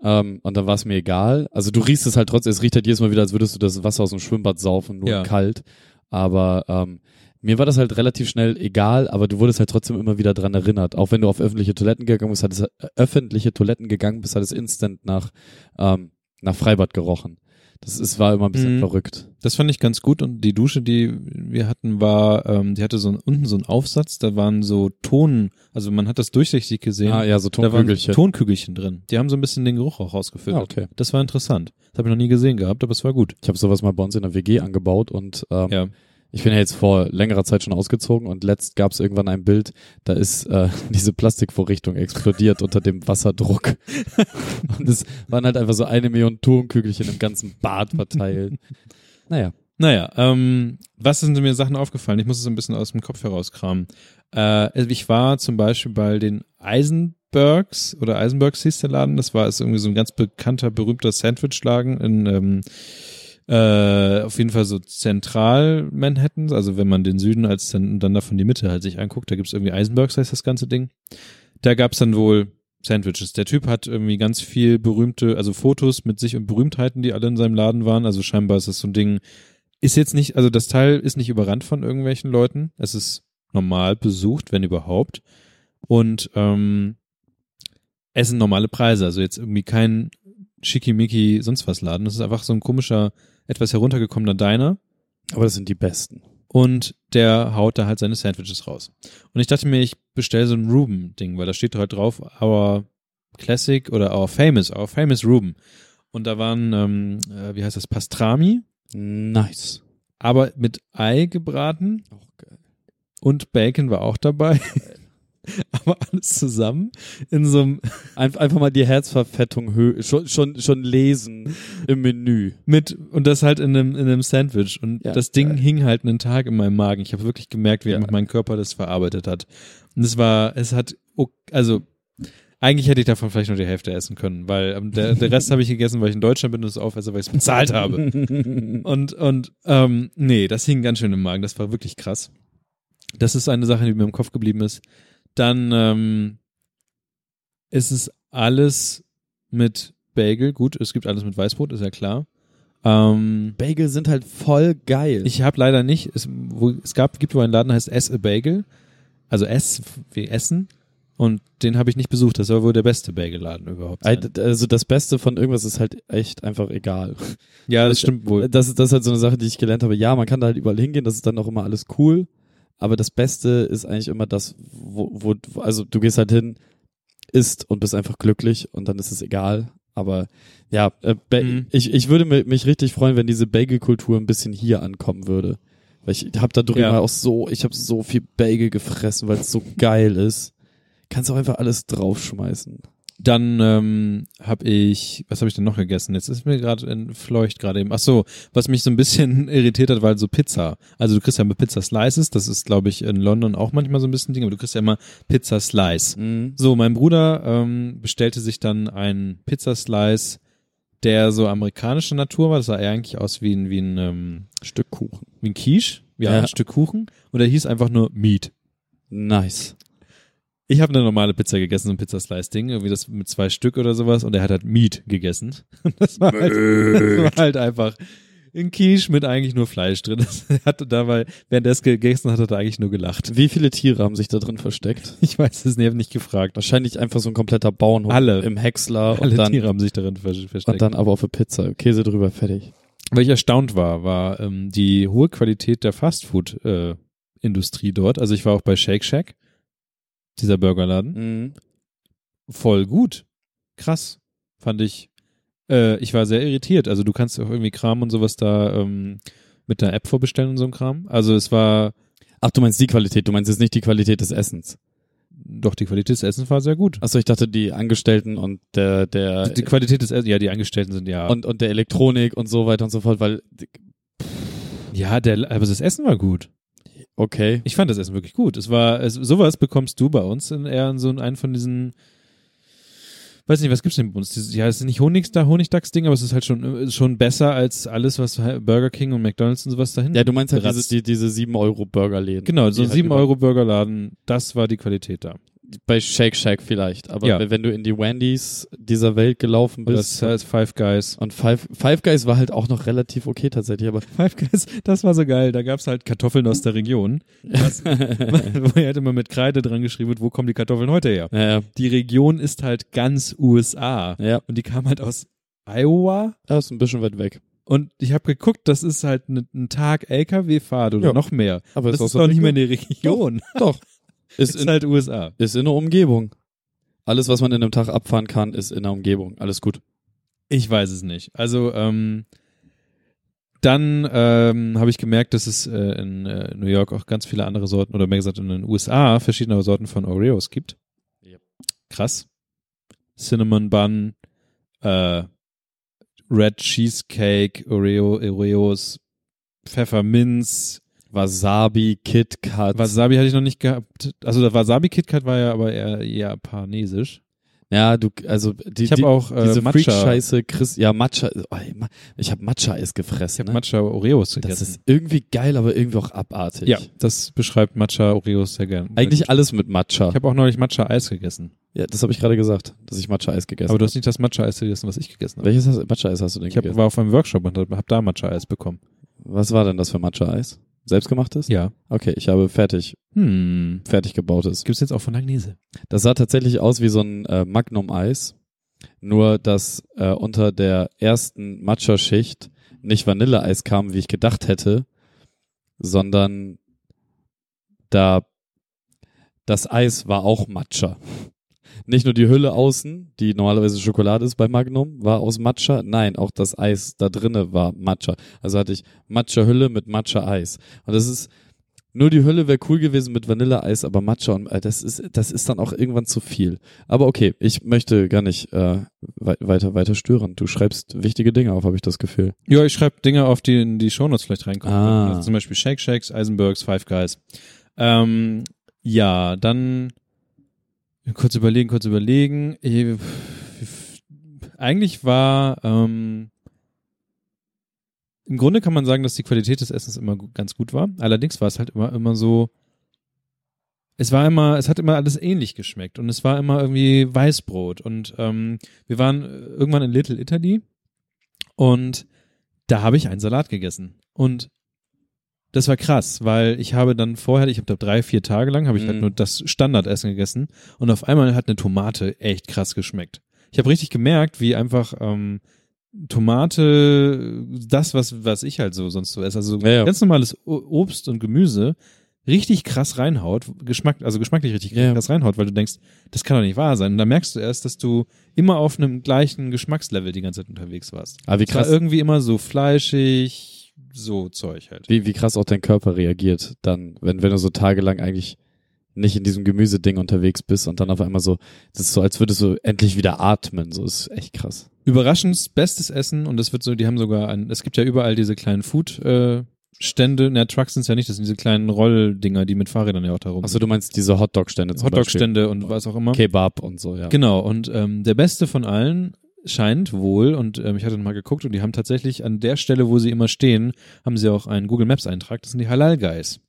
Speaker 3: Ähm, und dann war es mir egal. Also du riechst es halt trotzdem, es riecht halt jedes Mal wieder, als würdest du das Wasser aus dem Schwimmbad saufen, nur
Speaker 2: Ja.
Speaker 3: kalt. Aber ähm, mir war das halt relativ schnell egal, aber du wurdest halt trotzdem immer wieder dran erinnert. Auch wenn du auf öffentliche Toiletten gegangen bist, hat es äh, öffentliche Toiletten gegangen bist, hat es instant nach, ähm, nach Freibad gerochen. Das ist, war immer ein bisschen
Speaker 2: Mhm.
Speaker 3: verrückt.
Speaker 2: Das fand ich ganz gut und die Dusche, die wir hatten, war, ähm, die hatte so ein, unten so einen Aufsatz, da waren so Ton, also man hat das durchsichtig gesehen.
Speaker 3: Ah ja, so
Speaker 2: da waren
Speaker 3: Tonkügelchen.
Speaker 2: Tonkügelchen drin. Die haben so ein bisschen den Geruch auch rausgefüllt.
Speaker 3: Ah, okay.
Speaker 2: Das war interessant. Das habe ich noch nie gesehen gehabt, aber es war gut.
Speaker 3: Ich habe sowas mal bei uns in der WG angebaut und ähm,
Speaker 2: Ja.
Speaker 3: Ich bin ja jetzt vor längerer Zeit schon ausgezogen und letzt gab es irgendwann ein Bild, da ist äh, diese Plastikvorrichtung explodiert unter dem Wasserdruck. Und es waren halt einfach so eine Million Turmkügelchen im ganzen Bad verteilt. Naja,
Speaker 2: Naja, ähm, was sind mir Sachen aufgefallen? Ich muss es ein bisschen aus dem Kopf herauskramen. Äh, also ich war zum Beispiel bei den Eisenbergs oder Eisenbergs hieß der Laden. Das war ist irgendwie so ein ganz bekannter, berühmter Sandwichladen in ähm, äh, auf jeden Fall so zentral Manhattans. Also wenn man den Süden als dann, dann davon die Mitte halt sich anguckt, da gibt's irgendwie Eisenbergs heißt das ganze Ding. Da gab's dann wohl Sandwiches. Der Typ hat irgendwie ganz viel berühmte, also Fotos mit sich und Berühmtheiten, die alle in seinem Laden waren. Also scheinbar ist das so ein Ding, ist jetzt nicht, also das Teil ist nicht überrannt von irgendwelchen Leuten. Es ist normal besucht, wenn überhaupt. Und ähm, es sind normale Preise, also jetzt irgendwie kein Schickimicki sonst was Laden. Das ist einfach so ein komischer, etwas heruntergekommener Diner
Speaker 3: aber das sind die besten.
Speaker 2: und der haut da halt seine Sandwiches raus. Und ich dachte mir, ich bestelle so ein Ruben-Ding, weil da steht halt drauf, our classic oder our famous, our famous Ruben. Und da waren, ähm, äh, wie heißt das, Pastrami,
Speaker 3: Nice.
Speaker 2: aber mit Ei gebraten
Speaker 3: Auch geil.
Speaker 2: und Bacon war auch dabei. Aber alles zusammen in so einem,
Speaker 3: Einf einfach mal die Herzverfettung hö schon, schon, schon lesen im Menü.
Speaker 2: mit, und das halt in einem, in einem Sandwich. Und
Speaker 3: Ja,
Speaker 2: das Ding
Speaker 3: geil.
Speaker 2: hing halt einen Tag in meinem Magen. Ich habe wirklich gemerkt, wie
Speaker 3: Ja.
Speaker 2: mein Körper das verarbeitet hat. Und es war, es hat, ok- also, eigentlich hätte ich davon vielleicht nur die Hälfte essen können, weil ähm, der, der Rest habe ich gegessen, weil ich in Deutschland bin und es aufesse, weil ich es bezahlt habe. Und, und ähm, nee, das hing ganz schön im Magen. Das war wirklich krass. Das ist eine Sache, die mir im Kopf geblieben ist. Dann ähm, ist es alles mit Bagel. Gut, es gibt alles mit Weißbrot, ist ja klar. Ähm,
Speaker 3: Bagel sind halt voll geil.
Speaker 2: ich habe leider nicht, es, wo, es gab, gibt wo einen Laden, der heißt Ess a Bagel. Also Ess wie Essen. Und den habe ich nicht besucht. Das war wohl der beste Bagelladen überhaupt.
Speaker 3: Ey,
Speaker 2: sein.
Speaker 3: d- Also das Beste von irgendwas ist halt echt einfach egal.
Speaker 2: Ja, das stimmt wohl.
Speaker 3: Das, ist- das ist halt so eine Sache, die ich gelernt habe. Ja, man kann da halt überall hingehen, das ist dann auch immer alles cool. Aber das Beste ist eigentlich immer das, wo, wo wo- also du gehst halt hin, isst und bist einfach glücklich und dann ist es egal. Aber ja, äh, Ba-
Speaker 2: Mhm.
Speaker 3: ich, ich würde mi- mich richtig freuen, wenn diese Bagel-Kultur ein bisschen hier ankommen würde. Weil ich habe da drüben
Speaker 2: Ja.
Speaker 3: auch so, ich habe so viel Bagel gefressen, weil es so geil ist. Kannst auch einfach alles draufschmeißen.
Speaker 2: Dann ähm, habe ich, was habe ich denn noch gegessen? Jetzt ist mir gerade entfleucht gerade eben. Ach so, was mich so ein bisschen irritiert hat, war so Pizza. Also du kriegst ja immer Pizza Slices, das ist glaube ich in London auch manchmal so ein bisschen Ding, aber du kriegst ja immer Pizza Slice. So, mein Bruder ähm, bestellte sich dann einen Pizza Slice, der so amerikanischer Natur war. Das sah eher eigentlich aus wie ein wie ein ähm,
Speaker 3: Stück Kuchen.
Speaker 2: wie ein Quiche, wie
Speaker 3: Ja.
Speaker 2: ein Stück Kuchen. Und der hieß einfach nur Meat.
Speaker 3: Nice.
Speaker 2: Ich habe eine normale Pizza gegessen, so ein Pizzaslice-Ding, irgendwie das mit zwei Stück oder sowas, und er hat halt Meat gegessen. Das war halt, das war halt einfach ein Quiche mit eigentlich nur Fleisch drin. Das hatte dabei, während er es gegessen hat, hat er eigentlich nur gelacht.
Speaker 3: Wie viele Tiere haben sich da drin versteckt?
Speaker 2: Ich weiß es nicht, ich hab nicht gefragt.
Speaker 3: Wahrscheinlich einfach so ein kompletter Bauernhof
Speaker 2: Alle.
Speaker 3: im Häcksler
Speaker 2: Alle
Speaker 3: und dann,
Speaker 2: Tiere haben sich darin versch-
Speaker 3: und
Speaker 2: versteckt.
Speaker 3: dann aber auf eine Pizza. Käse drüber, fertig.
Speaker 2: Weil ich erstaunt war, war ähm, die hohe Qualität der Fastfood-Industrie dort. Also ich war auch bei Shake Shack, dieser Burgerladen. voll gut. Krass, fand ich. Äh, ich war sehr irritiert. Also du kannst auch irgendwie Kram und sowas da ähm, mit einer App vorbestellen und so ein Kram. Also es war
Speaker 3: Ach, du meinst die Qualität, du meinst jetzt nicht die Qualität des Essens.
Speaker 2: doch die Qualität des Essens war sehr gut.
Speaker 3: Achso, ich dachte die Angestellten und der, der
Speaker 2: Die Qualität des Essens, ja, die Angestellten sind ja.
Speaker 3: und, und der Elektronik und so weiter und so fort, weil
Speaker 2: ja, der, aber das Essen war gut.
Speaker 3: Okay.
Speaker 2: Ich fand das Essen wirklich gut. Es war, es, sowas bekommst du bei uns in eher in so einen von diesen, weiß nicht, was gibt's denn bei uns? Dieses, ja, es ist nicht Honigsta Honigdachs-Ding, aber es ist halt schon, ist schon besser als alles, was Burger King und McDonalds und sowas dahin.
Speaker 3: Ja, du meinst halt diese,
Speaker 2: Ratz.
Speaker 3: die, diese 7-Euro-Burgerläden.
Speaker 2: genau, so
Speaker 3: Die
Speaker 2: ein
Speaker 3: halt
Speaker 2: 7-Euro-Burgerladen, das war die Qualität da.
Speaker 3: über- Bei Shake Shack vielleicht. Aber
Speaker 2: Ja.
Speaker 3: wenn du in die Wendys dieser Welt gelaufen
Speaker 2: Und das
Speaker 3: bist.
Speaker 2: heißt Five Guys.
Speaker 3: und Five, Five Guys war halt auch noch relativ okay tatsächlich, aber
Speaker 2: Five Guys, das war so geil. Da gab's halt Kartoffeln aus der Region. Was, wo er halt immer mit Kreide dran geschrieben wird, wo kommen die Kartoffeln heute her?
Speaker 3: naja,
Speaker 2: Die Region ist halt ganz USA.
Speaker 3: ja,
Speaker 2: Und die kam halt aus Iowa.
Speaker 3: das ist ein bisschen weit weg.
Speaker 2: Und ich habe geguckt, das ist halt ne- ein Tag LKW-Fahrt oder
Speaker 3: Ja.
Speaker 2: noch mehr.
Speaker 3: Aber
Speaker 2: das
Speaker 3: auch
Speaker 2: ist
Speaker 3: so-
Speaker 2: doch nicht mehr eine Region.
Speaker 3: Doch. Ist
Speaker 2: Das ist
Speaker 3: in,
Speaker 2: halt USA.
Speaker 3: ist in der Umgebung. Alles, was man in einem Tag abfahren kann, ist in der Umgebung. Alles gut.
Speaker 2: Ich weiß es nicht. Also ähm, dann ähm, habe ich gemerkt, dass es äh, in äh, New York auch ganz viele andere Sorten oder mehr gesagt in den USA verschiedene Sorten von Oreos gibt.
Speaker 3: Ja.
Speaker 2: Krass. Cinnamon Bun, äh, Red Cheesecake, Oreo, Oreos, Pfefferminz,
Speaker 3: Wasabi, Kit Kat.
Speaker 2: Wasabi hatte ich noch nicht gehabt. Also der Wasabi KitKat war ja aber eher japanesisch.
Speaker 3: ja, du, also die,
Speaker 2: Ich habe
Speaker 3: die,
Speaker 2: auch äh,
Speaker 3: diese
Speaker 2: Matcha. Ich
Speaker 3: Freak-Scheiße, Chris, ja, Matcha, oh, ey, Ma- ich habe Matcha-Eis gefressen.
Speaker 2: habe
Speaker 3: Ne?
Speaker 2: Matcha Oreos
Speaker 3: das
Speaker 2: gegessen.
Speaker 3: ist irgendwie geil, aber irgendwie auch abartig.
Speaker 2: ja, das beschreibt Matcha Oreos sehr gern.
Speaker 3: Eigentlich alles mit Matcha.
Speaker 2: Ich habe auch neulich Matcha Eis gegessen.
Speaker 3: ja, das habe ich gerade gesagt, dass ich Matcha-Eis gegessen
Speaker 2: Aber
Speaker 3: habe.
Speaker 2: du hast nicht das Matcha Eis gegessen, was ich gegessen habe.
Speaker 3: Welches hast- Matcha-Eis hast du denn
Speaker 2: Ich hab,
Speaker 3: gegessen?
Speaker 2: war auf einem Workshop und habe hab da Matcha Eis bekommen.
Speaker 3: Was war denn das für Matcha-Eis? Selbstgemachtes?
Speaker 2: Ja.
Speaker 3: Okay, ich habe fertig,
Speaker 2: Hm.
Speaker 3: fertig gebautes.
Speaker 2: Gibt's jetzt auch von Agnese.
Speaker 3: Das sah tatsächlich aus wie so ein äh, Magnum-Eis, nur dass äh, unter der ersten Matcha-Schicht nicht Vanilleeis kam, wie ich gedacht hätte, sondern da das Eis war auch Matcha. Nicht nur die Hülle außen, die normalerweise Schokolade ist bei Magnum, war aus Matcha. Nein, auch das Eis da drinne war Matcha. Also hatte ich Matcha-Hülle mit Matcha-Eis. Und das ist nur die Hölle wäre cool gewesen mit Vanilleeis, aber Matcha und äh, das ist das ist dann auch irgendwann zu viel. Aber okay, ich möchte gar nicht äh, wei weiter weiter stören. Du schreibst wichtige Dinge auf, habe ich das Gefühl.
Speaker 2: Ja, ich schreibe Dinge auf, die in die Shownotes vielleicht reinkommen.
Speaker 3: Ah.
Speaker 2: würden. Also zum Beispiel Shake Shakes, Eisenbergs, Five Guys. Ähm, ja, dann kurz überlegen, kurz überlegen. Eh, Eigentlich war ähm, im Grunde kann man sagen, dass die Qualität des Essens immer gu- ganz gut war. Allerdings war es halt immer immer so. Es war immer, es hat immer alles ähnlich geschmeckt und es war immer irgendwie Weißbrot und ähm, wir waren irgendwann in Little Italy und da habe ich einen Salat gegessen. Und das war krass, weil ich habe dann vorher, ich habe da drei, vier Tage lang, habe ich halt
Speaker 3: Mhm.
Speaker 2: nur das Standardessen gegessen und auf einmal hat eine Tomate echt krass geschmeckt. Ich habe richtig gemerkt, wie einfach ähm, Tomate, das, was, was ich halt so sonst so esse, also
Speaker 3: Ja, ja.
Speaker 2: ganz normales O- Obst und Gemüse, richtig krass reinhaut, Geschmack, also geschmacklich richtig
Speaker 3: Ja.
Speaker 2: krass reinhaut, weil du denkst, das kann doch nicht wahr sein. Und dann merkst du erst, dass du immer auf einem gleichen Geschmackslevel die ganze Zeit unterwegs warst.
Speaker 3: Aber Ah, wie
Speaker 2: Es war
Speaker 3: krass,
Speaker 2: irgendwie immer so fleischig, so Zeug halt.
Speaker 3: wie, wie krass auch dein Körper reagiert dann, wenn wenn du so tagelang eigentlich nicht in diesem Gemüseding unterwegs bist und dann auf einmal so, das ist so, als würdest du endlich wieder atmen. So ist echt krass.
Speaker 2: Überraschend bestes Essen und das wird so, die haben sogar ein, es gibt ja überall diese kleinen Food äh, Stände, na Trucks sind es ja nicht, das sind diese kleinen Rolldinger, die mit Fahrrädern ja auch da rum.
Speaker 3: Achso, du meinst diese Hotdog-Stände zum Beispiel.
Speaker 2: Hotdog-Stände und was auch immer.
Speaker 3: Kebab und so, ja.
Speaker 2: Genau, und ähm, der beste von allen scheint wohl, und ähm, ich hatte mal geguckt, und die haben tatsächlich an der Stelle, wo sie immer stehen, haben sie auch einen Google Maps-Eintrag, das sind die Halal Guys.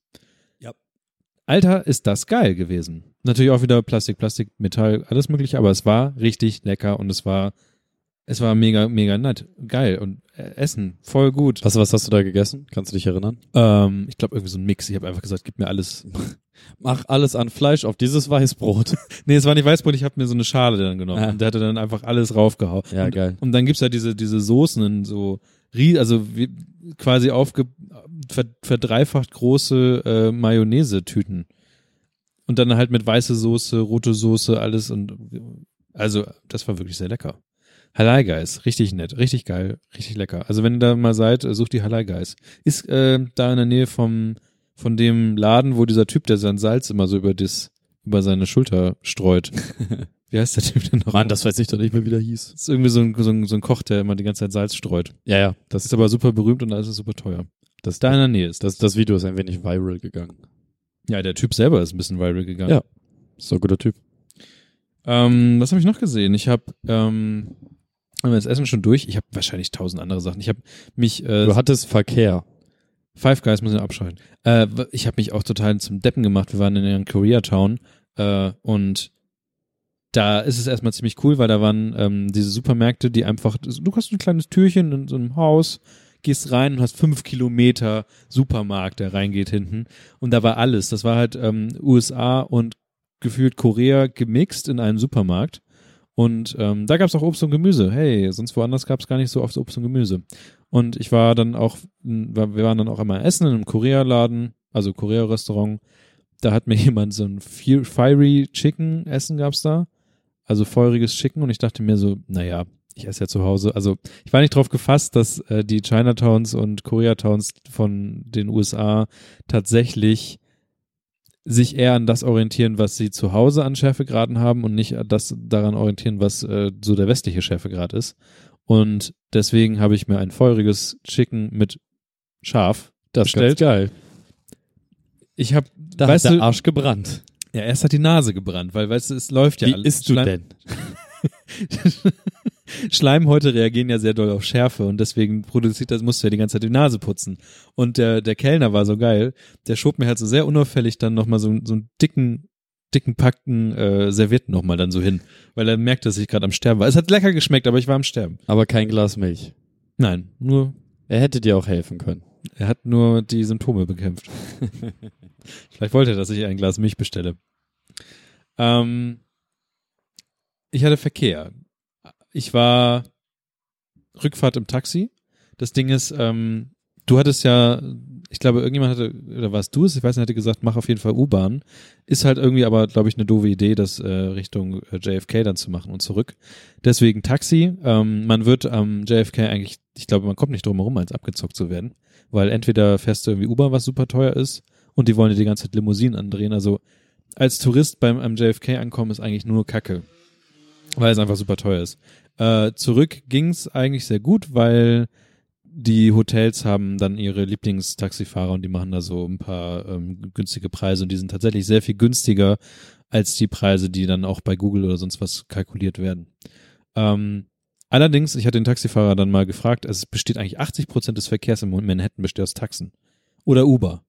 Speaker 3: Ja.
Speaker 2: Alter, ist das geil gewesen. Natürlich auch wieder Plastik, Plastik, Metall, alles mögliche, aber es war richtig lecker und es war, es war mega, mega nett. Geil und äh, Essen, voll gut.
Speaker 3: Was, was hast du da gegessen? Kannst du dich erinnern?
Speaker 2: Ähm, ich glaube, irgendwie so ein Mix. Ich habe einfach gesagt, gib mir alles.
Speaker 3: Mach alles an Fleisch auf dieses Weißbrot.
Speaker 2: Nee, es war nicht Weißbrot, ich habe mir so eine Schale dann genommen.
Speaker 3: Ah.
Speaker 2: Und der hatte dann einfach alles raufgehauen.
Speaker 3: Ja,
Speaker 2: und,
Speaker 3: geil.
Speaker 2: Und dann gibt's ja diese, diese Soßen in so, rie- also wie, quasi aufge, ver, verdreifacht große äh, Mayonnaise-Tüten. Und dann halt mit weiße Soße, rote Soße, alles und also das war wirklich sehr lecker. Halal Guys, richtig nett, richtig geil, richtig lecker. Also wenn ihr da mal seid, äh, sucht die Halal Guys. Ist äh, da in der Nähe vom von dem Laden, wo dieser Typ, der sein Salz immer so über das über seine Schulter streut. Wie heißt der Typ denn noch?
Speaker 3: Mann, das weiß ich doch nicht mehr, wie der hieß.
Speaker 2: Das ist irgendwie so ein, so, ein, so ein Koch, der immer die ganze Zeit Salz streut.
Speaker 3: Ja, ja,
Speaker 2: Das ist aber super berühmt und alles ist super teuer.
Speaker 3: Das,
Speaker 2: Da in der Nähe ist.
Speaker 3: das, das Video ist ein wenig viral gegangen.
Speaker 2: ja, der Typ selber ist ein bisschen viral gegangen.
Speaker 3: Ja. So ein guter Typ.
Speaker 2: Ähm, was habe ich noch gesehen? Ich habe, ähm, haben wir das Essen schon durch? Ich habe wahrscheinlich tausend andere Sachen. Ich habe mich, äh,
Speaker 3: Du hattest Verkehr.
Speaker 2: Five Guys muss ich noch abschalten. Äh, w- ich habe mich auch total zum Deppen gemacht. Wir waren in ihren Koreatown äh, und da ist es erstmal ziemlich cool, weil da waren ähm, diese Supermärkte, die einfach, du hast ein kleines Türchen in so einem Haus, gehst rein und hast fünf Kilometer Supermarkt, der reingeht hinten. Und da war alles. Das war halt ähm, USA und gefühlt Korea gemixt in einem Supermarkt. Und ähm, da gab es auch Obst und Gemüse. Hey, sonst woanders gab es gar nicht so oft Obst und Gemüse. Und ich war dann auch, m, war- wir waren dann auch einmal essen in einem Korea-Laden, also Korea-Restaurant. Da hat mir jemand so ein Fu- Fiery Chicken Essen gab's da. Also feuriges Chicken. Und ich dachte mir so, naja, ich esse ja zu Hause. Also ich war nicht drauf gefasst, dass äh, die Chinatowns und Koreatowns von den USA tatsächlich sich eher an das orientieren, was sie zu Hause an Schärfegraden haben und nicht an das daran orientieren, was äh, so der westliche Schärfegrad ist. Und deswegen habe ich mir ein feuriges Chicken mit Schaf
Speaker 3: Das ist ganz
Speaker 2: bestellt.
Speaker 3: geil.
Speaker 2: Ich habe,
Speaker 3: Da
Speaker 2: weißt
Speaker 3: hat
Speaker 2: du,
Speaker 3: der Arsch gebrannt.
Speaker 2: ja, erst hat die Nase gebrannt, weil, weißt du, es läuft ja
Speaker 3: Wie
Speaker 2: alles.
Speaker 3: isst du
Speaker 2: Schleim-
Speaker 3: denn?
Speaker 2: Schleimhäute reagieren ja sehr doll auf Schärfe und deswegen produziert das, musst du ja die ganze Zeit die Nase putzen. Und der, der Kellner war so geil, der schob mir halt so sehr unauffällig dann nochmal so, so einen dicken, dicken Packen äh, Servietten nochmal dann so hin, weil er merkt, dass ich gerade am Sterben war. Es hat lecker geschmeckt, aber ich war am Sterben.
Speaker 3: Aber kein Glas Milch.
Speaker 2: Nein, nur,
Speaker 3: Er hätte dir auch helfen können.
Speaker 2: er hat nur die Symptome bekämpft. Vielleicht wollte er, dass ich ein Glas Milch bestelle. Ähm, ich hatte Verkehr. Ich war Rückfahrt im Taxi. Das Ding ist, ähm, du hattest ja, ich glaube, irgendjemand hatte, oder warst du es, ich weiß nicht, hatte gesagt, mach auf jeden Fall U-Bahn. Ist halt irgendwie aber, glaube ich, eine doofe Idee, das äh, Richtung äh, JFK dann zu machen und zurück. Deswegen Taxi. Ähm, man wird am JFK eigentlich, ich glaube, man kommt nicht drum herum, als abgezockt zu werden. Weil entweder fährst du irgendwie U-Bahn, was super teuer ist, und die wollen dir die ganze Zeit Limousinen andrehen. Also als Tourist beim am JFK ankommen ist eigentlich nur Kacke, weil es einfach super teuer ist. Äh, zurück ging's eigentlich sehr gut, weil die Hotels haben dann ihre Lieblingstaxifahrer und die machen da so ein paar ähm, günstige Preise und die sind tatsächlich sehr viel günstiger als die Preise, die dann auch bei Google oder sonst was kalkuliert werden. Ähm, allerdings, ich hatte den Taxifahrer dann mal gefragt, also es besteht eigentlich 80 Prozent des Verkehrs in Manhattan besteht aus Taxen oder Uber.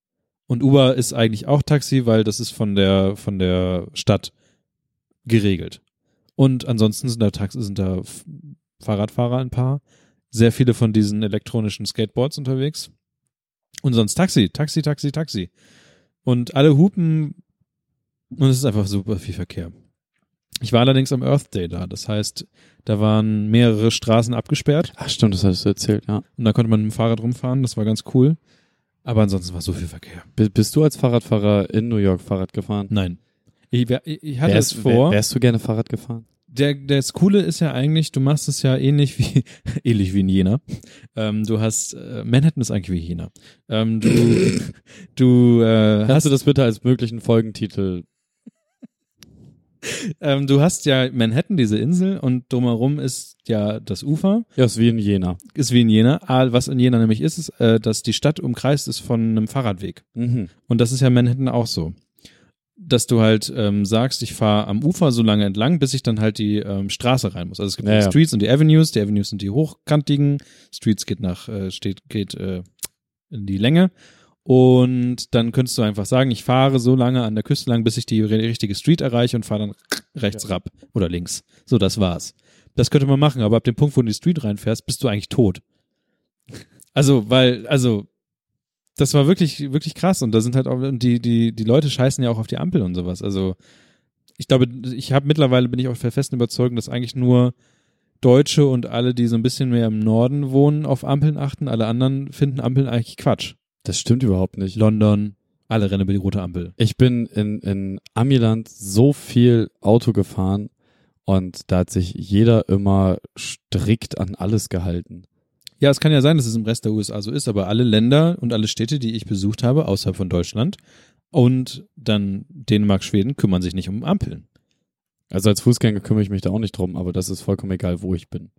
Speaker 2: Und Uber ist eigentlich auch Taxi, weil das ist von der, von der Stadt geregelt. Und ansonsten sind da Taxi, sind da F- Fahrradfahrer ein paar, sehr viele von diesen elektronischen Skateboards unterwegs. Und sonst Taxi, Taxi, Taxi, Taxi. Und alle hupen und es ist einfach super viel Verkehr. Ich war allerdings am Earth Day da, das heißt, da waren mehrere Straßen abgesperrt
Speaker 3: Ach stimmt, das hattest du erzählt, ja.
Speaker 2: und da konnte man mit dem Fahrrad rumfahren, das war ganz cool. Aber ansonsten war so viel Verkehr.
Speaker 3: B bist du als Fahrradfahrer in New York Fahrrad gefahren?
Speaker 2: Nein. Ich, wär- ich ich hatte es
Speaker 3: wärst,
Speaker 2: vor.
Speaker 3: wär- Wärst du gerne Fahrrad gefahren?
Speaker 2: der, das Coole ist ja eigentlich, du machst es ja ähnlich wie, ähnlich wie in Jena. Ähm, du hast, äh, Manhattan ist eigentlich wie Jena. Ähm, du, du, äh,
Speaker 3: Hast du das bitte als möglichen Folgentitel?
Speaker 2: ähm, du hast ja Manhattan, diese Insel, und drumherum ist ja das Ufer.
Speaker 3: Ja, ist wie in Jena.
Speaker 2: Ist wie in Jena. Ah, was in Jena nämlich ist, ist, äh, dass die Stadt umkreist ist von einem Fahrradweg.
Speaker 3: Mhm.
Speaker 2: Und das ist ja in Manhattan auch so. Dass du halt ähm, sagst, ich fahre am Ufer so lange entlang, bis ich dann halt die ähm, Straße rein muss. Also es gibt
Speaker 3: Ja,
Speaker 2: die
Speaker 3: ja.
Speaker 2: Streets und die Avenues. Die Avenues sind die hochkantigen. Streets geht nach, äh, steht, geht äh, in die Länge. Und dann könntest du einfach sagen, ich fahre so lange an der Küste lang, bis ich die re- richtige Street erreiche und fahre dann rechts
Speaker 3: Ja.
Speaker 2: rab oder links. So, das war's. Das könnte man machen, aber ab dem Punkt, wo du in die Street reinfährst, bist du eigentlich tot. Also, weil, also, das war wirklich, wirklich krass. Und da sind halt auch, und die, die, die Leute scheißen ja auch auf die Ampel und sowas. Also, ich glaube, ich habe mittlerweile bin ich auch der festen Überzeugung, dass eigentlich nur Deutsche und alle, die so ein bisschen mehr im Norden wohnen, auf Ampeln achten. Alle anderen finden Ampeln eigentlich Quatsch.
Speaker 3: Das stimmt überhaupt nicht.
Speaker 2: London, alle rennen über die rote Ampel.
Speaker 3: Ich bin in, in Amiland so viel Auto gefahren und da hat sich jeder immer strikt an alles gehalten.
Speaker 2: Ja, es kann ja sein, dass es im Rest der USA so ist, aber alle Länder und alle Städte, die ich besucht habe, außerhalb von Deutschland und dann Dänemark, Schweden, kümmern sich nicht um Ampeln.
Speaker 3: Also als Fußgänger kümmere ich mich da auch nicht drum, aber das ist vollkommen egal, wo ich bin.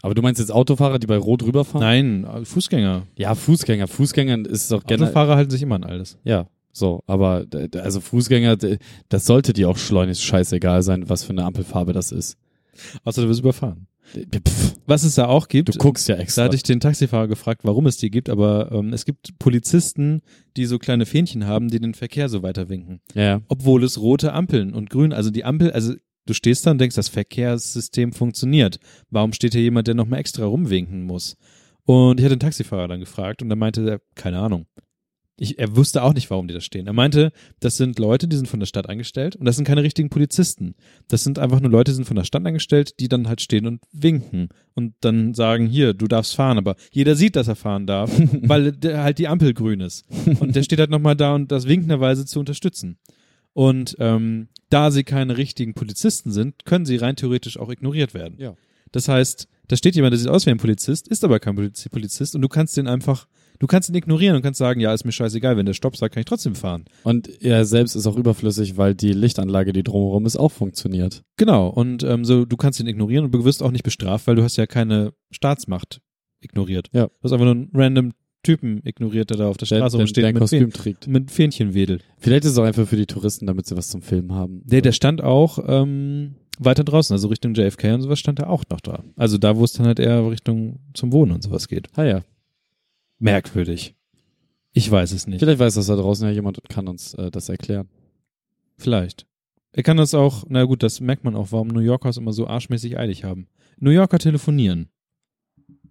Speaker 3: Aber du meinst jetzt Autofahrer, die bei Rot rüberfahren?
Speaker 2: Nein, Fußgänger.
Speaker 3: Ja, Fußgänger. Fußgänger ist doch generell.
Speaker 2: Autofahrer halten sich immer an alles.
Speaker 3: Ja, so. Aber d- d- also Fußgänger, d- das sollte dir auch schleunigst scheißegal sein, was für eine Ampelfarbe das ist.
Speaker 2: Außer du wirst überfahren.
Speaker 3: D- Pff,
Speaker 2: Was es da auch gibt,
Speaker 3: du guckst ja
Speaker 2: da
Speaker 3: extra.
Speaker 2: hatte ich den Taxifahrer gefragt, warum es die gibt, aber ähm, es gibt Polizisten, die so kleine Fähnchen haben, die den Verkehr so weiterwinken.
Speaker 3: ja.
Speaker 2: Obwohl es rote Ampeln und grün, also die Ampel, also du stehst da und denkst, das Verkehrssystem funktioniert. Warum steht hier jemand, der nochmal extra rumwinken muss? Und ich hatte den Taxifahrer dann gefragt und dann meinte er, keine Ahnung. Ich, er wusste auch nicht, warum die da stehen. Er meinte, das sind Leute, die sind von der Stadt angestellt und das sind keine richtigen Polizisten. Das sind einfach nur Leute, die sind von der Stadt angestellt, die dann halt stehen und winken und dann sagen, hier, du darfst fahren, aber jeder sieht, dass er fahren darf, weil der halt die Ampel grün ist. Und der steht halt nochmal da und das winkenderweise zu unterstützen. Und ähm, da sie keine richtigen Polizisten sind, können sie rein theoretisch auch ignoriert werden.
Speaker 3: Ja.
Speaker 2: Das heißt, da steht jemand, der sieht aus wie ein Polizist, ist aber kein Poliz- Polizist und du kannst den einfach, du kannst ihn ignorieren und kannst sagen, ja, ist mir scheißegal, wenn der Stopp sagt, kann ich trotzdem fahren.
Speaker 3: Und er selbst ist auch überflüssig, weil die Lichtanlage, die drumherum ist, auch funktioniert.
Speaker 2: Genau, und ähm, so, du kannst ihn ignorieren und du wirst auch nicht bestraft, weil du hast ja keine Staatsmacht ignoriert.
Speaker 3: Ja.
Speaker 2: Du hast einfach nur einen random Typen ignoriert, der da auf der
Speaker 3: Der,
Speaker 2: Straße
Speaker 3: der,
Speaker 2: rumsteht
Speaker 3: der
Speaker 2: mit, Fähn,
Speaker 3: Kostüm trägt.
Speaker 2: mit Fähnchen wedelt.
Speaker 3: Vielleicht ist es auch einfach für die Touristen, damit sie was zum Filmen haben.
Speaker 2: Der, der stand auch ähm, weiter draußen, also Richtung JFK und sowas stand er auch noch da. Also da, wo es dann halt eher Richtung zum Wohnen und sowas geht.
Speaker 3: ah ja.
Speaker 2: Merkwürdig. Ich weiß es nicht.
Speaker 3: Vielleicht weiß das da draußen ja jemand und kann uns äh, das erklären.
Speaker 2: Vielleicht. Er kann das auch, na gut, das merkt man auch, warum New Yorker es immer so arschmäßig eilig haben. New Yorker telefonieren.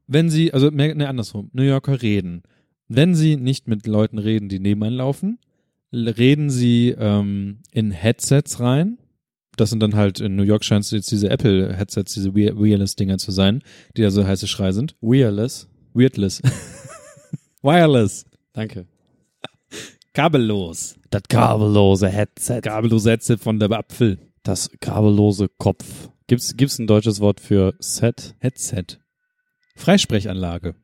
Speaker 2: Wenn sie, also mer- ne, andersrum, New Yorker reden. Wenn sie nicht mit Leuten reden, die nebenan laufen, l- reden sie ähm, in Headsets rein. Das sind dann halt, in New York scheint es jetzt diese Apple-Headsets, diese Wea- Wireless-Dinger zu sein, die da so heiße Schrei sind.
Speaker 3: Wireless.
Speaker 2: Weirdless. Wireless.
Speaker 3: Danke.
Speaker 2: Kabellos.
Speaker 3: Das kabellose Headset.
Speaker 2: Kabellose Headset von der Apfel.
Speaker 3: Das kabellose Kopf. Gibt's, gibt's ein deutsches Wort für Set?
Speaker 2: Headset. Freisprechanlage.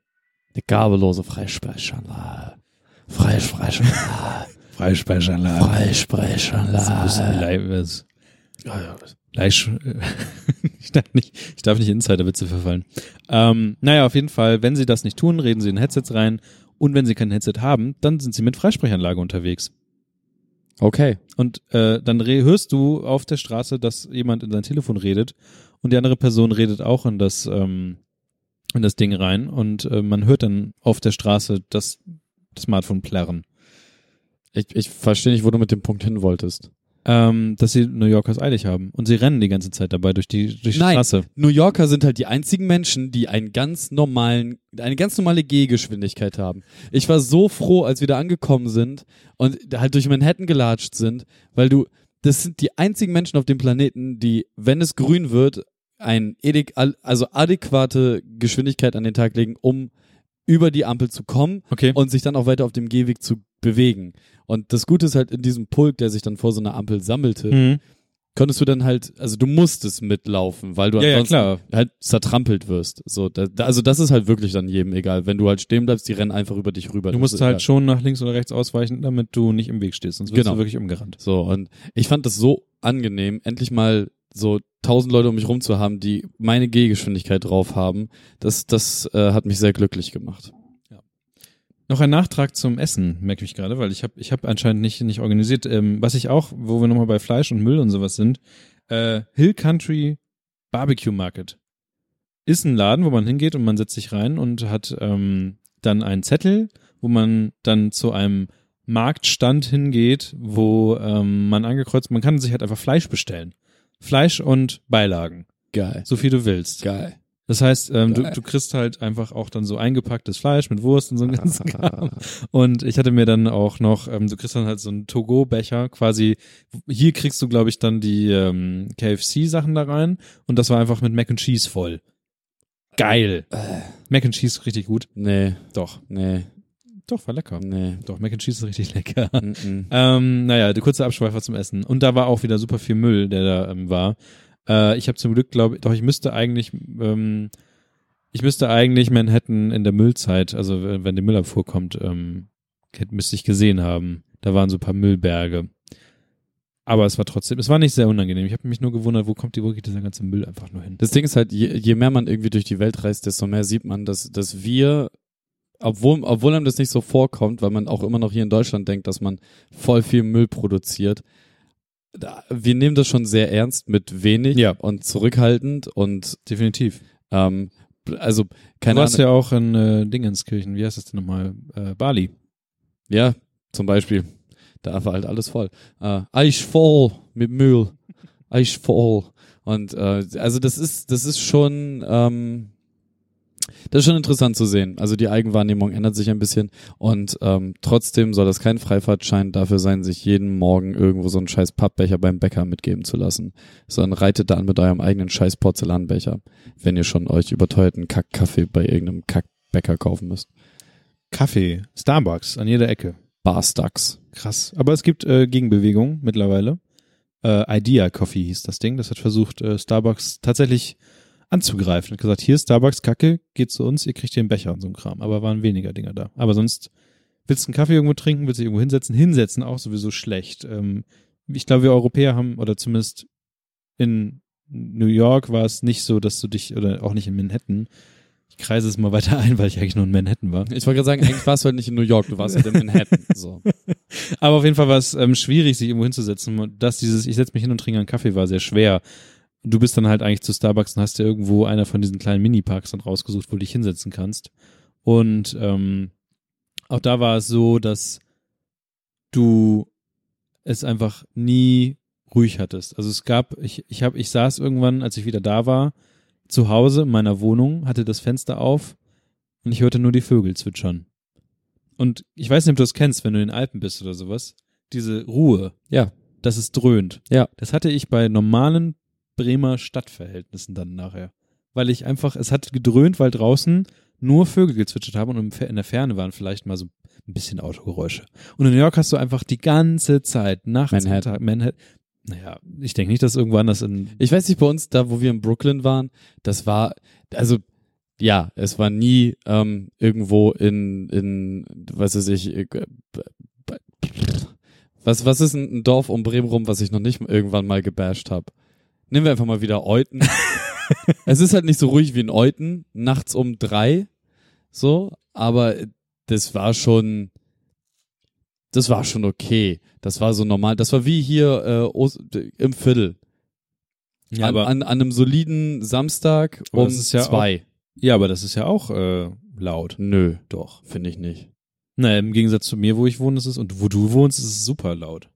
Speaker 3: Eine kabellose Freisprechanlage. Freisprechanlage.
Speaker 2: Freisprechanlage.
Speaker 3: Freisprechanlage.
Speaker 2: Fleisch. Ich darf nicht, ich darf nicht in Insiderwitze verfallen. Ähm, naja, auf jeden Fall, wenn sie das nicht tun, reden sie in Headsets rein. Und wenn sie kein Headset haben, dann sind sie mit Freisprechanlage unterwegs.
Speaker 3: Okay.
Speaker 2: Und äh, dann re- hörst du auf der Straße, dass jemand in sein Telefon redet und die andere Person redet auch in das, ähm, in das Ding rein und äh, man hört dann auf der Straße das, das Smartphone plärren.
Speaker 3: Ich, ich verstehe nicht, wo du mit dem Punkt hin wolltest.
Speaker 2: ähm, dass sie New Yorkers eilig haben. Und sie rennen die ganze Zeit dabei durch die, durch die
Speaker 3: Nein.
Speaker 2: Straße.
Speaker 3: New Yorker sind halt die einzigen Menschen, die einen ganz normalen, eine ganz normale Gehgeschwindigkeit haben. Ich war so froh, als wir da angekommen sind und halt durch Manhattan gelatscht sind, weil du, das sind die einzigen Menschen auf dem Planeten, die, wenn es grün wird, ein edek, also adäquate Geschwindigkeit an den Tag legen, um über die Ampel zu kommen
Speaker 2: Okay.
Speaker 3: und sich dann auch weiter auf dem Gehweg zu bewegen. Und das Gute ist halt in diesem Pulk, der sich dann vor so einer Ampel sammelte,
Speaker 2: Mhm.
Speaker 3: konntest du dann halt, also du musstest mitlaufen, weil du
Speaker 2: Ja, ja,
Speaker 3: ansonsten
Speaker 2: klar.
Speaker 3: halt zertrampelt wirst. So, da, da, also das ist halt wirklich dann jedem egal. Wenn du halt stehen bleibst, die rennen einfach über dich rüber.
Speaker 2: Du
Speaker 3: Das
Speaker 2: musst
Speaker 3: ist
Speaker 2: halt
Speaker 3: egal.
Speaker 2: schon nach links oder rechts ausweichen, damit du nicht im Weg stehst, sonst wirst
Speaker 3: Genau.
Speaker 2: du wirklich umgerannt.
Speaker 3: So, und ich fand das so angenehm, endlich mal so tausend Leute um mich rum zu haben, die meine Gehgeschwindigkeit drauf haben. Das, das äh, hat mich sehr glücklich gemacht.
Speaker 2: Noch ein Nachtrag zum Essen, merke ich gerade, weil ich habe ich hab anscheinend nicht, nicht organisiert. Ähm, was ich auch, wo wir nochmal bei Fleisch und Müll und sowas sind, äh, Hill Country Barbecue Market ist ein Laden, wo man hingeht und man setzt sich rein und hat ähm, dann einen Zettel, wo man dann zu einem Marktstand hingeht, wo ähm, man angekreuzt, man kann sich halt einfach Fleisch bestellen. Fleisch und Beilagen,
Speaker 3: Geil.
Speaker 2: so viel du willst.
Speaker 3: Geil.
Speaker 2: Das heißt, ähm, du,
Speaker 3: Geil.
Speaker 2: du kriegst halt einfach auch dann so eingepacktes Fleisch mit Wurst und so einen ganzen Kram. Und ich hatte mir dann auch noch, ähm, du kriegst dann halt so einen Togo-Becher quasi. Hier kriegst du, glaube ich, dann die ähm, KFC-Sachen da rein. Und das war einfach mit Mac and Cheese voll. Geil. Mac and Cheese ist richtig gut.
Speaker 3: Nee,
Speaker 2: Doch.
Speaker 3: nee,
Speaker 2: Doch, war lecker.
Speaker 3: nee.
Speaker 2: Doch, Mac and Cheese ist richtig lecker.
Speaker 3: Mm-mm.
Speaker 2: Ähm, naja, der kurze Abschweifer zum Essen. Und da war auch wieder super viel Müll, der da ähm, war. Äh, ich habe zum Glück, glaube ich, doch, ich müsste eigentlich, ähm, ich müsste eigentlich Manhattan in der Müllzeit, also w- wenn die Müllabfuhr kommt, ähm, hätte- müsste ich gesehen haben. Da waren so ein paar Müllberge. Aber es war trotzdem, es war nicht sehr unangenehm. Ich habe mich nur gewundert, wo kommt die, wo geht dieser ganze Müll einfach nur hin?
Speaker 3: Das Ding ist halt, je, je mehr man irgendwie durch die Welt reist, desto mehr sieht man, dass, dass wir, obwohl, obwohl einem das nicht so vorkommt, weil man auch immer noch hier in Deutschland denkt, dass man voll viel Müll produziert, da, wir nehmen das schon sehr ernst mit wenig
Speaker 2: Ja.
Speaker 3: und zurückhaltend und
Speaker 2: Definitiv.
Speaker 3: ähm, also
Speaker 2: Du
Speaker 3: keine
Speaker 2: warst
Speaker 3: Ahnung.
Speaker 2: ja auch in äh, Dingenskirchen, wie heißt das denn nochmal? Äh, Bali.
Speaker 3: Ja. zum Beispiel. Da war halt alles voll. Äh, Eich voll mit Müll. Eich voll. Und äh, also das ist, das ist schon, ähm, das ist schon interessant zu sehen. Also die Eigenwahrnehmung ändert sich ein bisschen und ähm, trotzdem soll das kein Freifahrtschein dafür sein, sich jeden Morgen irgendwo so einen scheiß Pappbecher beim Bäcker mitgeben zu lassen, sondern reitet da an mit eurem eigenen scheiß Porzellanbecher, wenn ihr schon euch überteuerten Kackkaffee bei irgendeinem Kackbäcker kaufen müsst.
Speaker 2: Kaffee, Starbucks, an jeder Ecke.
Speaker 3: Barstacks.
Speaker 2: Krass. Aber es gibt äh, Gegenbewegungen mittlerweile. Äh, Idea Coffee hieß das Ding. Das hat versucht, äh, Starbucks tatsächlich anzugreifen. Hat gesagt, hier ist Starbucks Kacke, geht zu uns, ihr kriegt hier einen Becher und so ein Kram. Aber waren weniger Dinger da. Aber sonst willst du einen Kaffee irgendwo trinken, willst du dich irgendwo hinsetzen? Hinsetzen auch sowieso schlecht. Ähm, ich glaube, wir Europäer haben, oder zumindest in New York war es nicht so, dass du dich, oder auch nicht in Manhattan, ich kreise es mal weiter ein, weil ich eigentlich nur in Manhattan war.
Speaker 3: Ich wollte gerade sagen, eigentlich warst du halt nicht in New York, du warst halt in Manhattan. So.
Speaker 2: Aber auf jeden Fall war es ähm, schwierig, sich irgendwo hinzusetzen. Und Das, dieses, ich setze mich hin und trinke einen Kaffee, war sehr schwer. Du bist dann halt eigentlich zu Starbucks und hast dir irgendwo einer von diesen kleinen Miniparks dann rausgesucht, wo du dich hinsetzen kannst. Und ähm, auch da war es so, dass du es einfach nie ruhig hattest. Also es gab, ich, ich habe, ich saß irgendwann, als ich wieder da war, zu Hause in meiner Wohnung, hatte das Fenster auf und ich hörte nur die Vögel zwitschern. Und ich weiß nicht, ob du das kennst, wenn du in den Alpen bist oder sowas. Diese Ruhe.
Speaker 3: Ja.
Speaker 2: Das ist dröhnt.
Speaker 3: Ja.
Speaker 2: Das hatte ich bei normalen Bremer Stadtverhältnissen dann nachher. Weil ich einfach, es hat gedröhnt, weil draußen nur Vögel gezwitschert haben und im Fe- in der Ferne waren vielleicht mal so ein bisschen Autogeräusche. Und in New York hast du einfach die ganze Zeit, nachts, und
Speaker 3: Manhattan.
Speaker 2: Tag, Manhattan. Naja, ich denke nicht, dass irgendwo anders in.
Speaker 3: Ich weiß nicht, bei uns, da wo wir in Brooklyn waren, das war, also ja, es war nie ähm, irgendwo in, in, was weiß ich, äh, b- b- was, was ist ein ein Dorf um Bremen rum, was ich noch nicht irgendwann mal gebasht habe? Nehmen wir einfach mal wieder Euten. es ist halt nicht so ruhig wie in Euten, nachts um drei, so, aber das war schon, das war schon okay. Das war so normal. Das war wie hier äh, Ost, im Viertel.
Speaker 2: Ja,
Speaker 3: an,
Speaker 2: aber,
Speaker 3: an, an einem soliden Samstag
Speaker 2: Aber
Speaker 3: um
Speaker 2: das ist ja
Speaker 3: zwei.
Speaker 2: ja, aber das ist ja auch äh, laut.
Speaker 3: Nö, doch, finde ich nicht.
Speaker 2: Naja, im Gegensatz zu mir, wo ich wohne, ist es, und wo du wohnst, ist es super laut.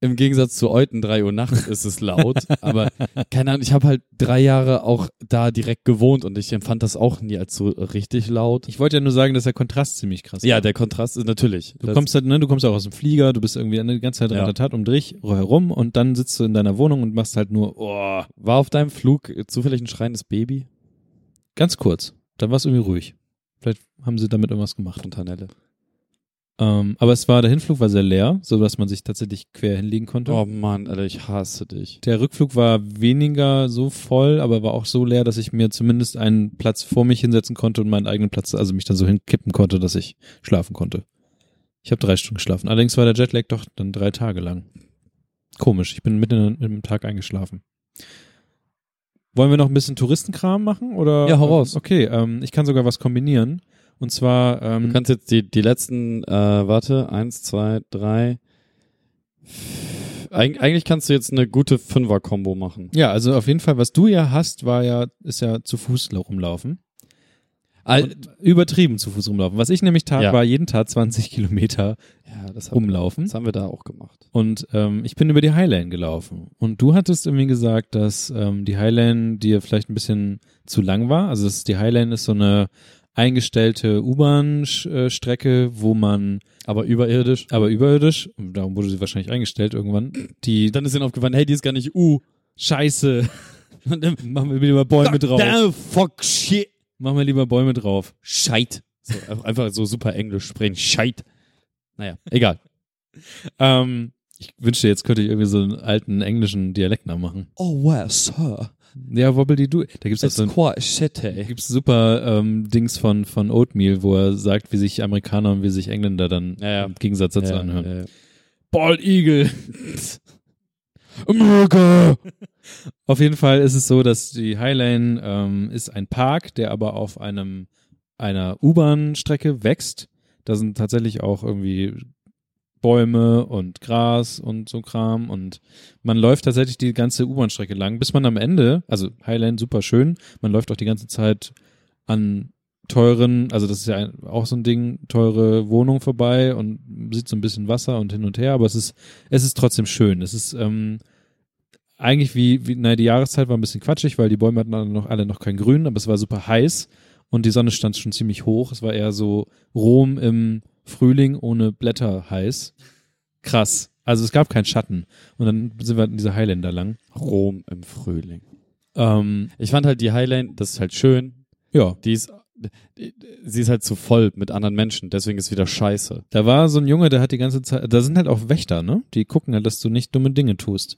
Speaker 3: Im Gegensatz zu Euten, drei Uhr nachts ist es laut, aber keine Ahnung, ich habe halt drei Jahre auch da direkt gewohnt und ich empfand das auch nie als so richtig laut.
Speaker 2: Ich wollte ja nur sagen, dass der Kontrast ziemlich krass
Speaker 3: Ja,
Speaker 2: war.
Speaker 3: der Kontrast ist natürlich.
Speaker 2: Du
Speaker 3: das,
Speaker 2: kommst halt, ne, du kommst auch aus dem Flieger, du bist irgendwie eine ganze Zeit
Speaker 3: Ja.
Speaker 2: ratatat um dich herum und dann sitzt du in deiner Wohnung und machst halt nur oh,
Speaker 3: war auf deinem Flug äh, zufällig ein schreiendes Baby?
Speaker 2: ganz kurz. Dann war es irgendwie ruhig. Vielleicht haben sie damit irgendwas gemacht.
Speaker 3: Fontanelle.
Speaker 2: Ähm, aber es war der Hinflug war sehr leer, so dass man sich tatsächlich quer hinlegen konnte.
Speaker 3: Oh Mann, Alter, ich hasse dich.
Speaker 2: Der Rückflug war weniger so voll, aber war auch so leer, dass ich mir zumindest einen Platz vor mich hinsetzen konnte und meinen eigenen Platz, also mich dann so hinkippen konnte, dass ich schlafen konnte. Ich habe drei Stunden geschlafen. Allerdings war der Jetlag doch dann drei Tage lang. Komisch, ich bin mitten in- im Tag eingeschlafen. Wollen wir noch ein bisschen Touristenkram machen? Oder?
Speaker 3: Ja, hau raus.
Speaker 2: Okay, ähm, ich kann sogar was kombinieren. Und zwar,
Speaker 3: Du
Speaker 2: ähm,
Speaker 3: kannst jetzt die, die letzten, äh, warte, eins, zwei, drei. Eig eigentlich kannst du jetzt eine gute Fünfer-Kombo machen.
Speaker 2: ja, also auf jeden Fall, was du ja hast, war ja, ist ja zu Fuß rumlaufen.
Speaker 3: Al
Speaker 2: Und übertrieben zu Fuß rumlaufen. Was ich nämlich tat,
Speaker 3: Ja.
Speaker 2: war jeden Tag 20 Kilometer
Speaker 3: ja, das haben,
Speaker 2: rumlaufen.
Speaker 3: das haben wir da auch gemacht.
Speaker 2: Und ähm, ich bin über die Highline gelaufen. Und du hattest irgendwie gesagt, dass ähm, die Highline dir vielleicht ein bisschen zu lang war. Also das, die Highline ist so eine eingestellte U-Bahn-Strecke, wo man,
Speaker 3: Aber überirdisch.
Speaker 2: aber überirdisch, und darum wurde sie wahrscheinlich eingestellt irgendwann, die
Speaker 3: Dann ist ihnen aufgefallen, hey, die ist gar nicht uh, U.
Speaker 2: Scheiße,
Speaker 3: Und dann-
Speaker 2: machen wir lieber Bäume drauf.
Speaker 3: Damn, fuck, shit.
Speaker 2: Machen wir lieber Bäume drauf.
Speaker 3: Scheit. So, einfach- einfach so super Englisch sprechen. Scheit. Naja, egal.
Speaker 2: Ähm, ich wünschte, jetzt könnte ich irgendwie so einen alten englischen Dialekt nachmachen.
Speaker 3: Oh, well, sir.
Speaker 2: Ja, Wobble die Du. Da gibt's auch so ein
Speaker 3: quite eh? shitty.
Speaker 2: gibt's super ähm, Dings von, von Oatmeal, wo er sagt, wie sich Amerikaner und wie sich Engländer dann
Speaker 3: Ja, ja.
Speaker 2: im Gegensatz dazu
Speaker 3: Ja,
Speaker 2: anhören.
Speaker 3: ja.
Speaker 2: Bald Eagle.
Speaker 3: America!
Speaker 2: Auf jeden Fall ist es so, dass die Highlane ähm, ist ein Park, der aber auf einem einer U-Bahn-Strecke wächst. Da sind tatsächlich auch irgendwie Bäume und Gras und so Kram und man läuft tatsächlich die ganze U-Bahn-Strecke lang, bis man am Ende, also Highland super schön, man läuft auch die ganze Zeit an teuren, also das ist ja ein, auch so ein Ding, teure Wohnung vorbei und sieht so ein bisschen Wasser und hin und her, aber es ist, es ist trotzdem schön. Es ist ähm, eigentlich wie, wie, naja, die Jahreszeit war ein bisschen quatschig, weil die Bäume hatten alle noch, alle noch kein Grün, aber es war super heiß und die Sonne stand schon ziemlich hoch. Es war eher so Rom im Frühling ohne Blätter heiß. Krass. Also es gab keinen Schatten. Und dann sind wir halt in diese Highlander lang.
Speaker 3: Rom im Frühling.
Speaker 2: Ähm,
Speaker 3: Ich fand halt die Highline, das ist halt schön.
Speaker 2: ja,
Speaker 3: Die ist, sie ist halt zu voll mit anderen Menschen, deswegen ist wieder scheiße.
Speaker 2: da war so ein Junge, der hat die ganze Zeit, da sind halt auch Wächter, ne? Die gucken halt, dass du nicht dumme Dinge tust.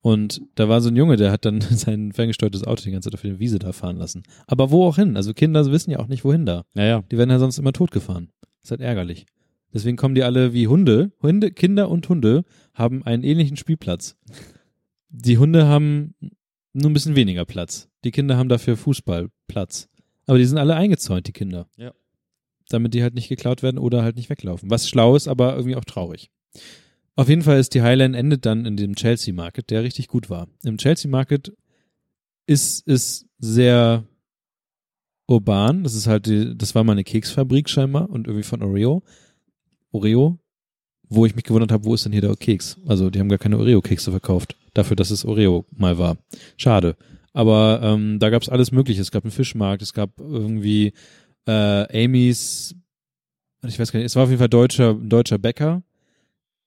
Speaker 2: Und da war so ein Junge, der hat dann sein ferngesteuertes Auto die ganze Zeit auf der Wiese da fahren lassen. Aber wo auch hin? Also Kinder wissen ja auch nicht, wohin da.
Speaker 3: Naja,
Speaker 2: Die werden ja sonst immer totgefahren. Ist halt ärgerlich. Deswegen kommen die alle wie Hunde. Hunde, Kinder und Hunde haben einen ähnlichen Spielplatz. Die Hunde haben nur ein bisschen weniger Platz. Die Kinder haben dafür Fußballplatz. Aber die sind alle eingezäunt, die Kinder.
Speaker 3: Ja.
Speaker 2: Damit die halt nicht geklaut werden oder halt nicht weglaufen. Was schlau ist, aber irgendwie auch traurig. Auf jeden Fall ist die Highline endet dann in dem Chelsea Market, der richtig gut war. Im Chelsea Market ist es sehr urban. Das ist halt die, das war mal eine Keksfabrik scheinbar und irgendwie von Oreo. Oreo, wo ich mich gewundert habe, wo ist denn hier der Keks? Also die haben gar keine Oreo-Kekse verkauft, dafür, dass es Oreo mal war. Schade. Aber ähm, da gab es alles Mögliche. Es gab einen Fischmarkt, es gab irgendwie äh, Amy's, ich weiß gar nicht, es war auf jeden Fall deutscher, deutscher Bäcker.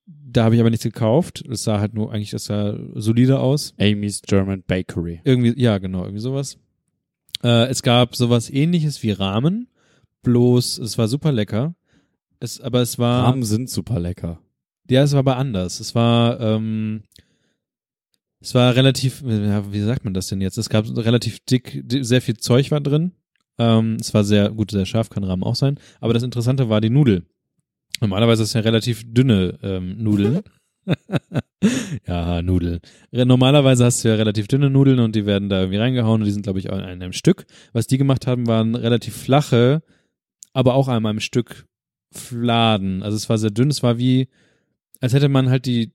Speaker 2: Da habe ich aber nichts gekauft. Es sah halt nur eigentlich, es sah solide aus.
Speaker 3: Amy's German Bakery.
Speaker 2: Irgendwie, ja, genau, irgendwie sowas. Äh, es gab sowas ähnliches wie Ramen, bloß es war super lecker. Es, aber es war.
Speaker 3: Ramen sind super lecker.
Speaker 2: Ja, es war aber anders. Es war, ähm, es war relativ, ja, wie sagt man das denn jetzt? Es gab relativ dick, di- sehr viel Zeug war drin. Ähm, es war sehr, gut, sehr scharf, kann Rahmen auch sein. Aber das Interessante war die Nudel. Normalerweise ist es ja relativ dünne ähm, Nudeln. ja, Nudeln. Re- Normalerweise hast du ja relativ dünne Nudeln und die werden da irgendwie reingehauen und die sind, glaube ich, auch in einem Stück. Was die gemacht haben, waren relativ flache, aber auch an einem Stück Fladen. Also es war sehr dünn, es war wie, als hätte man halt die,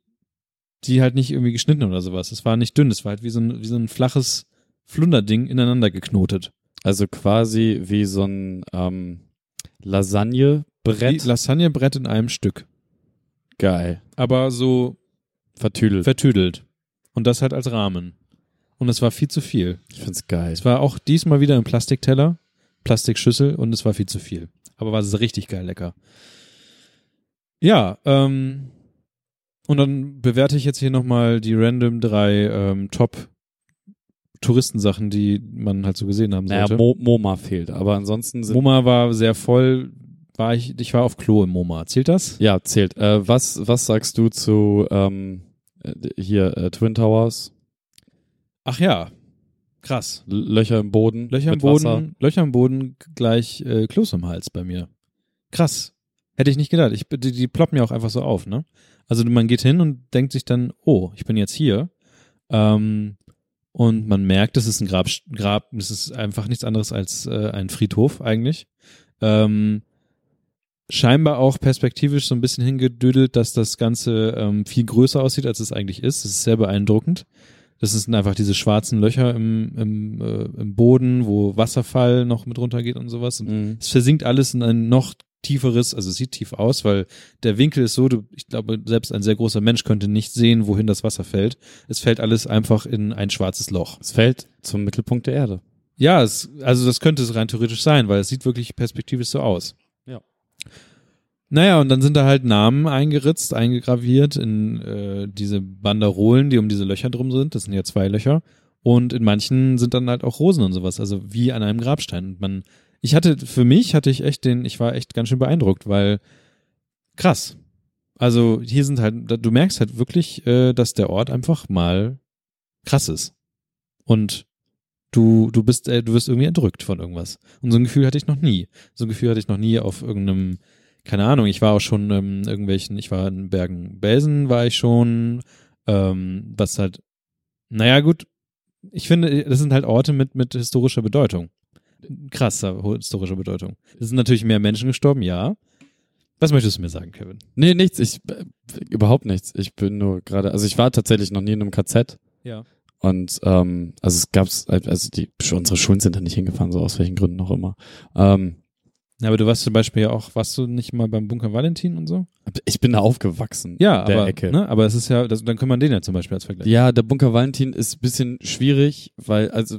Speaker 2: die halt nicht irgendwie geschnitten oder sowas. Es war nicht dünn, es war halt wie so ein, wie so ein flaches Flunderding ineinander geknotet.
Speaker 3: Also quasi wie so ein ähm, Lasagnebrett.
Speaker 2: Wie Lasagnebrett in einem Stück.
Speaker 3: Geil.
Speaker 2: Aber so
Speaker 3: Vertüdelt.
Speaker 2: vertüdelt. Und das halt als Rahmen. Und es war viel zu viel.
Speaker 3: Ich find's geil.
Speaker 2: Es war auch diesmal wieder im Plastikteller, Plastikschüssel und es war viel zu viel. Aber war es richtig geil lecker. Ja, ähm, und dann bewerte ich jetzt hier nochmal die random drei ähm, Top Touristensachen, die man halt so gesehen haben
Speaker 3: Naja,
Speaker 2: sollte. Also
Speaker 3: Mo MoMA fehlt, aber ansonsten sind.
Speaker 2: MoMA war sehr voll, war ich, ich war auf Klo im MoMA. Zählt das?
Speaker 3: ja, zählt. Äh, was, was sagst du zu ähm, äh, hier äh, Twin Towers?
Speaker 2: Ach ja, krass.
Speaker 3: L Löcher im Boden.
Speaker 2: Löcher im
Speaker 3: mit
Speaker 2: Boden,
Speaker 3: Wasser.
Speaker 2: Löcher im Boden gleich äh, Kloß im Hals bei mir. Krass. Hätte ich nicht gedacht. Ich, die, die ploppen ja auch einfach so auf, ne? Also man geht hin und denkt sich dann, oh, ich bin jetzt hier. Ähm, und man merkt, es ist ein Grab, Grab, es ist einfach nichts anderes als äh, ein Friedhof eigentlich. Ähm, scheinbar auch perspektivisch so ein bisschen hingedüdelt, dass das Ganze ähm, viel größer aussieht, als es eigentlich ist. Das ist sehr beeindruckend. Das sind einfach diese schwarzen Löcher im, im, äh, im Boden, wo Wasserfall noch mit runtergeht und sowas. Und
Speaker 3: Mhm.
Speaker 2: es versinkt alles in ein noch tieferes, also es sieht tief aus, weil der Winkel ist so, du, ich glaube, selbst ein sehr großer Mensch könnte nicht sehen, wohin das Wasser fällt. Es fällt alles einfach in ein schwarzes Loch.
Speaker 3: Es fällt zum Mittelpunkt der Erde.
Speaker 2: Ja, es, also das könnte es rein theoretisch sein, weil es sieht wirklich perspektivisch so aus.
Speaker 3: Ja.
Speaker 2: Naja, und dann sind da halt Namen eingeritzt, eingegraviert in äh, diese Banderolen, die um diese Löcher drum sind. Das sind ja zwei Löcher. Und in manchen sind dann halt auch Rosen und sowas, also wie an einem Grabstein. Und man, ich hatte, für mich hatte ich echt den, ich war echt ganz schön beeindruckt, weil krass. Also hier sind halt, du merkst halt wirklich, äh, dass der Ort einfach mal krass ist. Und du, du bist, äh, du wirst irgendwie entrückt von irgendwas. Und so ein Gefühl hatte ich noch nie. So ein Gefühl hatte ich noch nie auf irgendeinem keine Ahnung, ich war auch schon ähm, irgendwelchen, ich war in Bergen-Belsen, war ich schon, ähm, was halt, naja, gut, ich finde, das sind halt Orte mit, mit historischer Bedeutung. Krasser historischer Bedeutung. Es sind natürlich mehr Menschen gestorben, ja. Was möchtest du mir sagen, Kevin?
Speaker 3: Nee, nichts. Ich äh, überhaupt nichts. Ich bin nur gerade, also ich war tatsächlich noch nie in einem KZ.
Speaker 2: Ja.
Speaker 3: Und ähm, also es gab's, also die unsere Schulen sind da nicht hingefahren, so aus welchen Gründen auch immer. Ähm,
Speaker 2: Aber du warst zum Beispiel ja auch, warst du nicht mal beim Bunker Valentin und so?
Speaker 3: ich bin da aufgewachsen.
Speaker 2: Ja,
Speaker 3: der
Speaker 2: aber,
Speaker 3: Ecke.
Speaker 2: Ne, aber es ist ja, das, dann kann man den ja zum Beispiel als Vergleich.
Speaker 3: Ja, der Bunker Valentin ist ein bisschen schwierig, weil, also,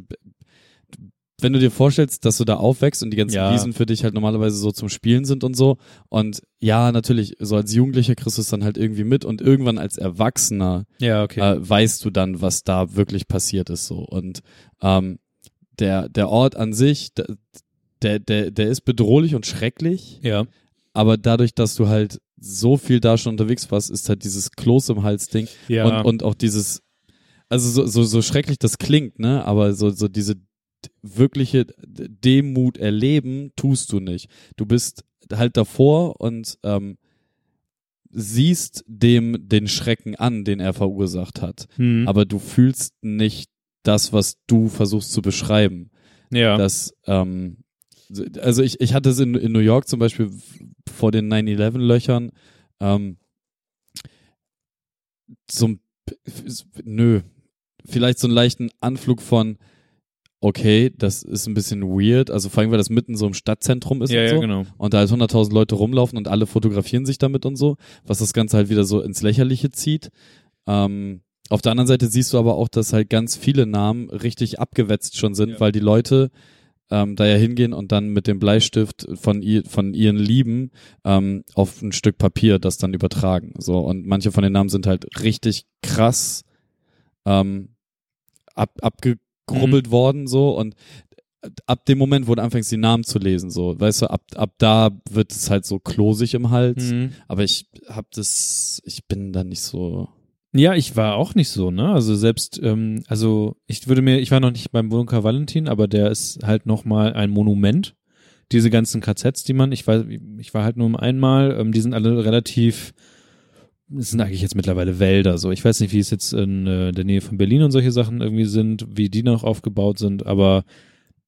Speaker 3: wenn du dir vorstellst, dass du da aufwächst und die ganzen
Speaker 2: Ja.
Speaker 3: Wiesen für dich halt normalerweise so zum Spielen sind und so. Und ja, natürlich, so als Jugendlicher kriegst du es dann halt irgendwie mit und irgendwann als Erwachsener
Speaker 2: Ja, okay.
Speaker 3: äh, weißt du dann, was da wirklich passiert ist so. Und ähm, der, der Ort an sich, der, der, der, der ist bedrohlich und schrecklich,
Speaker 2: ja.
Speaker 3: aber dadurch, dass du halt so viel da schon unterwegs warst, ist halt dieses Kloß im Hals-Ding
Speaker 2: Ja.
Speaker 3: und, und auch dieses, also so, so, so schrecklich das klingt, ne? Aber so, so diese d- wirkliche D- Demut erleben, tust du nicht. Du bist halt davor und ähm, siehst dem den Schrecken an, den er verursacht hat.
Speaker 2: hm.
Speaker 3: Aber du fühlst nicht das, was du versuchst zu beschreiben
Speaker 2: ja.
Speaker 3: dass, ähm, also ich, ich hatte es in, in New York zum Beispiel f- vor den 9-11-Löchern, ähm, so ein, f- nö, vielleicht so einen leichten Anflug von, okay, das ist ein bisschen weird, also vor allem, weil das mitten so im Stadtzentrum ist
Speaker 2: ja,
Speaker 3: und
Speaker 2: ja,
Speaker 3: so
Speaker 2: genau.
Speaker 3: und da halt 100.000 Leute rumlaufen und alle fotografieren sich damit und so, was das Ganze halt wieder so ins Lächerliche zieht. Ähm, auf der anderen Seite siehst du aber auch, dass halt ganz viele Namen richtig abgewetzt schon sind,
Speaker 2: Ja.
Speaker 3: weil die Leute ähm, da ja hingehen und dann mit dem Bleistift von, ihr, von ihren Lieben ähm, auf ein Stück Papier das dann übertragen. So und manche von den Namen sind halt richtig krass ähm, ab, abgegrubbelt worden so und ab dem Moment, wo du anfängst, die Namen zu lesen, so, weißt du, ab, ab da wird es halt so klosig im Hals.
Speaker 2: Mhm.
Speaker 3: Aber ich hab das, ich bin da nicht so.
Speaker 2: Ja, ich war auch nicht so, ne? Also selbst, ähm, also ich würde mir, ich war noch nicht beim Bunker Valentin, aber der ist halt nochmal ein Monument. Diese ganzen KZs, die man, ich war, ich war halt nur um einmal, ähm, die sind alle relativ, das sind eigentlich jetzt mittlerweile Wälder, so. Ich weiß nicht, wie es jetzt in äh, der Nähe von Berlin und solche Sachen irgendwie sind, wie die noch aufgebaut sind, aber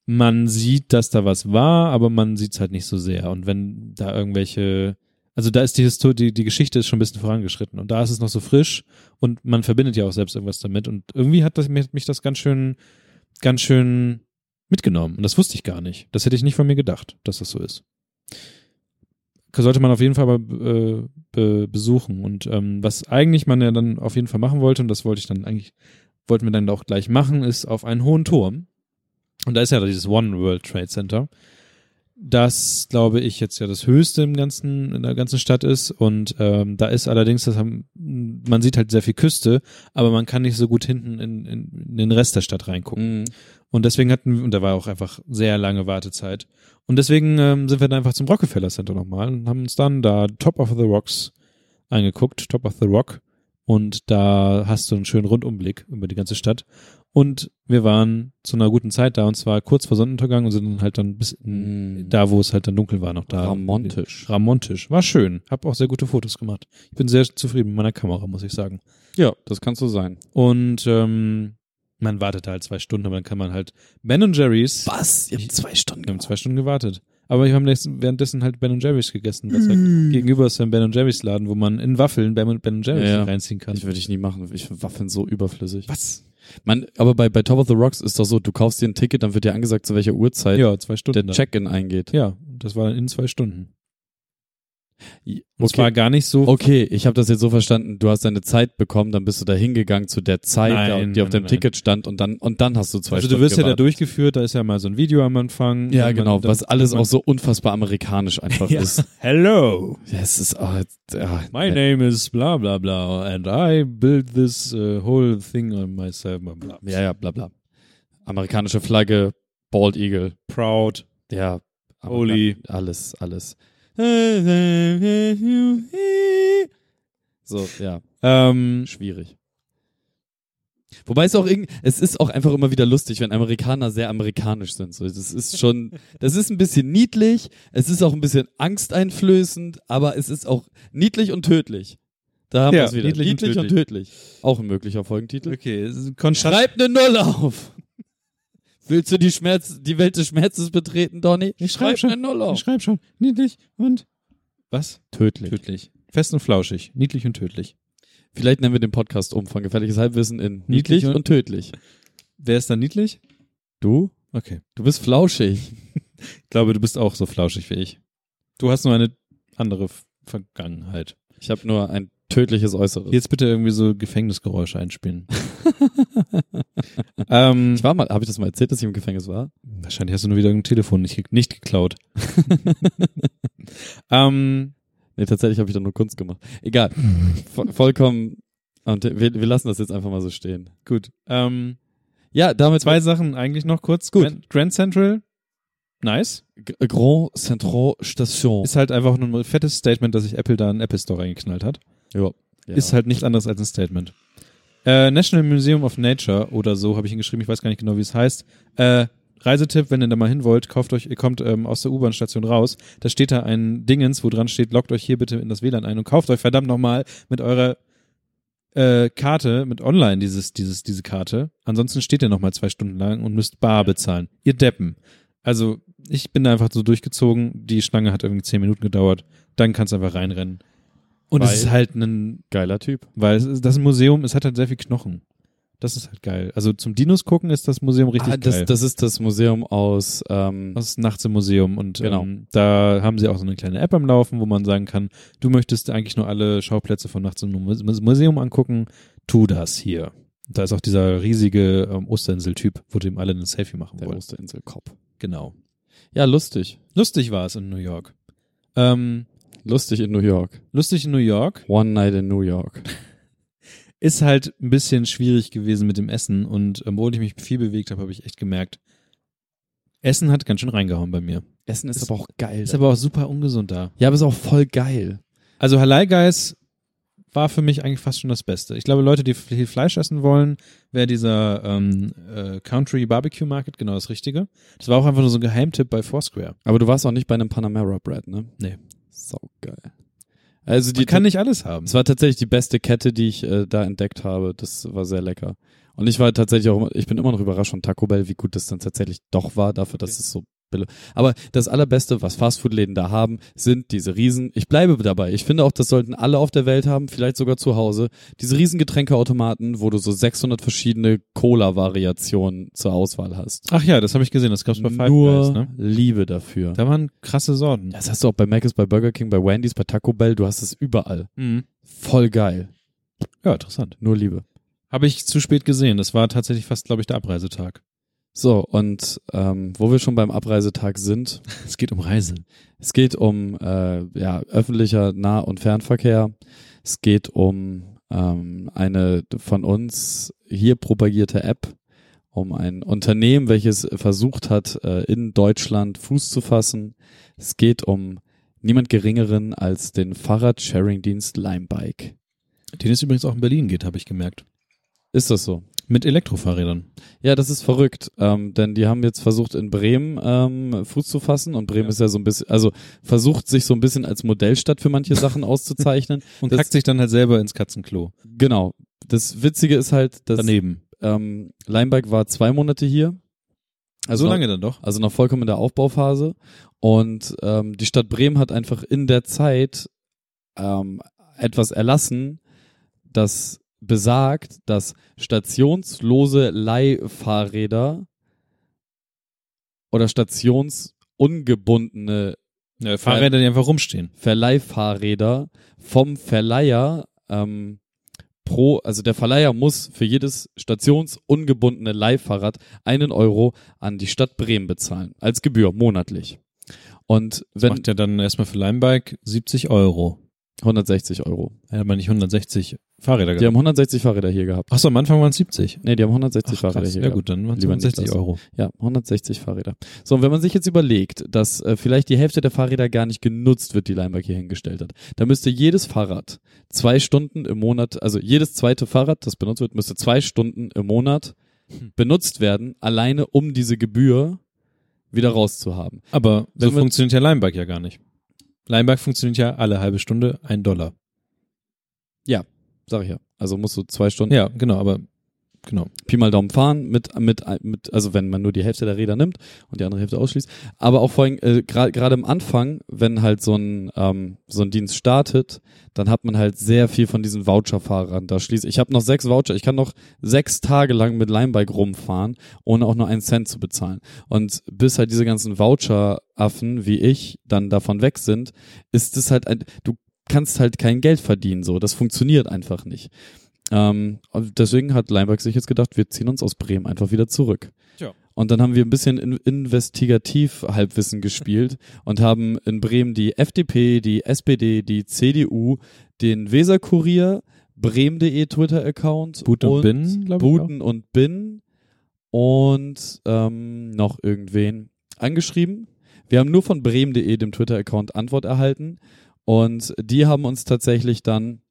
Speaker 2: man sieht, dass da was war, aber man sieht es halt nicht so sehr. Und wenn da irgendwelche, also da ist die Historie, die, die Geschichte ist schon ein bisschen vorangeschritten und da ist es noch so frisch und man verbindet ja auch selbst irgendwas damit und irgendwie hat das, mich mich das ganz schön, ganz schön mitgenommen und das wusste ich gar nicht. Das hätte ich nicht von mir gedacht, dass das so ist. Sollte man auf jeden Fall aber äh, be, besuchen und ähm, was eigentlich man ja dann auf jeden Fall machen wollte und das wollte ich dann eigentlich, wollten wir dann auch gleich machen, ist auf einen hohen Turm und da ist ja dieses One World Trade Center. Das, glaube ich, jetzt ja das höchste im ganzen, in der ganzen Stadt ist. Und ähm, da ist allerdings, das haben, man sieht halt sehr viel Küste, aber man kann nicht so gut hinten in, in, in den Rest der Stadt reingucken.
Speaker 3: Mhm.
Speaker 2: Und deswegen hatten wir, und da war auch einfach sehr lange Wartezeit. Und deswegen ähm, sind wir dann einfach zum Rockefeller Center nochmal und haben uns dann da Top of the Rocks angeguckt, Top of the Rock. Und da hast du einen schönen Rundumblick über die ganze Stadt. Und wir waren zu einer guten Zeit da und zwar kurz vor Sonnenuntergang und sind dann halt dann bis in,
Speaker 3: Mhm.
Speaker 2: da, wo es halt dann dunkel war, noch da.
Speaker 3: Ramontisch.
Speaker 2: Ramontisch. War schön. Hab auch sehr gute Fotos gemacht. Ich bin sehr zufrieden mit meiner Kamera, muss ich sagen.
Speaker 3: Ja, das kannst du sein.
Speaker 2: Und ähm, man wartet da halt zwei Stunden, aber dann kann man halt Ben Jerry's.
Speaker 3: Was?
Speaker 2: Ihr habt
Speaker 3: zwei Stunden
Speaker 2: Wir haben zwei Stunden gewartet. Aber wir haben nächsten- währenddessen halt Ben Jerry's gegessen. Was halt gegenüber ist ein Ben Jerry's Laden, wo man in Waffeln Ben, ben Jerry's
Speaker 3: Ja, ja.
Speaker 2: reinziehen kann.
Speaker 3: Ich würde ich nie machen. Ich finde Waffeln so überflüssig.
Speaker 2: Was?
Speaker 3: Man, aber bei, bei Top of the Rocks ist doch so, du kaufst dir ein Ticket, dann wird dir angesagt, zu welcher Uhrzeit
Speaker 2: Ja, zwei
Speaker 3: der
Speaker 2: Stunden. dann.
Speaker 3: Check-in eingeht.
Speaker 2: Ja, das war dann in zwei Stunden.
Speaker 3: Okay.
Speaker 2: Und es war gar nicht so.
Speaker 3: Okay, ich habe das jetzt so verstanden, du hast deine Zeit bekommen, dann bist du da hingegangen zu der Zeit,
Speaker 2: Nein,
Speaker 3: die auf
Speaker 2: nein,
Speaker 3: deinem
Speaker 2: nein.
Speaker 3: Ticket stand und dann und dann hast du zwei
Speaker 2: also
Speaker 3: Stunden
Speaker 2: du wirst ja da
Speaker 3: gewartet.
Speaker 2: durchgeführt, da ist ja mal so ein Video am Anfang.
Speaker 3: Ja,
Speaker 2: Und man-
Speaker 3: genau,
Speaker 2: dann-
Speaker 3: was alles
Speaker 2: man-
Speaker 3: auch so unfassbar amerikanisch einfach
Speaker 2: Ja.
Speaker 3: ist.
Speaker 2: Hello,
Speaker 3: Ja, es ist ah, ah,
Speaker 2: my name is bla bla bla and I built this uh, whole thing on myself. Bla, bla.
Speaker 3: ne, Ja, ja, bla bla. Amerikanische Flagge, Bald Eagle,
Speaker 2: Proud.
Speaker 3: ja. Amerika-
Speaker 2: Holy.
Speaker 3: Alles, alles. So, ja,
Speaker 2: Ähm,
Speaker 3: schwierig. Hm? Wobei es auch irgend, es ist auch einfach immer wieder lustig, wenn Amerikaner sehr amerikanisch sind. So, das ist schon, das ist ein bisschen niedlich, es ist auch ein bisschen angsteinflößend, aber es ist auch niedlich und tödlich. Da haben
Speaker 2: Ja,
Speaker 3: wir es wieder.
Speaker 2: niedlich und
Speaker 3: niedlich und tödlich. Auch ein möglicher Folgentitel.
Speaker 2: Okay, es ist ein Kontrast.
Speaker 3: Schreib eine Null auf. Willst du die Schmerz, die Welt des Schmerzes betreten, Donny?
Speaker 2: Ich schreib schon.
Speaker 3: eine Null
Speaker 2: Ich
Speaker 3: auf.
Speaker 2: schreib schon. Niedlich und. Was?
Speaker 3: Tödlich.
Speaker 2: Tödlich. Fest und flauschig. Niedlich und tödlich.
Speaker 3: Vielleicht nennen wir den Podcast um von gefährliches Halbwissen in niedlich,
Speaker 2: Niedlich und-
Speaker 3: und tödlich.
Speaker 2: Wer ist dann niedlich?
Speaker 3: Du?
Speaker 2: Okay.
Speaker 3: Du bist flauschig.
Speaker 2: Ich glaube, du bist auch so flauschig wie ich. Du hast nur eine andere F- Vergangenheit.
Speaker 3: Ich habe nur ein tödliches Äußeres.
Speaker 2: Jetzt bitte irgendwie so Gefängnisgeräusche einspielen. ähm,
Speaker 3: Ich war mal, habe ich das mal erzählt, dass ich im Gefängnis war?
Speaker 2: wahrscheinlich hast du nur wieder ein Telefon nicht, ge- nicht geklaut. ähm,
Speaker 3: Nee, tatsächlich habe ich da nur Kunst gemacht. Egal. Vo- Vollkommen. Und wir, wir lassen das jetzt einfach mal so stehen.
Speaker 2: gut. Ähm,
Speaker 3: Ja, damit
Speaker 2: zwei Sachen eigentlich noch kurz.
Speaker 3: Gut.
Speaker 2: Grand, Grand Central, nice.
Speaker 3: G- Grand Central Station.
Speaker 2: Ist halt einfach nur ein fettes Statement, dass sich Apple da einen Apple Store reingeknallt hat.
Speaker 3: ja. Ja.
Speaker 2: Ist halt nichts anderes als ein Statement. Äh, National Museum of Nature oder so habe ich ihn geschrieben, ich weiß gar nicht genau, wie es heißt. Äh, Reisetipp, wenn ihr da mal hin wollt, kauft euch, ihr kommt ähm, aus der U-Bahn-Station raus, da steht da ein Dingens, wo dran steht, loggt euch hier bitte in das WLAN ein und kauft euch verdammt nochmal mit eurer äh, Karte, mit online dieses, dieses, diese Karte. Ansonsten steht ihr nochmal zwei Stunden lang und müsst bar bezahlen. Ihr Deppen. Also, ich bin da einfach so durchgezogen, die Schlange hat irgendwie zehn Minuten gedauert, dann kannst du einfach reinrennen. Und
Speaker 3: Weil-
Speaker 2: es ist halt ein
Speaker 3: geiler Typ.
Speaker 2: weil es ist, das ist ein Museum, es hat halt sehr viel Knochen. Das ist halt geil. Also zum Dinos gucken ist das Museum richtig
Speaker 3: Ah, das,
Speaker 2: geil.
Speaker 3: das ist das Museum aus. Ähm,
Speaker 2: das ist nachts im Museum und
Speaker 3: Genau.
Speaker 2: ähm, da haben sie auch so eine kleine App am Laufen, wo man sagen kann, du möchtest eigentlich nur alle Schauplätze von nachts im Mu- Museum angucken, tu das hier. Da ist auch dieser riesige ähm, Osterinsel-Typ, wo dem alle ein Selfie machen
Speaker 3: der
Speaker 2: wollen.
Speaker 3: große Inselkopf.
Speaker 2: Genau.
Speaker 3: Ja, lustig.
Speaker 2: Lustig war es in New York. Ähm,
Speaker 3: Lustig in New York.
Speaker 2: lustig in New York.
Speaker 3: One Night in New York.
Speaker 2: ist halt ein bisschen schwierig gewesen mit dem Essen und ähm, obwohl ich mich viel bewegt habe, habe ich echt gemerkt, Essen hat ganz schön reingehauen bei mir.
Speaker 3: Essen
Speaker 2: ist
Speaker 3: aber auch geil.
Speaker 2: Ist aber auch super ungesund da.
Speaker 3: ja, aber ist auch voll geil.
Speaker 2: Also Halal Guys war für mich eigentlich fast schon das Beste. Ich glaube, Leute, die viel Fleisch essen wollen, wäre dieser ähm, äh, Country Barbecue Market genau das Richtige. Das war auch einfach nur so ein Geheimtipp bei Foursquare.
Speaker 3: Aber du warst auch nicht bei einem Panamera Bread, ne?
Speaker 2: Nee.
Speaker 3: Saugeil. Also die
Speaker 2: Die kann nicht alles haben.
Speaker 3: Es war tatsächlich die beste Kette, die ich äh, da entdeckt habe. Das war sehr lecker. Und ich war tatsächlich auch, immer- ich bin immer noch überrascht von Taco Bell, wie gut das dann tatsächlich doch war, dafür, dass es so billig. Aber das Allerbeste, was Fastfood-Läden da haben, sind diese Riesen. Ich bleibe dabei. Ich finde auch, das sollten alle auf der Welt haben, vielleicht sogar zu Hause. Diese Riesengetränkeautomaten, wo du so 600 verschiedene Cola-Variationen zur Auswahl hast.
Speaker 2: Ach ja, das habe ich gesehen. Das gab's bei Five
Speaker 3: Nur
Speaker 2: Guys. Ne?
Speaker 3: Liebe dafür.
Speaker 2: Da waren krasse Sorten.
Speaker 3: Das hast du auch bei Mc's, bei Burger King, bei Wendy's, bei Taco Bell. Du hast es überall.
Speaker 2: Mhm.
Speaker 3: Voll geil.
Speaker 2: Ja, interessant.
Speaker 3: Nur Liebe.
Speaker 2: Habe ich zu spät gesehen. Das war tatsächlich fast, glaube ich, der Abreisetag.
Speaker 3: So, und ähm, wo wir schon beim Abreisetag sind,
Speaker 2: Es geht um Reisen.
Speaker 3: es geht um äh, ja, öffentlicher Nah- und Fernverkehr. Es geht um ähm, eine von uns hier propagierte App, um ein Unternehmen, welches versucht hat, äh, in Deutschland Fuß zu fassen. Es geht um niemand Geringeren als den Fahrradsharing-Dienst Limebike.
Speaker 2: Den es übrigens auch in Berlin geht, habe ich gemerkt.
Speaker 3: Ist das so?
Speaker 2: Mit Elektrofahrrädern.
Speaker 3: Ja, das ist verrückt, ähm, denn die haben jetzt versucht, in Bremen ähm, Fuß zu fassen und Bremen
Speaker 2: Ja.
Speaker 3: ist ja so ein bisschen, also versucht sich so ein bisschen als Modellstadt für manche Sachen auszuzeichnen.
Speaker 2: Und
Speaker 3: Das-
Speaker 2: kackt sich dann halt selber ins Katzenklo.
Speaker 3: Genau. Das Witzige ist halt, dass
Speaker 2: Daneben.
Speaker 3: ähm, Leinberg war zwei Monate hier.
Speaker 2: Also so
Speaker 3: noch-
Speaker 2: lange dann doch.
Speaker 3: also noch vollkommen in der Aufbauphase. Und ähm, die Stadt Bremen hat einfach in der Zeit ähm, etwas erlassen, das besagt, dass stationslose Leihfahrräder oder stationsungebundene
Speaker 2: Ja, Fahrräder, die einfach rumstehen.
Speaker 3: Verleihfahrräder vom Verleiher ähm, pro, also der Verleiher muss für jedes stationsungebundene Leihfahrrad einen Euro an die Stadt Bremen bezahlen. Als Gebühr, monatlich. Und
Speaker 2: Das
Speaker 3: wenn
Speaker 2: macht ja dann erstmal für Limebike 70 Euro.
Speaker 3: 160 Euro.
Speaker 2: Ja, aber nicht 160 Fahrräder
Speaker 3: Die haben 160 Fahrräder hier gehabt.
Speaker 2: Achso, am Anfang waren es 70.
Speaker 3: Nee, die haben
Speaker 2: Ach,
Speaker 3: 160 Fahrräder
Speaker 2: krass.
Speaker 3: hier
Speaker 2: Ja
Speaker 3: gehabt.
Speaker 2: gut, dann waren es
Speaker 3: Lieber
Speaker 2: 60
Speaker 3: Niklas.
Speaker 2: Euro.
Speaker 3: Ja, 160 Fahrräder. So, und wenn man sich jetzt überlegt, dass äh, vielleicht die Hälfte der Fahrräder gar nicht genutzt wird, die Leinberg hier hingestellt hat, dann müsste jedes Fahrrad zwei Stunden im Monat, also jedes zweite Fahrrad, das benutzt wird, müsste zwei Stunden im Monat benutzt werden, alleine um diese Gebühr wieder rauszuhaben.
Speaker 2: Aber so
Speaker 3: Somit-
Speaker 2: funktioniert ja Leinberg ja gar nicht. Leinberg funktioniert ja alle halbe Stunde ein Dollar.
Speaker 3: Sag ich ja. Also musst du zwei Stunden
Speaker 2: Ja, genau, aber genau.
Speaker 3: Pi mal Daumen fahren mit, mit, mit, also wenn man nur die Hälfte der Räder nimmt und die andere Hälfte ausschließt. Aber auch vor allem, äh, gra- gerade am Anfang, wenn halt so ein, ähm, so ein Dienst startet, dann hat man halt sehr viel von diesen Voucher-Fahrern. Da schließe ich habe noch sechs Voucher, ich kann noch sechs Tage lang mit Linebike rumfahren, ohne auch nur einen Cent zu bezahlen. Und bis halt diese ganzen Voucher-Affen wie ich dann davon weg sind, ist es halt ein, du kannst halt kein Geld verdienen, so. Das funktioniert einfach nicht. Ähm, und deswegen hat Leinberg sich jetzt gedacht, wir ziehen uns aus Bremen einfach wieder zurück.
Speaker 2: Tja.
Speaker 3: Und dann haben wir ein bisschen in investigativ Halbwissen gespielt und haben in Bremen die FDP, die SPD, die CDU, den Weserkurier, Bremen.de Twitter-Account
Speaker 2: Buten und Bin, glaub ich
Speaker 3: Buten und Bin und ähm, noch irgendwen angeschrieben. Wir haben nur von Bremen.de, dem Twitter-Account, Antwort erhalten und die haben uns tatsächlich dann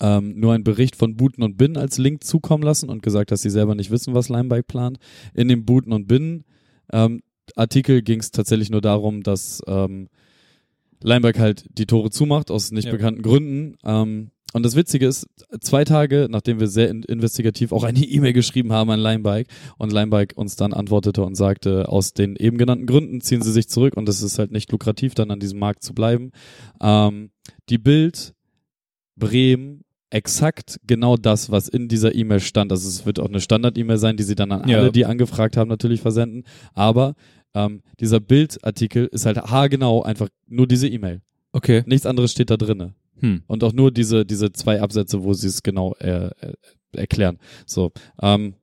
Speaker 3: ähm, nur einen Bericht von Buten und Bin als Link zukommen lassen und gesagt, dass sie selber nicht wissen, was Limebike plant. In dem Buten und Bin ähm, Artikel ging es tatsächlich nur darum, dass ähm, Limebike halt die Tore zumacht aus nicht
Speaker 2: Ja.
Speaker 3: bekannten Gründen. Ähm, und das Witzige ist, zwei Tage, nachdem wir sehr in investigativ auch eine E-Mail geschrieben haben an Limebike und Limebike uns dann antwortete und sagte, aus den eben genannten Gründen ziehen sie sich zurück und es ist halt nicht lukrativ, dann an diesem Markt zu bleiben. Ähm, die Bild Bremen exakt genau das, was in dieser E-Mail stand. Also es wird auch eine Standard-E-Mail sein, die sie dann an
Speaker 2: Ja.
Speaker 3: alle, die angefragt haben, natürlich versenden. Aber ähm, dieser Bildartikel ist halt haargenau einfach nur diese E-Mail.
Speaker 2: Okay.
Speaker 3: Nichts anderes steht da drinne
Speaker 2: Hm.
Speaker 3: und auch nur diese, diese zwei Absätze, wo sie es genau äh, äh, erklären. So, ähm,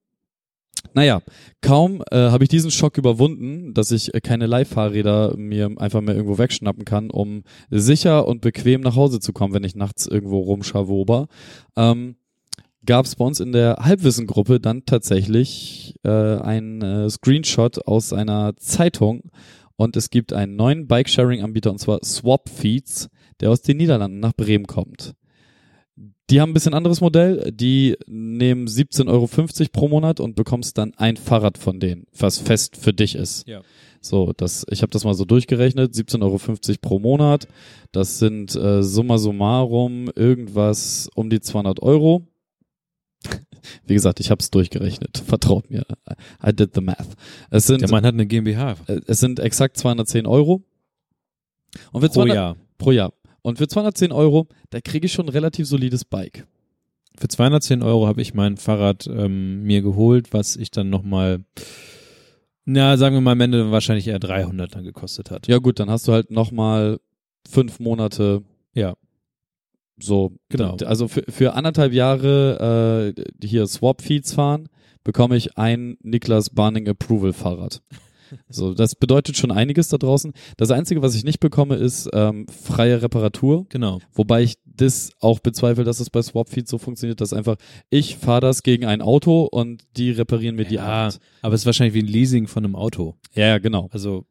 Speaker 3: naja, kaum äh, habe ich diesen Schock überwunden, dass ich äh, keine Leihfahrräder mir einfach mehr irgendwo wegschnappen kann, um sicher und bequem nach Hause zu kommen, wenn ich nachts irgendwo rumschawober, ähm, gab es bei uns in der Halbwissengruppe dann tatsächlich äh, ein äh, Screenshot aus einer Zeitung und es gibt einen neuen Bike-Sharing-Anbieter und zwar Swapfeeds der aus den Niederlanden nach Bremen kommt. Die haben ein bisschen anderes Modell. Die nehmen 17,50 Euro pro Monat und bekommst dann ein Fahrrad von denen, was fest für dich ist.
Speaker 2: Ja.
Speaker 3: So, das, ich habe das mal so durchgerechnet. 17,50 Euro pro Monat. Das sind äh, summa summarum irgendwas um die 200 Euro. Wie gesagt, ich habe es durchgerechnet. Vertraut mir. I did the math. Es sind,
Speaker 2: Der Mann hat eine GmbH
Speaker 3: äh, es sind exakt 210 Euro. Und wir
Speaker 2: pro Jahr.
Speaker 3: pro Jahr. Und für 210 Euro, da kriege ich schon ein relativ solides Bike.
Speaker 2: Für 210 Euro habe ich mein Fahrrad ähm, mir geholt, was ich dann nochmal, na, sagen wir mal am Ende wahrscheinlich eher 300 dann gekostet hat.
Speaker 3: Ja gut, dann hast du halt nochmal fünf Monate.
Speaker 2: Ja.
Speaker 3: So,
Speaker 2: Genau.
Speaker 3: d- Also für, für anderthalb Jahre äh, d- hier Swap-Feeds fahren, bekomme ich ein Niklas Barning Approval-Fahrrad. So, das bedeutet schon einiges da draußen. Das Einzige, was ich nicht bekomme, ist ähm, freie Reparatur.
Speaker 2: Genau.
Speaker 3: Wobei ich das auch bezweifle, dass es bei Swapfeed so funktioniert, dass einfach ich fahre das gegen ein Auto und die reparieren mir die
Speaker 2: Ja.
Speaker 3: Art.
Speaker 2: Aber es ist wahrscheinlich wie ein Leasing von einem Auto.
Speaker 3: Ja, ja, genau.
Speaker 2: Also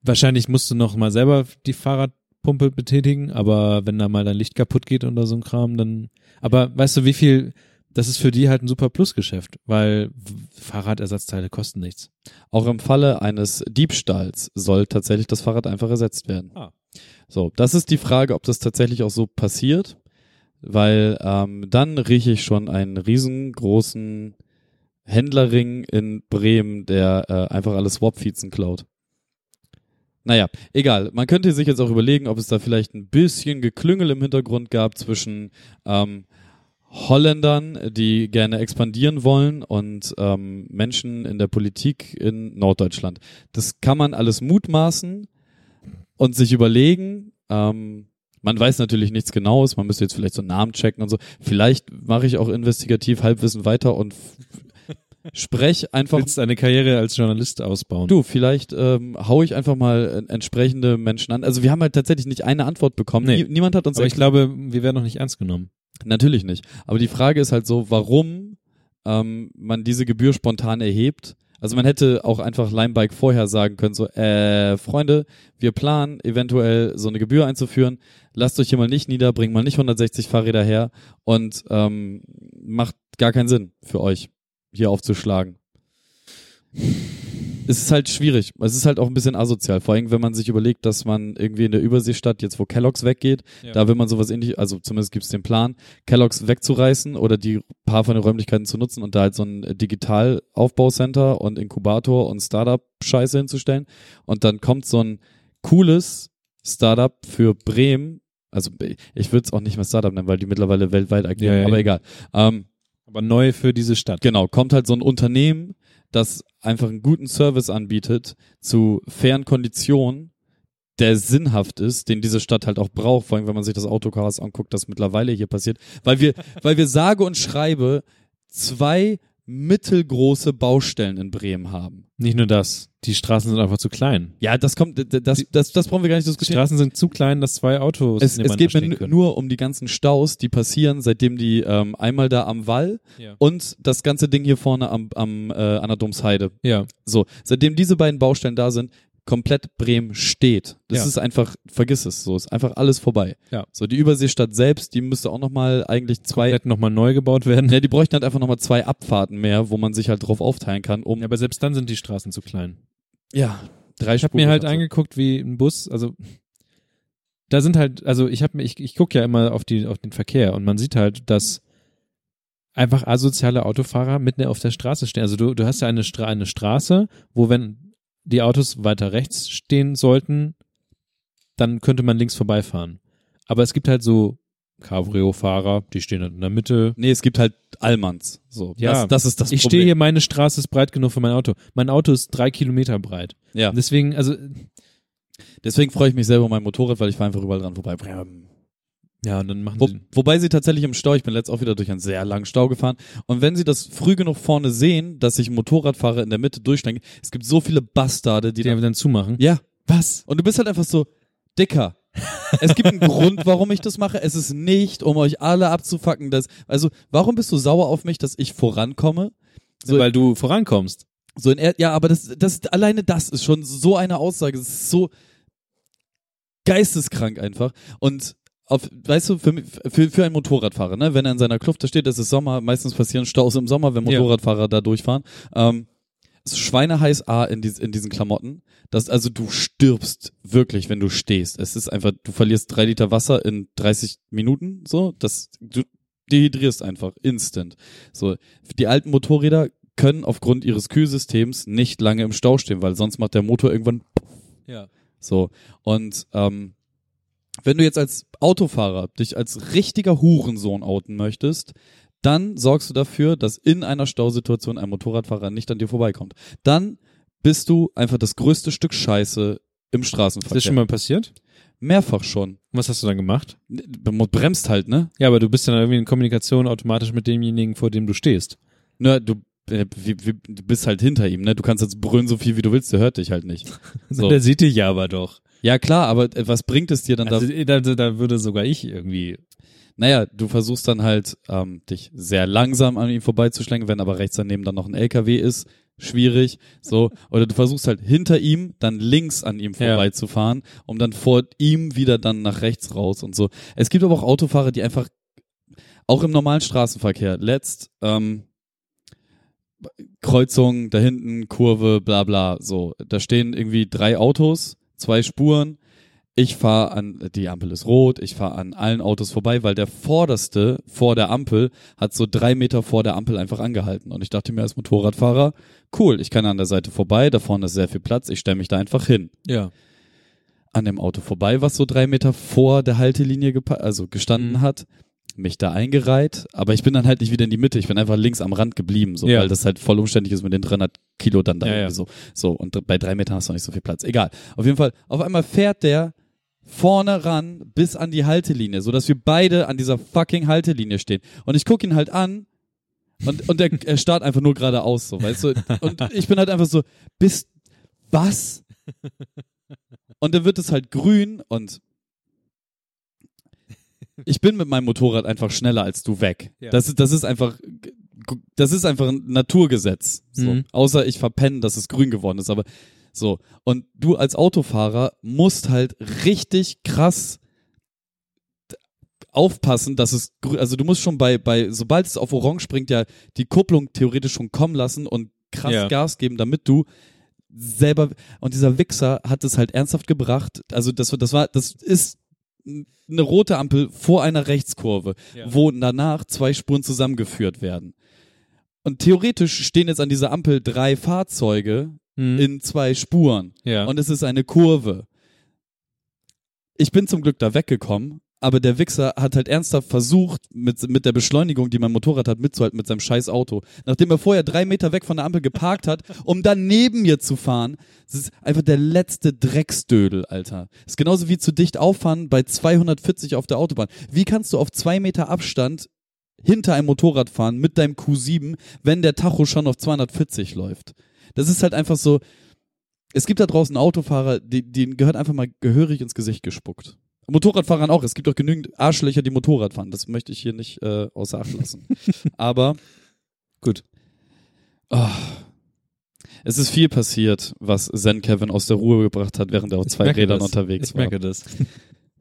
Speaker 2: wahrscheinlich musst du noch mal selber die Fahrradpumpe betätigen, aber wenn da mal dein Licht kaputt geht oder so ein Kram, dann. Aber weißt du, wie viel? Das ist für die halt ein super Plusgeschäft, weil Fahrradersatzteile kosten nichts.
Speaker 3: Auch im Falle eines Diebstahls soll tatsächlich das Fahrrad einfach ersetzt werden.
Speaker 2: Ah.
Speaker 3: So, das ist die Frage, ob das tatsächlich auch so passiert, weil ähm, dann rieche ich schon einen riesengroßen Händlerring in Bremen, der äh, einfach alle Swap-Feeds klaut. Naja, egal. Man könnte sich jetzt auch überlegen, ob es da vielleicht ein bisschen Geklüngel im Hintergrund gab zwischen ähm, Holländern, die gerne expandieren wollen und ähm, Menschen in der Politik in Norddeutschland. Das kann man alles mutmaßen und sich überlegen. Ähm, man weiß natürlich nichts Genaues, man müsste jetzt vielleicht so Namen checken und so. Vielleicht mache ich auch investigativ Halbwissen weiter und f- Sprech einfach.
Speaker 2: Willst deine Karriere als Journalist ausbauen?
Speaker 3: Du, vielleicht ähm, hau ich einfach mal äh, entsprechende Menschen an. Also wir haben halt tatsächlich nicht eine Antwort bekommen.
Speaker 2: Nee.
Speaker 3: Nie- Niemand hat uns
Speaker 2: Aber ich glaube, wir werden noch nicht ernst genommen.
Speaker 3: Natürlich nicht. Aber die Frage ist halt so, warum ähm, man diese Gebühr spontan erhebt. Also man hätte auch einfach Limebike vorher sagen können, so, äh, Freunde, wir planen eventuell so eine Gebühr einzuführen. Lasst euch hier mal nicht nieder, bringt mal nicht 160 Fahrräder her und ähm, macht gar keinen Sinn für euch, hier aufzuschlagen. Es ist halt schwierig. Es ist halt auch ein bisschen asozial. Vor allem, wenn man sich überlegt, dass man irgendwie in der Überseestadt, jetzt wo Kellogg's weggeht,
Speaker 2: Ja.
Speaker 3: da will man sowas ähnlich, also zumindest gibt es den Plan, Kellogg's wegzureißen oder die paar von den Räumlichkeiten zu nutzen und da halt so ein äh, Digitalaufbaucenter und Inkubator und Startup-Scheiße hinzustellen. Und dann kommt so ein cooles Startup für Bremen. Also ich würde es auch nicht mehr Startup nennen, weil die mittlerweile weltweit agieren,
Speaker 2: Ja, ja,
Speaker 3: aber
Speaker 2: ja.
Speaker 3: egal. Ähm,
Speaker 2: Aber neu für diese Stadt.
Speaker 3: Genau, kommt halt so ein Unternehmen, das einfach einen guten Service anbietet zu fairen Konditionen, der sinnhaft ist, den diese Stadt halt auch braucht, vor allem wenn man sich das Autochaos anguckt, das mittlerweile hier passiert, weil wir, weil wir sage und schreibe zwei mittelgroße Baustellen in Bremen haben.
Speaker 2: Nicht nur das. Die Straßen sind einfach zu klein.
Speaker 3: Ja, das kommt, d- d- das, das, das brauchen wir gar nicht
Speaker 2: Die
Speaker 3: diskutieren.
Speaker 2: Straßen sind zu klein, dass zwei Autos
Speaker 3: Es, es
Speaker 2: nebeneinander
Speaker 3: geht mir
Speaker 2: stehen
Speaker 3: nu-
Speaker 2: können.
Speaker 3: nur um die ganzen Staus, die passieren, seitdem die ähm, einmal da am Wall
Speaker 2: Ja.
Speaker 3: und das ganze Ding hier vorne am, am äh, an der Domsheide
Speaker 2: ja.
Speaker 3: So, seitdem diese beiden Baustellen da sind, komplett Bremen steht. Das
Speaker 2: Ja.
Speaker 3: ist einfach, vergiss es, so ist einfach alles vorbei.
Speaker 2: Ja.
Speaker 3: So, die Überseestadt selbst, die müsste auch nochmal eigentlich zwei,
Speaker 2: Hätten nochmal neu gebaut werden.
Speaker 3: ne, die bräuchten halt einfach nochmal zwei Abfahrten mehr, wo man sich halt drauf aufteilen kann, um,
Speaker 2: Ja, aber selbst dann sind die Straßen zu klein.
Speaker 3: ja, drei
Speaker 2: Ich habe mir halt angeguckt, wie ein Bus, also da sind halt, also ich habe mir, ich, ich gucke ja immer auf die, auf den Verkehr und man sieht halt, dass einfach asoziale Autofahrer mitten auf der Straße stehen. Also du, du hast ja eine, Stra eine Straße, wo wenn die Autos weiter rechts stehen sollten, dann könnte man links vorbeifahren. Aber es gibt halt so Cabrio-Fahrer, die stehen halt in der Mitte.
Speaker 3: Nee, es gibt halt Allmanns, so.
Speaker 2: Ja.
Speaker 3: Das, das ist das
Speaker 2: Ich
Speaker 3: Problem.
Speaker 2: stehe hier, meine Straße ist breit genug für mein Auto. Mein Auto ist drei Kilometer breit.
Speaker 3: Ja.
Speaker 2: Deswegen, also
Speaker 3: Deswegen freue ich mich selber um mein Motorrad, weil ich fahre einfach überall dran vorbei.
Speaker 2: ja, und dann machen
Speaker 3: Wo,
Speaker 2: sie
Speaker 3: wobei sie tatsächlich im Stau, ich bin letztens auch wieder durch einen sehr langen Stau gefahren. Und wenn sie das früh genug vorne sehen, dass sich ein Motorradfahrer in der Mitte durchsteigen, es gibt so viele Bastarde, die
Speaker 2: die
Speaker 3: dann,
Speaker 2: einfach dann zumachen.
Speaker 3: ja.
Speaker 2: Was?
Speaker 3: Und du bist halt einfach so, Dicker. es gibt einen Grund, warum ich das mache. Es ist nicht, um euch alle abzufacken. Dass, also, warum bist du sauer auf mich, dass ich vorankomme? So,
Speaker 2: Weil du vorankommst.
Speaker 3: so in er ja, aber das, das, alleine das ist schon so eine Aussage. Es ist so geisteskrank einfach. Und auf, weißt du, für, mich- für, für einen Motorradfahrer, ne, wenn er in seiner Kluft da steht, es ist Sommer, meistens passieren Staus im Sommer, wenn
Speaker 2: Ja.
Speaker 3: Motorradfahrer da durchfahren. Ähm, es ist schweineheiß A in, dies, in diesen Klamotten. Das, also du stirbst wirklich, wenn du stehst. Es ist einfach, du verlierst drei Liter Wasser in 30 Minuten, so. Das, du dehydrierst einfach, instant. So, die alten Motorräder können aufgrund ihres Kühlsystems nicht lange im Stau stehen, weil sonst macht der Motor irgendwann
Speaker 2: Ja.
Speaker 3: so. Und ähm, wenn du jetzt als Autofahrer dich als richtiger Hurensohn outen möchtest, dann sorgst du dafür, dass in einer Stausituation ein Motorradfahrer nicht an dir vorbeikommt. Dann bist du einfach das größte Stück Scheiße im
Speaker 2: Ist
Speaker 3: Straßenverkehr.
Speaker 2: das schon mal passiert?
Speaker 3: Mehrfach schon.
Speaker 2: Was hast du dann gemacht?
Speaker 3: Du bremst halt, ne?
Speaker 2: Ja, aber du bist dann irgendwie in Kommunikation automatisch mit demjenigen, vor dem du stehst.
Speaker 3: Na, du, äh, wie, wie, du bist halt hinter ihm, ne? Du kannst jetzt brüllen so viel, wie du willst, der hört dich halt nicht. So.
Speaker 2: Der sieht dich ja aber doch.
Speaker 3: Ja, klar, aber äh, was bringt es dir dann da?
Speaker 2: Also, da, da, da würde sogar ich irgendwie.
Speaker 3: Naja, du versuchst dann halt, ähm, dich sehr langsam an ihm vorbeizuschlängen, wenn aber rechts daneben dann noch ein LKW ist, schwierig, so. Oder du versuchst halt hinter ihm, dann links an ihm
Speaker 2: Ja.
Speaker 3: vorbeizufahren, um dann vor ihm wieder dann nach rechts raus und so. Es gibt aber auch Autofahrer, die einfach, auch im normalen Straßenverkehr, letzt, ähm, Kreuzung, da hinten, Kurve, bla bla, so. Da stehen irgendwie drei Autos, zwei Spuren. Ich fahre an, die Ampel ist rot, ich fahre an allen Autos vorbei, weil der vorderste vor der Ampel hat so drei Meter vor der Ampel einfach angehalten. Und ich dachte mir als Motorradfahrer, cool, ich kann an der Seite vorbei, da vorne ist sehr viel Platz, ich stelle mich da einfach hin.
Speaker 2: Ja.
Speaker 3: An dem Auto vorbei, was so drei Meter vor der Haltelinie gepa- also gestanden
Speaker 2: Mhm.
Speaker 3: hat, mich da eingereiht, aber ich bin dann halt nicht wieder in die Mitte, ich bin einfach links am Rand geblieben, so,
Speaker 2: Ja.
Speaker 3: weil das halt voll umständlich ist mit den 300 Kilo dann da
Speaker 2: Ja,
Speaker 3: irgendwie
Speaker 2: ja.
Speaker 3: so. So, und dr- bei drei Metern hast du noch nicht so viel Platz. Egal. Auf jeden Fall, auf einmal fährt der vorne ran bis an die Haltelinie, sodass wir beide an dieser fucking Haltelinie stehen. Und ich gucke ihn halt an Und, und der, er starrt einfach nur geradeaus, so, weißt du? Und ich bin halt einfach so, bist, was? Und dann wird es halt grün und ich bin mit meinem Motorrad einfach schneller als du weg.
Speaker 2: Ja.
Speaker 3: Das, ist- das ist einfach, das ist einfach ein Naturgesetz. So.
Speaker 2: Mhm.
Speaker 3: Außer ich verpenne, dass es grün geworden ist, aber so. Und du als Autofahrer musst halt richtig krass aufpassen, dass es grü- also du musst schon bei bei sobald es auf orange springt ja die Kupplung theoretisch schon kommen lassen und krass
Speaker 2: Ja.
Speaker 3: Gas geben, damit du selber und dieser Wichser hat es halt ernsthaft gebracht. Also das das war das ist eine rote Ampel vor einer Rechtskurve,
Speaker 2: Ja.
Speaker 3: wo danach zwei Spuren zusammengeführt werden. Und theoretisch stehen jetzt an dieser Ampel drei Fahrzeuge
Speaker 2: Mhm.
Speaker 3: in zwei Spuren
Speaker 2: ja.
Speaker 3: und es ist eine Kurve. Ich bin zum Glück da weggekommen, aber der Wichser hat halt ernsthaft versucht, mit, mit der Beschleunigung, die mein Motorrad hat, mitzuhalten mit seinem scheiß Auto. Nachdem er vorher drei Meter weg von der Ampel geparkt hat, um dann neben mir zu fahren. Das ist einfach der letzte Drecksdödel, Alter. Das ist genauso wie zu dicht auffahren bei 240 auf der Autobahn. Wie kannst du auf zwei Meter Abstand hinter einem Motorrad fahren mit deinem Q7, wenn der Tacho schon auf 240 läuft? Das ist halt einfach so, es gibt da draußen Autofahrer, die, denen gehört einfach mal gehörig ins Gesicht gespuckt. Motorradfahrern auch. Es gibt auch genügend Arschlöcher, die Motorrad fahren. Das möchte ich hier nicht äh, außer Acht lassen. Aber gut. Ah. es ist viel passiert, was Zen Kevin aus der Ruhe gebracht hat, während er auf
Speaker 2: Ich
Speaker 3: zwei
Speaker 2: merke
Speaker 3: Rädern
Speaker 2: das.
Speaker 3: unterwegs
Speaker 2: Ich
Speaker 3: war.
Speaker 2: merke das.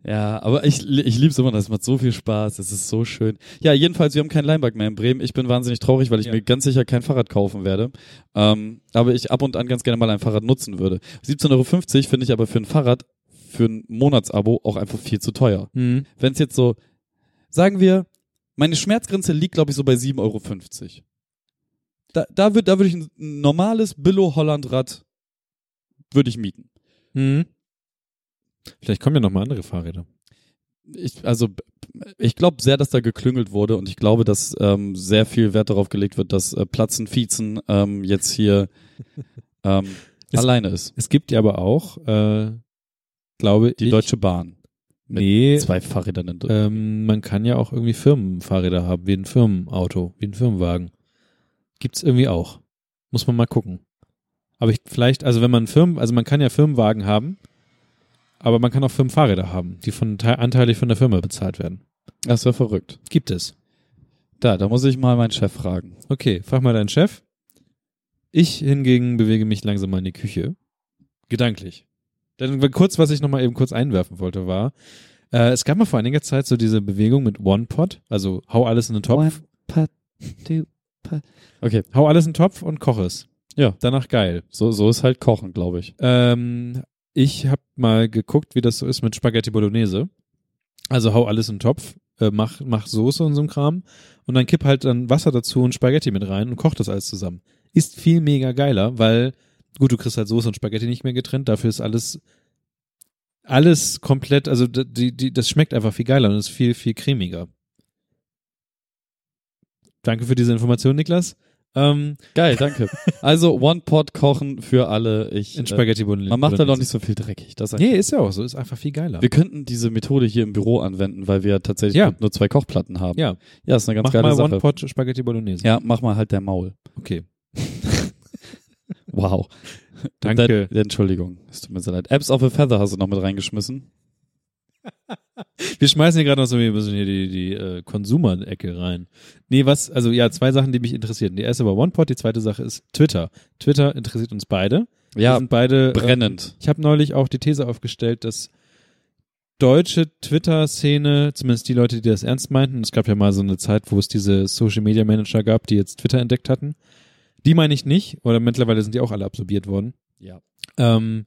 Speaker 3: Ja, aber ich, ich lieb's immer, das macht so viel Spaß, es ist so schön. Ja, jedenfalls, wir haben keinen Leinberg mehr in Bremen. Ich bin wahnsinnig traurig, weil ich
Speaker 2: Ja.
Speaker 3: mir ganz sicher kein Fahrrad kaufen werde. Ähm, aber ich ab und an ganz gerne mal ein Fahrrad nutzen würde. 17,50 Euro finde ich aber für ein Fahrrad, für ein Monatsabo auch einfach viel zu teuer.
Speaker 2: Mhm.
Speaker 3: Wenn's jetzt so, sagen wir, meine Schmerzgrenze liegt, glaube ich, so bei 7,50 Euro. Da, da würde da würd ich ein normales Billo-Holland-Rad, würde ich mieten.
Speaker 2: Mhm. Vielleicht kommen ja noch mal andere Fahrräder.
Speaker 3: ich, also b- ich glaube sehr, dass da geklüngelt wurde und ich glaube, dass ähm, sehr viel Wert darauf gelegt wird, dass äh, Platzen Fiezen ähm, jetzt hier ähm,
Speaker 2: Es-
Speaker 3: alleine ist.
Speaker 2: Es gibt ja aber auch, äh, glaube
Speaker 3: Die
Speaker 2: ich, Äh,
Speaker 3: Deutsche Bahn. mit
Speaker 2: nee,
Speaker 3: Zwei Fahrräder dann drin.
Speaker 2: ähm, man kann ja auch irgendwie Firmenfahrräder haben, wie ein Firmenauto, wie ein Firmenwagen. Gibt's irgendwie auch. Muss man mal gucken. Aber ich vielleicht, also wenn man Firmen, also man kann ja Firmenwagen haben, aber man kann auch Firmenfahrräder haben, die von te- anteilig von der Firma bezahlt werden.
Speaker 3: Das wäre verrückt.
Speaker 2: Gibt es.
Speaker 3: Da, da muss ich mal meinen Chef fragen.
Speaker 2: Okay, frag mal deinen Chef. Ich hingegen bewege mich langsam mal in die Küche. Gedanklich. Dann kurz, was ich nochmal eben kurz einwerfen wollte, war, äh, es gab mal vor einiger Zeit so diese Bewegung mit One Pot, also hau alles in den Topf,
Speaker 3: One pot, two pot. Okay,
Speaker 2: hau alles in den Topf und koch es.
Speaker 3: Ja.
Speaker 2: Danach geil.
Speaker 3: so, so ist halt Kochen, glaube ich.
Speaker 2: Ähm, ich habe mal geguckt, wie das so ist mit Spaghetti Bolognese. Also hau alles in den Topf, äh, mach, mach Soße und so'n Kram und dann kipp halt dann Wasser dazu und Spaghetti mit rein und koch das alles zusammen. Ist viel mega geiler, weil gut, du kriegst halt Soße und Spaghetti nicht mehr getrennt, dafür ist alles alles komplett, also d- die, die, das schmeckt einfach viel geiler und ist viel, viel cremiger. Danke für diese Information, Niklas. Ähm,
Speaker 3: Geil, danke. also One Pot kochen für alle. Ich,
Speaker 2: in
Speaker 3: äh,
Speaker 2: Spaghetti Bolognese.
Speaker 3: man macht da doch nicht so viel dreckig. Das ist
Speaker 2: Nee, ist ja auch so, ist einfach viel geiler.
Speaker 3: Wir könnten diese Methode hier im Büro anwenden, weil wir tatsächlich
Speaker 2: Ja.
Speaker 3: nur zwei Kochplatten haben.
Speaker 2: Ja.
Speaker 3: ja ist eine ganz
Speaker 2: Mach
Speaker 3: geile
Speaker 2: mal
Speaker 3: Sache.
Speaker 2: One-Pot Spaghetti Bolognese.
Speaker 3: ja, mach mal halt der Maul.
Speaker 2: Okay.
Speaker 3: Wow.
Speaker 2: Danke.
Speaker 3: Da, Entschuldigung, es tut mir sehr leid. Apps of a Feather hast du noch mit reingeschmissen.
Speaker 2: Wir schmeißen hier gerade noch so ein bisschen hier die, die äh, Konsumer-Ecke rein. Nee, was, also ja, zwei Sachen, die mich interessieren. Die erste war One-Pot, die zweite Sache ist Twitter. Twitter interessiert uns beide. Wir
Speaker 3: Ja,
Speaker 2: sind beide.
Speaker 3: brennend.
Speaker 2: Ich habe neulich auch die These aufgestellt, dass deutsche Twitter-Szene, zumindest die Leute, die das ernst meinten, es gab ja mal so eine Zeit, wo es diese Social-Media-Manager gab, die jetzt Twitter entdeckt hatten. Die meine ich nicht, oder mittlerweile sind die auch alle absorbiert worden.
Speaker 3: Ja.
Speaker 2: Ähm,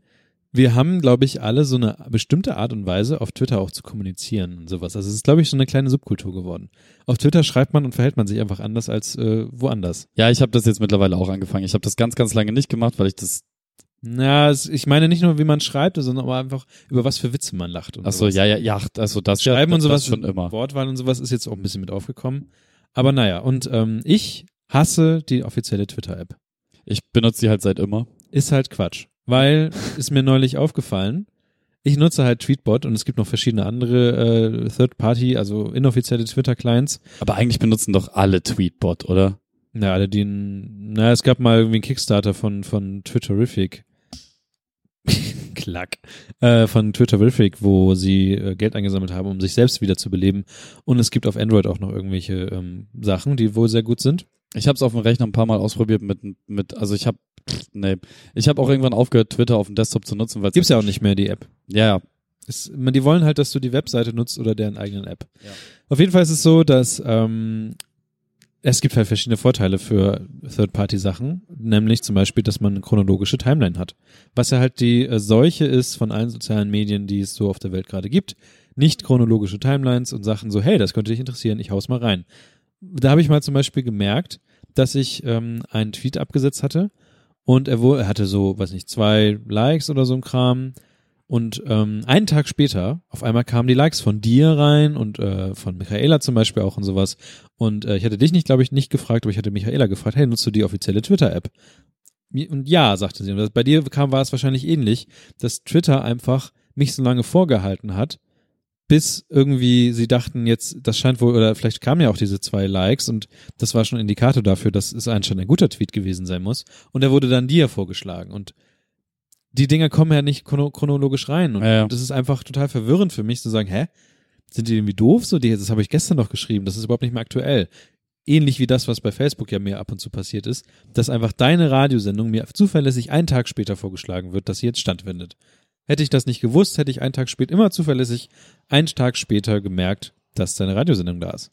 Speaker 2: wir haben, glaube ich, alle so eine bestimmte Art und Weise, auf Twitter auch zu kommunizieren und sowas. Also es ist, glaube ich, so eine kleine Subkultur geworden. Auf Twitter schreibt man und verhält man sich einfach anders als äh, woanders.
Speaker 3: Ja, ich habe das jetzt mittlerweile auch angefangen. Ich habe das ganz, ganz lange nicht gemacht, weil ich das.
Speaker 2: Na, es, ich meine nicht nur, wie man schreibt, sondern auch einfach, über was für Witze man lacht. Und
Speaker 3: Ach so,
Speaker 2: sowas.
Speaker 3: ja, ja, ja, ach, also das
Speaker 2: Schreiben
Speaker 3: ja,
Speaker 2: und sowas
Speaker 3: das schon immer.
Speaker 2: Wortwahl und sowas ist jetzt auch ein bisschen mit aufgekommen. Aber naja, und ähm, ich hasse die offizielle Twitter-App.
Speaker 3: Ich benutze die halt seit immer.
Speaker 2: Ist halt Quatsch. Weil ist mir neulich aufgefallen, ich nutze halt Tweetbot und es gibt noch verschiedene andere äh, Third-Party, also inoffizielle Twitter-Clients.
Speaker 3: Aber eigentlich benutzen doch alle Tweetbot, oder?
Speaker 2: Ja, alle, die. n- Na, es gab mal irgendwie einen Kickstarter von, von Twitterific. Klack. Äh, von Twitterific, wo sie äh, Geld eingesammelt haben, um sich selbst wieder zu beleben. Und es gibt auf Android auch noch irgendwelche ähm, Sachen, die wohl sehr gut sind.
Speaker 3: Ich habe es auf dem Rechner ein paar Mal ausprobiert mit, mit also ich habe, nee, ich habe auch irgendwann aufgehört, Twitter auf dem Desktop zu nutzen, weil
Speaker 2: Gibt's ja auch nicht mehr, die App.
Speaker 3: Ja, ja.
Speaker 2: Es, man, die wollen halt, dass du die Webseite nutzt oder deren eigenen App.
Speaker 3: Ja.
Speaker 2: Auf jeden Fall ist es so, dass ähm, es gibt halt verschiedene Vorteile für Third-Party-Sachen, nämlich zum Beispiel, dass man eine chronologische Timeline hat, was ja halt die äh, Seuche ist von allen sozialen Medien, die es so auf der Welt gerade gibt. Nicht chronologische Timelines und Sachen so, hey, das könnte dich interessieren, ich hau's mal rein. Da habe ich mal zum Beispiel gemerkt, dass ich ähm, einen Tweet abgesetzt hatte und er, wo, er hatte so, weiß nicht, zwei Likes oder so ein Kram. Und ähm, einen Tag später, auf einmal kamen die Likes von dir rein und äh, von Michaela zum Beispiel auch und sowas. Und äh, ich hatte dich nicht, glaube ich, nicht gefragt, aber ich hatte Michaela gefragt, hey, nutzt du die offizielle Twitter-App? Mi- Und ja, sagte sie. Und das, bei dir kam, war es wahrscheinlich ähnlich, dass Twitter einfach mich so lange vorgehalten hat, bis irgendwie sie dachten, jetzt, das scheint wohl, oder vielleicht kamen ja auch diese zwei Likes und das war schon ein Indikator dafür, dass es anscheinend ein guter Tweet gewesen sein muss. Und er wurde dann dir vorgeschlagen. Und die Dinger kommen ja nicht chrono chronologisch rein. Und
Speaker 3: Ja, ja.
Speaker 2: das ist einfach total verwirrend für mich zu sagen, hä? Sind die irgendwie doof? So, die, das habe ich gestern noch geschrieben, das ist überhaupt nicht mehr aktuell. Ähnlich wie das, was bei Facebook ja mir ab und zu passiert ist, dass einfach deine Radiosendung mir zuverlässig einen Tag später vorgeschlagen wird, dass sie jetzt stattfindet. Hätte ich das nicht gewusst, hätte ich einen Tag später immer zuverlässig einen Tag später gemerkt, dass deine Radiosendung da ist.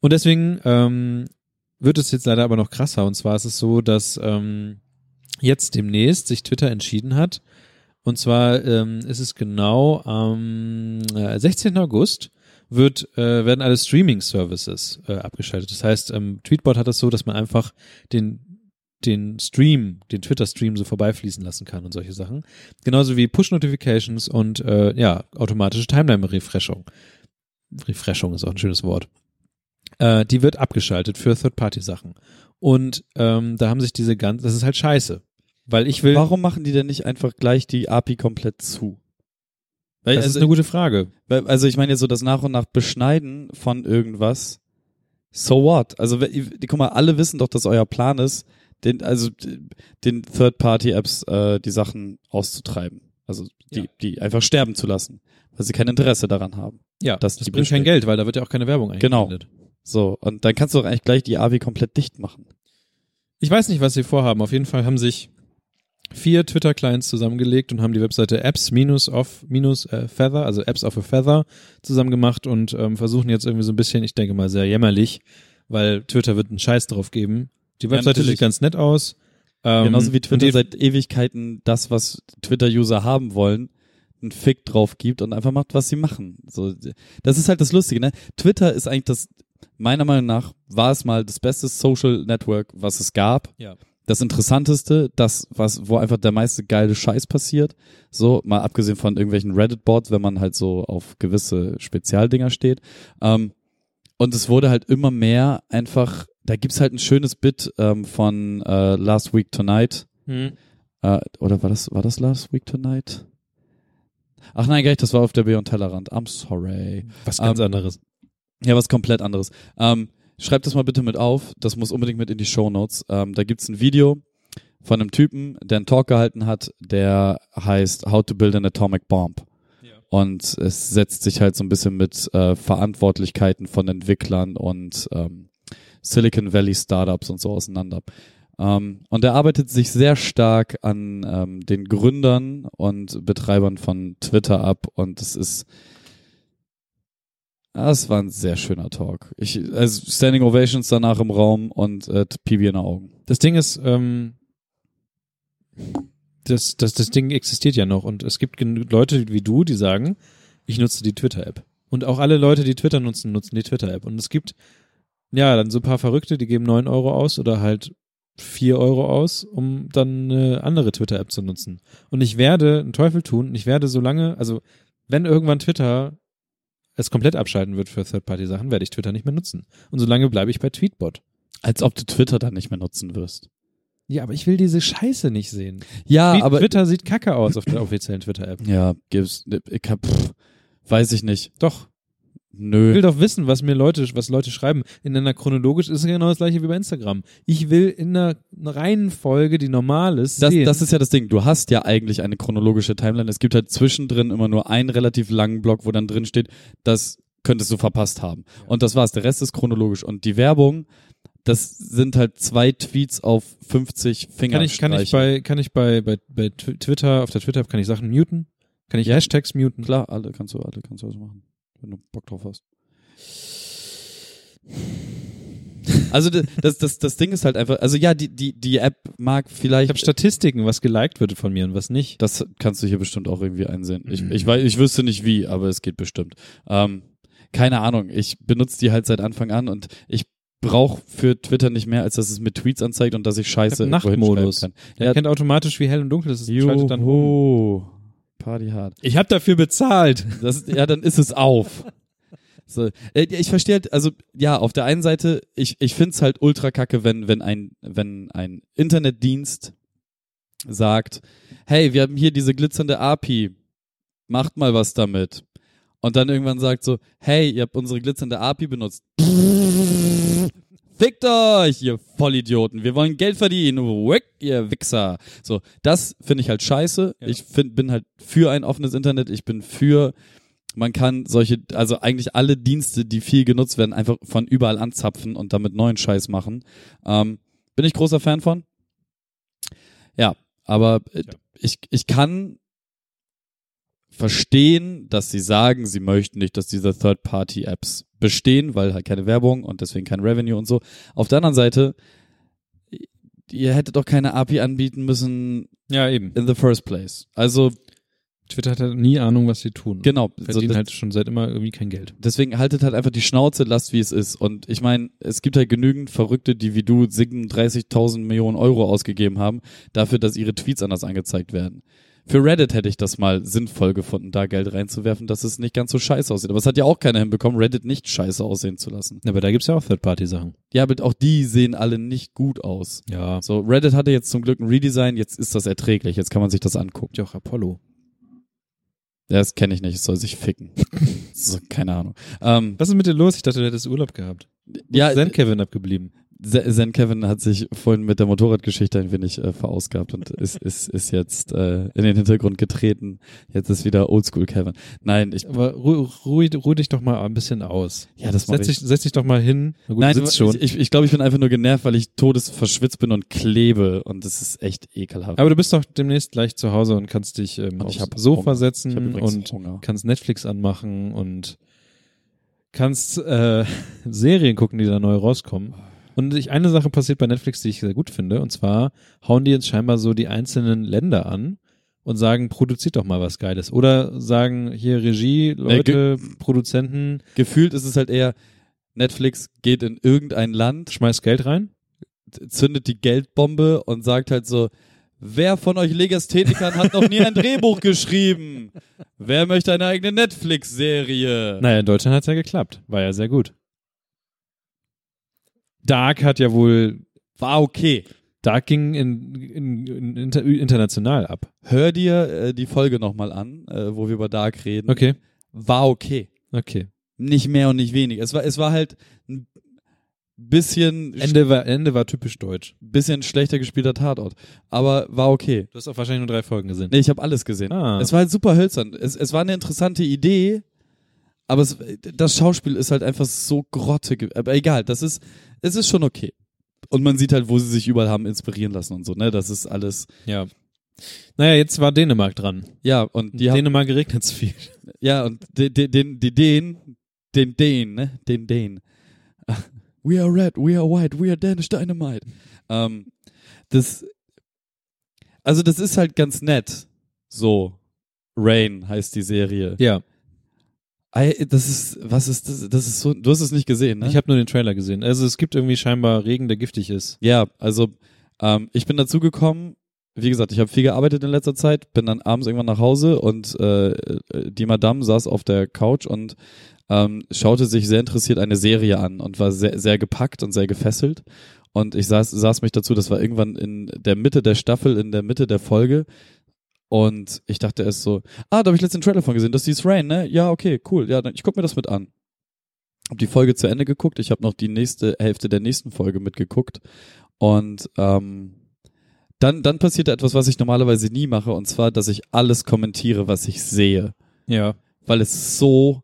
Speaker 2: Und deswegen ähm, wird es jetzt leider aber noch krasser. Und zwar ist es so, dass ähm, jetzt demnächst sich Twitter entschieden hat. Und zwar ähm, ist es genau am äh, 16. August wird, äh, werden alle Streaming-Services äh, abgeschaltet. Das heißt, ähm, Tweetbot hat das so, dass man einfach den, den Stream, den Twitter-Stream so vorbeifließen lassen kann und solche Sachen. Genauso wie Push-Notifications und äh, ja, automatische Timeline-Refreshung. Refreshung ist auch ein schönes Wort. Äh, die wird abgeschaltet für Third-Party-Sachen. Und ähm, da haben sich diese ganz, das ist halt scheiße. Weil ich will,
Speaker 3: Warum machen die denn nicht einfach gleich die API komplett zu? Weil,
Speaker 2: das ist
Speaker 3: also,
Speaker 2: eine gute Frage.
Speaker 3: weil, also ich meine jetzt so das nach und nach Beschneiden von irgendwas. So what? Also we- die- guck mal, alle wissen doch, dass euer Plan ist, den also d- den Third-Party-Apps äh, die Sachen auszutreiben, also die
Speaker 2: Ja.
Speaker 3: die einfach sterben zu lassen, weil sie kein Interesse daran haben.
Speaker 2: Ja,
Speaker 3: dass
Speaker 2: das,
Speaker 3: die
Speaker 2: bringt kein
Speaker 3: bestellen.
Speaker 2: Geld, weil da wird ja auch keine Werbung
Speaker 3: Genau.
Speaker 2: eingeblendet. Genau.
Speaker 3: So und dann kannst du doch eigentlich gleich die API komplett dicht machen.
Speaker 2: Ich weiß nicht, was sie vorhaben. Auf jeden Fall haben sich vier Twitter-Clients zusammengelegt und haben die Webseite apps minus of minus äh, feather, also apps of a feather zusammen gemacht und ähm, versuchen jetzt irgendwie so ein bisschen, ich denke mal sehr jämmerlich, weil Twitter wird einen Scheiß drauf geben. Die Webseite
Speaker 3: natürlich.
Speaker 2: sieht ganz nett aus. Ähm,
Speaker 3: Genauso wie
Speaker 2: und
Speaker 3: Twitter
Speaker 2: die-
Speaker 3: seit Ewigkeiten das, was Twitter-User haben wollen, einen Fick drauf gibt und einfach macht, was sie machen. So, das ist halt das Lustige, ne? Twitter ist eigentlich das, meiner Meinung nach, war es mal das beste Social Network, was es gab.
Speaker 2: Ja.
Speaker 3: Das Interessanteste, das, was, wo einfach der meiste geile Scheiß passiert. So, mal abgesehen von irgendwelchen Reddit-Boards, wenn man halt so auf gewisse Spezialdinger steht. Ähm, und es wurde halt immer mehr einfach, da gibt's halt ein schönes Bit ähm, von äh, Last Week Tonight,
Speaker 2: Hm.
Speaker 3: äh, oder war das, war das Last Week Tonight? Ach nein, gar nicht, das war auf der Beyond Tellerrand. I'm sorry.
Speaker 2: was ganz
Speaker 3: Ähm,
Speaker 2: anderes.
Speaker 3: Ja, was komplett anderes. Ähm, schreibt das mal bitte mit auf. Das muss unbedingt mit in die Show Notes. Ähm, da gibt's ein Video von einem Typen, der einen Talk gehalten hat, der heißt How to Build an Atomic Bomb. Und es setzt sich halt so ein bisschen mit äh, Verantwortlichkeiten von Entwicklern und ähm, Silicon Valley Startups und so auseinander. Ähm, und er arbeitet sich sehr stark an ähm, den Gründern und Betreibern von Twitter ab und es ist ah, es war ein sehr schöner Talk. Ich, also Standing Ovations danach im Raum und äh, PB in den Augen.
Speaker 2: Das Ding ist, ähm, das, das, das Ding existiert ja noch und es gibt genü- Leute wie du, die sagen, ich nutze die Twitter-App. Und auch alle Leute, die Twitter nutzen, nutzen die Twitter-App. Und es gibt, ja, dann so ein paar Verrückte, die geben 9 Euro aus oder halt 4 Euro aus, um dann eine andere Twitter-App zu nutzen. Und ich werde einen Teufel tun und ich werde so lange, also wenn irgendwann Twitter es komplett abschalten wird für Third-Party-Sachen, werde ich Twitter nicht mehr nutzen. Und solange bleibe ich bei Tweetbot.
Speaker 3: Als ob du Twitter dann nicht mehr nutzen wirst.
Speaker 2: Ja, aber ich will diese Scheiße nicht sehen.
Speaker 3: Ja,
Speaker 2: Tweet-
Speaker 3: Ah, aber
Speaker 2: Twitter sieht kacke
Speaker 3: ne,
Speaker 2: aus auf der offiziellen Twitter-App.
Speaker 3: ja, gibt's, ich hab, pff, weiß ich nicht.
Speaker 2: Doch. Ich
Speaker 3: Nö.
Speaker 2: will doch wissen, was mir Leute, was Leute schreiben. In einer chronologisch ist es genau das gleiche wie bei Instagram. Ich will in einer Reihenfolge, die normal ist,
Speaker 3: Das,
Speaker 2: sehen.
Speaker 3: das ist ja das Ding. Du hast ja eigentlich eine chronologische Timeline. Es gibt halt zwischendrin immer nur einen relativ langen Block, wo dann drin steht, das könntest du verpasst haben. Und das war's. Der Rest ist chronologisch. Und die Werbung, das sind halt zwei Tweets auf 50 Finger.
Speaker 2: kann ich, kann ich bei, kann ich bei, bei, bei Tw- Twitter, auf der Twitter-App kann ich Sachen muten? Kann ich Hashtags muten?
Speaker 3: Klar, alle kannst du, alle kannst du was machen, wenn du Bock drauf hast. Also d- das, das, das Ding ist halt einfach, also ja, die, die, die App mag
Speaker 2: Ich
Speaker 3: vielleicht.
Speaker 2: habe Statistiken, was geliked wird von mir und was nicht.
Speaker 3: das kannst du hier bestimmt auch irgendwie einsehen. Ich, ich, weiß, ich wüsste nicht wie, aber es geht bestimmt. Ähm, keine Ahnung, ich benutze die halt seit Anfang an und ich brauche für Twitter nicht mehr, als dass es mit Tweets anzeigt und dass ich Scheiße
Speaker 2: Ich hab
Speaker 3: irgendwo hinschreiben
Speaker 2: Nachtmodus.
Speaker 3: kann.
Speaker 2: Er kennt automatisch, wie hell und dunkel es ist. und Schaltet dann um.
Speaker 3: Juhu. Party hard.
Speaker 2: Ich habe dafür bezahlt.
Speaker 3: Das, ist- ja, dann ist es auf. So, äh, ich verstehe halt, also ja, auf der einen Seite, ich, ich find's halt ultra kacke, wenn, wenn, ein, wenn ein Internetdienst sagt, hey, wir haben hier diese glitzernde API, macht mal was damit. Und dann irgendwann sagt so, hey, ihr habt unsere glitzernde API benutzt. Fickt euch, ihr Vollidioten. Wir wollen Geld verdienen. Wick, ihr Wichser. So, das finde ich halt scheiße.
Speaker 2: Ja.
Speaker 3: Ich find, bin halt für ein offenes Internet. Ich bin für, man kann solche, also eigentlich alle Dienste, die viel genutzt werden, einfach von überall anzapfen und damit neuen Scheiß machen. Ähm, bin ich großer Fan von. Ja, aber äh,
Speaker 2: Tja.
Speaker 3: ich, ich kann verstehen, dass sie sagen, sie möchten nicht, dass diese Third-Party-Apps bestehen, weil halt keine Werbung und deswegen kein Revenue und so. Auf der anderen Seite, ihr hättet doch keine API anbieten müssen
Speaker 2: Ja, eben.
Speaker 3: in the first place. Also
Speaker 2: Twitter hat halt nie Ahnung, was sie tun.
Speaker 3: genau, so
Speaker 2: Verdienen
Speaker 3: das-
Speaker 2: halt schon seit immer irgendwie kein Geld.
Speaker 3: deswegen haltet halt einfach die Schnauze, lasst wie es ist. Und ich meine, es gibt halt genügend Verrückte, die wie du 37.000 Millionen Euro ausgegeben haben, dafür, dass ihre Tweets anders angezeigt werden. Für Reddit hätte ich das mal sinnvoll gefunden, da Geld reinzuwerfen, dass es nicht ganz so scheiße aussieht. Aber es hat ja auch keiner hinbekommen, Reddit nicht scheiße aussehen zu lassen.
Speaker 2: Aber da gibt's ja auch Third-Party-Sachen.
Speaker 3: Ja, aber auch die sehen alle nicht gut aus.
Speaker 2: Ja.
Speaker 3: So, Reddit hatte jetzt zum Glück ein Redesign, jetzt ist das erträglich, jetzt kann man sich das angucken.
Speaker 2: Gibt ja auch Apollo.
Speaker 3: Ja, das kenne ich nicht, es soll sich ficken. so, keine Ahnung. Ähm,
Speaker 2: Was ist mit dir los? Ich dachte, du hättest Urlaub gehabt.
Speaker 3: ja,
Speaker 2: Zen Kevin abgeblieben.
Speaker 3: Zen Zen Kevin hat sich vorhin mit der Motorradgeschichte ein wenig äh, verausgabt und ist, ist, ist jetzt äh, in den Hintergrund getreten. Jetzt ist wieder Oldschool Kevin. Nein, ich,
Speaker 2: Aber ruh, ruh, ruh dich doch mal ein bisschen aus.
Speaker 3: ja, das mach
Speaker 2: Setz
Speaker 3: ich.
Speaker 2: dich, setz dich doch mal hin. Na gut,
Speaker 3: Nein,
Speaker 2: du sitzt schon.
Speaker 3: ich, ich, ich glaube, ich bin einfach nur genervt, weil ich todesverschwitzt bin und klebe und das ist echt ekelhaft.
Speaker 2: aber du bist doch demnächst gleich zu Hause und kannst dich ähm,
Speaker 3: Und
Speaker 2: aufs
Speaker 3: ich hab
Speaker 2: Sofa
Speaker 3: Hunger. ich habe
Speaker 2: setzen
Speaker 3: übrigens
Speaker 2: und
Speaker 3: Hunger.
Speaker 2: kannst Netflix anmachen und kannst äh, Serien gucken, die da neu rauskommen. Und ich, eine Sache passiert bei Netflix, die ich sehr gut finde, und zwar hauen die jetzt scheinbar so die einzelnen Länder an und sagen, produziert doch mal was Geiles. Oder sagen hier Regie, Leute, Produzenten,
Speaker 3: Gefühlt ist es halt eher, Netflix geht in irgendein Land,
Speaker 2: schmeißt Geld rein.
Speaker 3: zündet die Geldbombe und sagt halt so, wer von euch Legasthenikern hat noch nie ein Drehbuch geschrieben? Wer möchte eine eigene Netflix-Serie?
Speaker 2: Naja, in Deutschland hat's ja geklappt. War ja sehr gut. Dark hat ja wohl,
Speaker 3: War okay.
Speaker 2: Dark ging in, in, in, inter, international ab.
Speaker 3: Hör dir äh, die Folge nochmal an, äh, wo wir über Dark reden.
Speaker 2: Okay,
Speaker 3: War okay.
Speaker 2: okay.
Speaker 3: Nicht mehr und nicht weniger. Es war, es war halt ein bisschen,
Speaker 2: Ende war, Ende war typisch deutsch.
Speaker 3: bisschen schlechter gespielter Tatort. Aber war okay.
Speaker 2: Du hast auch wahrscheinlich nur drei Folgen gesehen.
Speaker 3: Nee, ich habe alles gesehen.
Speaker 2: Ah.
Speaker 3: Es war halt super hölzern. Es, es war eine interessante Idee, aber es, das Schauspiel ist halt einfach so grotte. ge- Aber egal, das ist, es ist schon okay. Und man sieht halt, wo sie sich überall haben inspirieren lassen und so, ne? Das ist alles.
Speaker 2: Ja. Naja, jetzt war Dänemark dran.
Speaker 3: Ja, und die
Speaker 2: In
Speaker 3: haben,
Speaker 2: Dänemark regnet es viel.
Speaker 3: ja, und den, den, die den, den, den, ne? Den, den. We are red, we are white, we are Danish Dynamite. Ähm, das, also das ist halt ganz nett. So. Rain heißt die Serie.
Speaker 2: Ja,
Speaker 3: Ei, das ist, was ist das? Das ist so, du hast es nicht gesehen, ne?
Speaker 2: ich habe nur den Trailer gesehen. Also es gibt irgendwie scheinbar Regen, der giftig ist.
Speaker 3: ja, also ähm, ich bin dazu gekommen, wie gesagt, ich habe viel gearbeitet in letzter Zeit, bin dann abends irgendwann nach Hause und äh, äh, die Madame saß auf der Couch und ähm, schaute sich sehr interessiert eine Serie an und war sehr, sehr gepackt und sehr gefesselt. Und ich saß, saß mich dazu, das war irgendwann in der Mitte der Staffel, in der Mitte der Folge. Und ich dachte erst so, ah, da habe ich letzten Trailer von gesehen, das ist dieses Rain, ne? Ja, okay, cool. Ja, dann, ich guck mir das mit an. Hab die Folge zu Ende geguckt. Ich habe noch die nächste Hälfte der nächsten Folge mitgeguckt. Und ähm, dann, dann passierte etwas, was ich normalerweise nie mache, und zwar, dass ich alles kommentiere, was ich sehe.
Speaker 2: Ja.
Speaker 3: Weil es so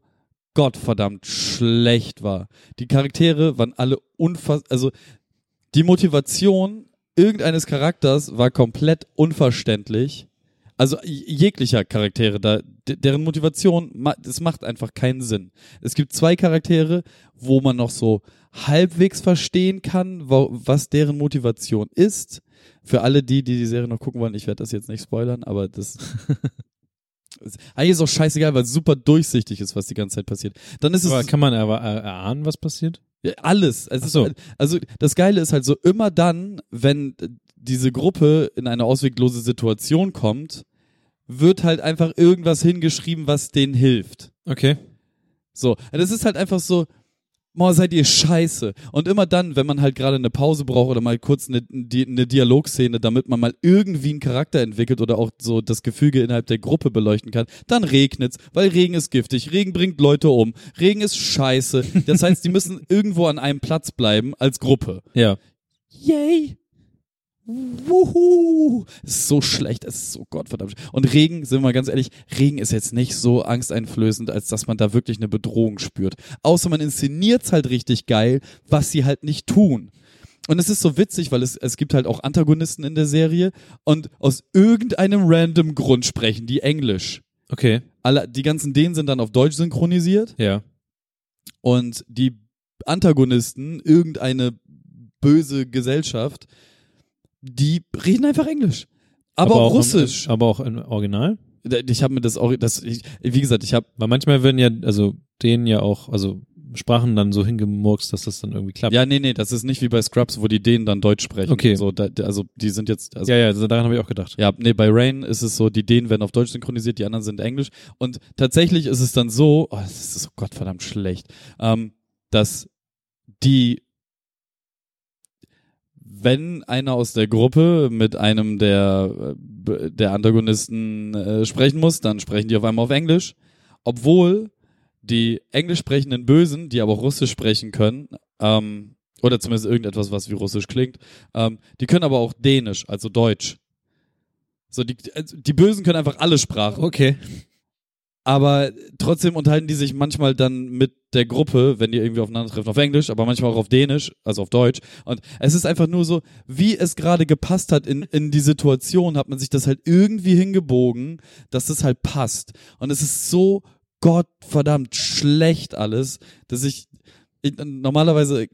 Speaker 3: gottverdammt schlecht war. Die Charaktere waren alle unfass... Also die Motivation irgendeines Charakters war komplett unverständlich. Also j- jeglicher Charaktere da, d- deren Motivation, ma- das macht einfach keinen Sinn. Es gibt zwei Charaktere, wo man noch so halbwegs verstehen kann, wa- was deren Motivation ist. Für alle die, die die Serie noch gucken wollen, ich werde das jetzt nicht spoilern, aber das ist eigentlich ist auch scheißegal, weil es super durchsichtig ist, was die ganze Zeit passiert. Dann ist es
Speaker 2: Aber kann man aber er- erahnen, was passiert?
Speaker 3: ja, Alles. Also,
Speaker 2: Ach so.
Speaker 3: es ist- also das Geile ist halt so, immer dann, wenn äh, diese Gruppe in eine ausweglose Situation kommt, wird halt einfach irgendwas hingeschrieben, was denen hilft.
Speaker 2: Okay.
Speaker 3: So, das ist halt einfach so, boah, seid ihr scheiße. Und immer dann, wenn man halt gerade eine Pause braucht oder mal kurz eine, die- eine Dialogszene, damit man mal irgendwie einen Charakter entwickelt oder auch so das Gefüge innerhalb der Gruppe beleuchten kann, dann regnet's, weil Regen ist giftig, Regen bringt Leute um, Regen ist scheiße. Das heißt, die müssen irgendwo an einem Platz bleiben als Gruppe.
Speaker 2: Ja.
Speaker 3: Yay! Wuhu! Es ist so schlecht, es ist so gottverdammt. sch- Und Regen, sind wir mal ganz ehrlich, Regen ist jetzt nicht so angsteinflößend, als dass man da wirklich eine Bedrohung spürt. Außer man inszeniert's halt richtig geil, was sie halt nicht tun. Und es ist so witzig, weil es, es gibt halt auch Antagonisten in der Serie und aus irgendeinem random Grund sprechen die Englisch.
Speaker 2: Okay.
Speaker 3: Alle, die ganzen Dänen sind dann auf Deutsch synchronisiert
Speaker 2: Ja.
Speaker 3: und die Antagonisten, irgendeine böse Gesellschaft, die reden einfach Englisch. Aber, auch
Speaker 2: im-
Speaker 3: Russisch.
Speaker 2: aber auch im Original?
Speaker 3: ich habe mir das auch, das, ich, wie gesagt, ich habe
Speaker 2: Weil manchmal werden ja, also denen ja auch, also Sprachen dann so hingemurkst, dass das dann irgendwie klappt.
Speaker 3: ja, nee, nee, das ist nicht wie bei Scrubs, wo die Dänen dann Deutsch sprechen.
Speaker 2: Okay.
Speaker 3: So, da, also die sind jetzt, also
Speaker 2: ja, ja also daran habe ich auch gedacht.
Speaker 3: Ja, nee, bei Rain ist es so, die Dänen werden auf Deutsch synchronisiert, die anderen sind Englisch. Und tatsächlich ist es dann so, oh, das ist so gottverdammt schlecht, ähm, dass die, wenn einer aus der Gruppe mit einem der, äh, b- der Antagonisten äh, sprechen muss, dann sprechen die auf einmal auf Englisch. Obwohl die englisch sprechenden Bösen, die aber auch Russisch sprechen können, ähm, oder zumindest irgendetwas, was wie Russisch klingt, ähm, die können aber auch Dänisch, also Deutsch. So, die, also die Bösen können einfach alle Sprachen.
Speaker 2: Okay.
Speaker 3: Aber trotzdem unterhalten die sich manchmal dann mit der Gruppe, wenn die irgendwie aufeinandertreffen, auf Englisch, aber manchmal auch auf Dänisch, also auf Deutsch. Und es ist einfach nur so, wie es gerade gepasst hat in, in die Situation, hat man sich das halt irgendwie hingebogen, dass es halt passt. Und es ist so gottverdammt schlecht alles, dass ich, ich normalerweise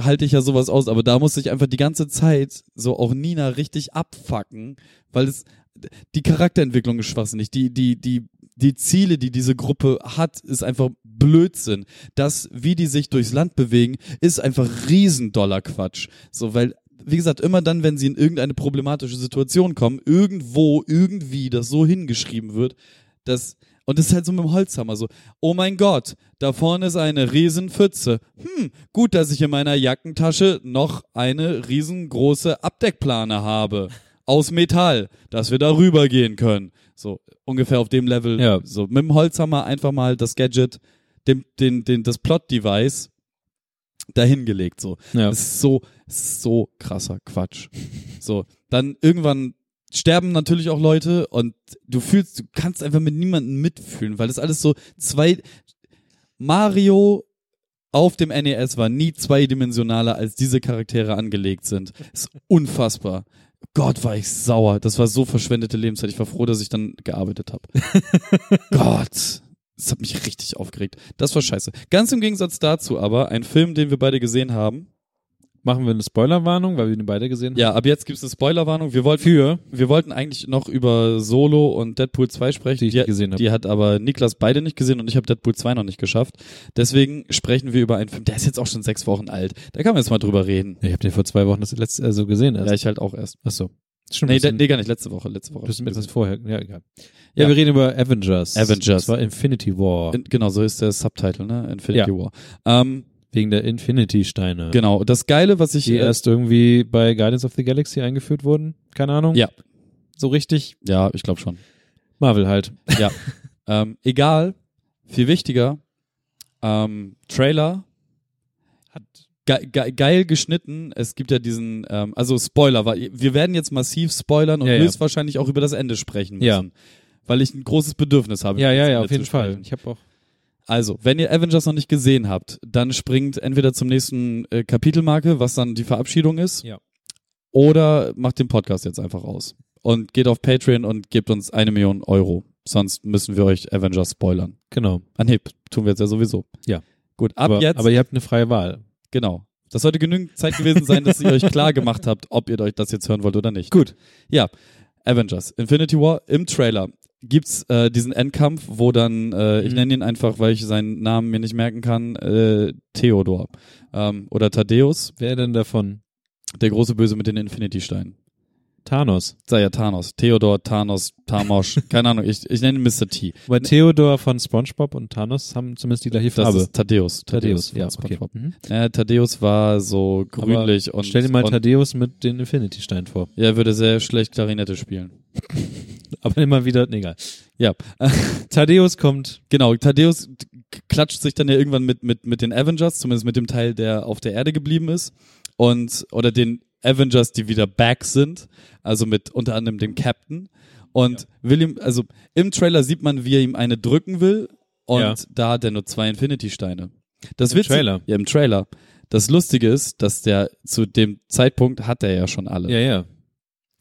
Speaker 3: halte ich ja sowas aus, aber da musste ich einfach die ganze Zeit so auch Nina richtig abfacken, weil es die Charakterentwicklung ist schwachsinnig, die die die die Ziele, die diese Gruppe hat, ist einfach Blödsinn. Das, wie die sich durchs Land bewegen, ist einfach Riesendollar-Quatsch. So, weil, wie gesagt, immer dann, wenn sie in irgendeine problematische Situation kommen, irgendwo, irgendwie das so hingeschrieben wird, dass, und das ist halt so mit dem Holzhammer so, oh mein Gott, da vorne ist eine Riesenpfütze. Hm, gut, dass ich in meiner Jackentasche noch eine riesengroße Abdeckplane habe. Aus Metall, dass wir da rüber gehen können. So, ungefähr auf dem Level.
Speaker 2: Ja.
Speaker 3: So, mit dem Holzhammer einfach mal das Gadget, den, den, den, das Plot-Device dahingelegt. So.
Speaker 2: Ja.
Speaker 3: Das ist so, das ist so krasser Quatsch. So, dann irgendwann sterben natürlich auch Leute und du fühlst, du kannst einfach mit niemandem mitfühlen, weil das alles so zwei. Mario auf dem NES war nie zweidimensionaler, als diese Charaktere angelegt sind. Ist unfassbar. Gott, war ich sauer. Das war so verschwendete Lebenszeit. Ich war froh, dass ich dann gearbeitet habe. Gott. Das hat mich richtig aufgeregt. Das war scheiße. Ganz im Gegensatz dazu aber, ein Film, den wir beide gesehen haben,
Speaker 2: Machen wir eine Spoilerwarnung, weil wir ihn beide gesehen
Speaker 3: ja, ab jetzt gibt's eine Spoilerwarnung. Wir wollten, Für? wir wollten eigentlich noch über Solo und Deadpool 2 sprechen.
Speaker 2: Die ich nicht gesehen hab.
Speaker 3: die hat aber Niklas beide nicht gesehen und ich habe Deadpool 2 noch nicht geschafft. Deswegen sprechen wir über einen Film, der ist jetzt auch schon sechs Wochen alt. Da kann man jetzt mal drüber reden.
Speaker 2: haben. Ich habe den vor zwei Wochen das letzte, also gesehen. Erst.
Speaker 3: Ja, ich halt auch erst.
Speaker 2: Ach so. Stimmt,
Speaker 3: Nee,
Speaker 2: das
Speaker 3: de,
Speaker 2: sind-
Speaker 3: nee, gar nicht, letzte Woche, letzte Woche.
Speaker 2: Bisschen etwas vorher, ja, egal.
Speaker 3: Ja.
Speaker 2: Ja, wir reden über Avengers.
Speaker 3: Avengers.
Speaker 2: Das war Infinity War.
Speaker 3: In, genau, so ist der Subtitle, ne? Infinity War. Ähm,
Speaker 2: wegen der Infinity-Steine.
Speaker 3: genau, und das Geile, was ich...
Speaker 2: Die
Speaker 3: äh,
Speaker 2: erst irgendwie bei Guardians of the Galaxy eingeführt wurden. Keine Ahnung.
Speaker 3: Ja.
Speaker 2: So richtig.
Speaker 3: ja, ich glaube schon.
Speaker 2: Marvel halt.
Speaker 3: Ähm, egal, viel wichtiger, ähm, Trailer
Speaker 2: hat
Speaker 3: ge ge geil geschnitten. Es gibt ja diesen, ähm, also Spoiler, weil wir werden jetzt massiv spoilern und
Speaker 2: Ja, ja.
Speaker 3: höchstwahrscheinlich auch über das Ende sprechen müssen.
Speaker 2: Ja.
Speaker 3: Weil ich ein großes Bedürfnis habe.
Speaker 2: ja,
Speaker 3: über
Speaker 2: ja,
Speaker 3: das
Speaker 2: ja,
Speaker 3: Ende
Speaker 2: auf jeden
Speaker 3: zu
Speaker 2: Fall.
Speaker 3: sprechen.
Speaker 2: Ich habe auch.
Speaker 3: Also, wenn ihr Avengers noch nicht gesehen habt, dann springt entweder zum nächsten äh, Kapitelmarke, was dann die Verabschiedung ist,
Speaker 2: Ja.
Speaker 3: oder macht den Podcast jetzt einfach aus und geht auf Patreon und gebt uns eine Million Euro. Sonst müssen wir euch Avengers spoilern.
Speaker 2: Genau.
Speaker 3: Ah, nee, tun wir jetzt ja sowieso.
Speaker 2: Ja.
Speaker 3: Gut, ab
Speaker 2: aber,
Speaker 3: jetzt.
Speaker 2: aber ihr habt eine freie Wahl.
Speaker 3: Genau. Das sollte genügend Zeit gewesen sein, dass ihr euch klar gemacht habt, ob ihr euch das jetzt hören wollt oder nicht.
Speaker 2: Gut.
Speaker 3: Ja, Avengers, Infinity War im Trailer gibt's äh, diesen Endkampf, wo dann, äh, ich
Speaker 2: Mhm.
Speaker 3: nenne ihn einfach, weil ich seinen Namen mir nicht merken kann, äh, Theodor ähm, oder Thaddeus,
Speaker 2: Wer denn davon?
Speaker 3: der große Böse mit den Infinity-Steinen.
Speaker 2: Thanos.
Speaker 3: Sei ja Thanos, Theodor, Thanos, Tamosch, keine Ahnung, ich, ich nenne ihn Mr. T.
Speaker 2: Weil Theodor von SpongeBob und Thanos haben zumindest die gleiche
Speaker 3: Das
Speaker 2: Farbe.
Speaker 3: ist Thaddeus.
Speaker 2: Thaddeus,
Speaker 3: von
Speaker 2: ja, okay.
Speaker 3: SpongeBob.
Speaker 2: Mhm.
Speaker 3: Äh, Thaddeus war so grünlich und
Speaker 2: Stell dir mal
Speaker 3: und,
Speaker 2: Thaddeus mit den Infinity-Steinen vor.
Speaker 3: ja, er würde sehr schlecht Klarinette spielen.
Speaker 2: Aber immer wieder, nee, egal.
Speaker 3: Ja,
Speaker 2: Thaddeus kommt.
Speaker 3: genau. Thaddeus k- klatscht sich dann ja irgendwann mit, mit, mit den Avengers, zumindest mit dem Teil, der auf der Erde geblieben ist. Und, oder den Avengers, die wieder back sind. Also mit unter anderem dem Captain. Und will ihm, also im Trailer sieht man, wie er ihm eine drücken will. Und
Speaker 2: Ja.
Speaker 3: da hat er nur zwei Infinity-Steine. Das
Speaker 2: Im
Speaker 3: Witzige-
Speaker 2: Trailer.
Speaker 3: Ja, im Trailer. Das Lustige ist, dass der zu dem Zeitpunkt hat er ja schon alle.
Speaker 2: Ja, ja.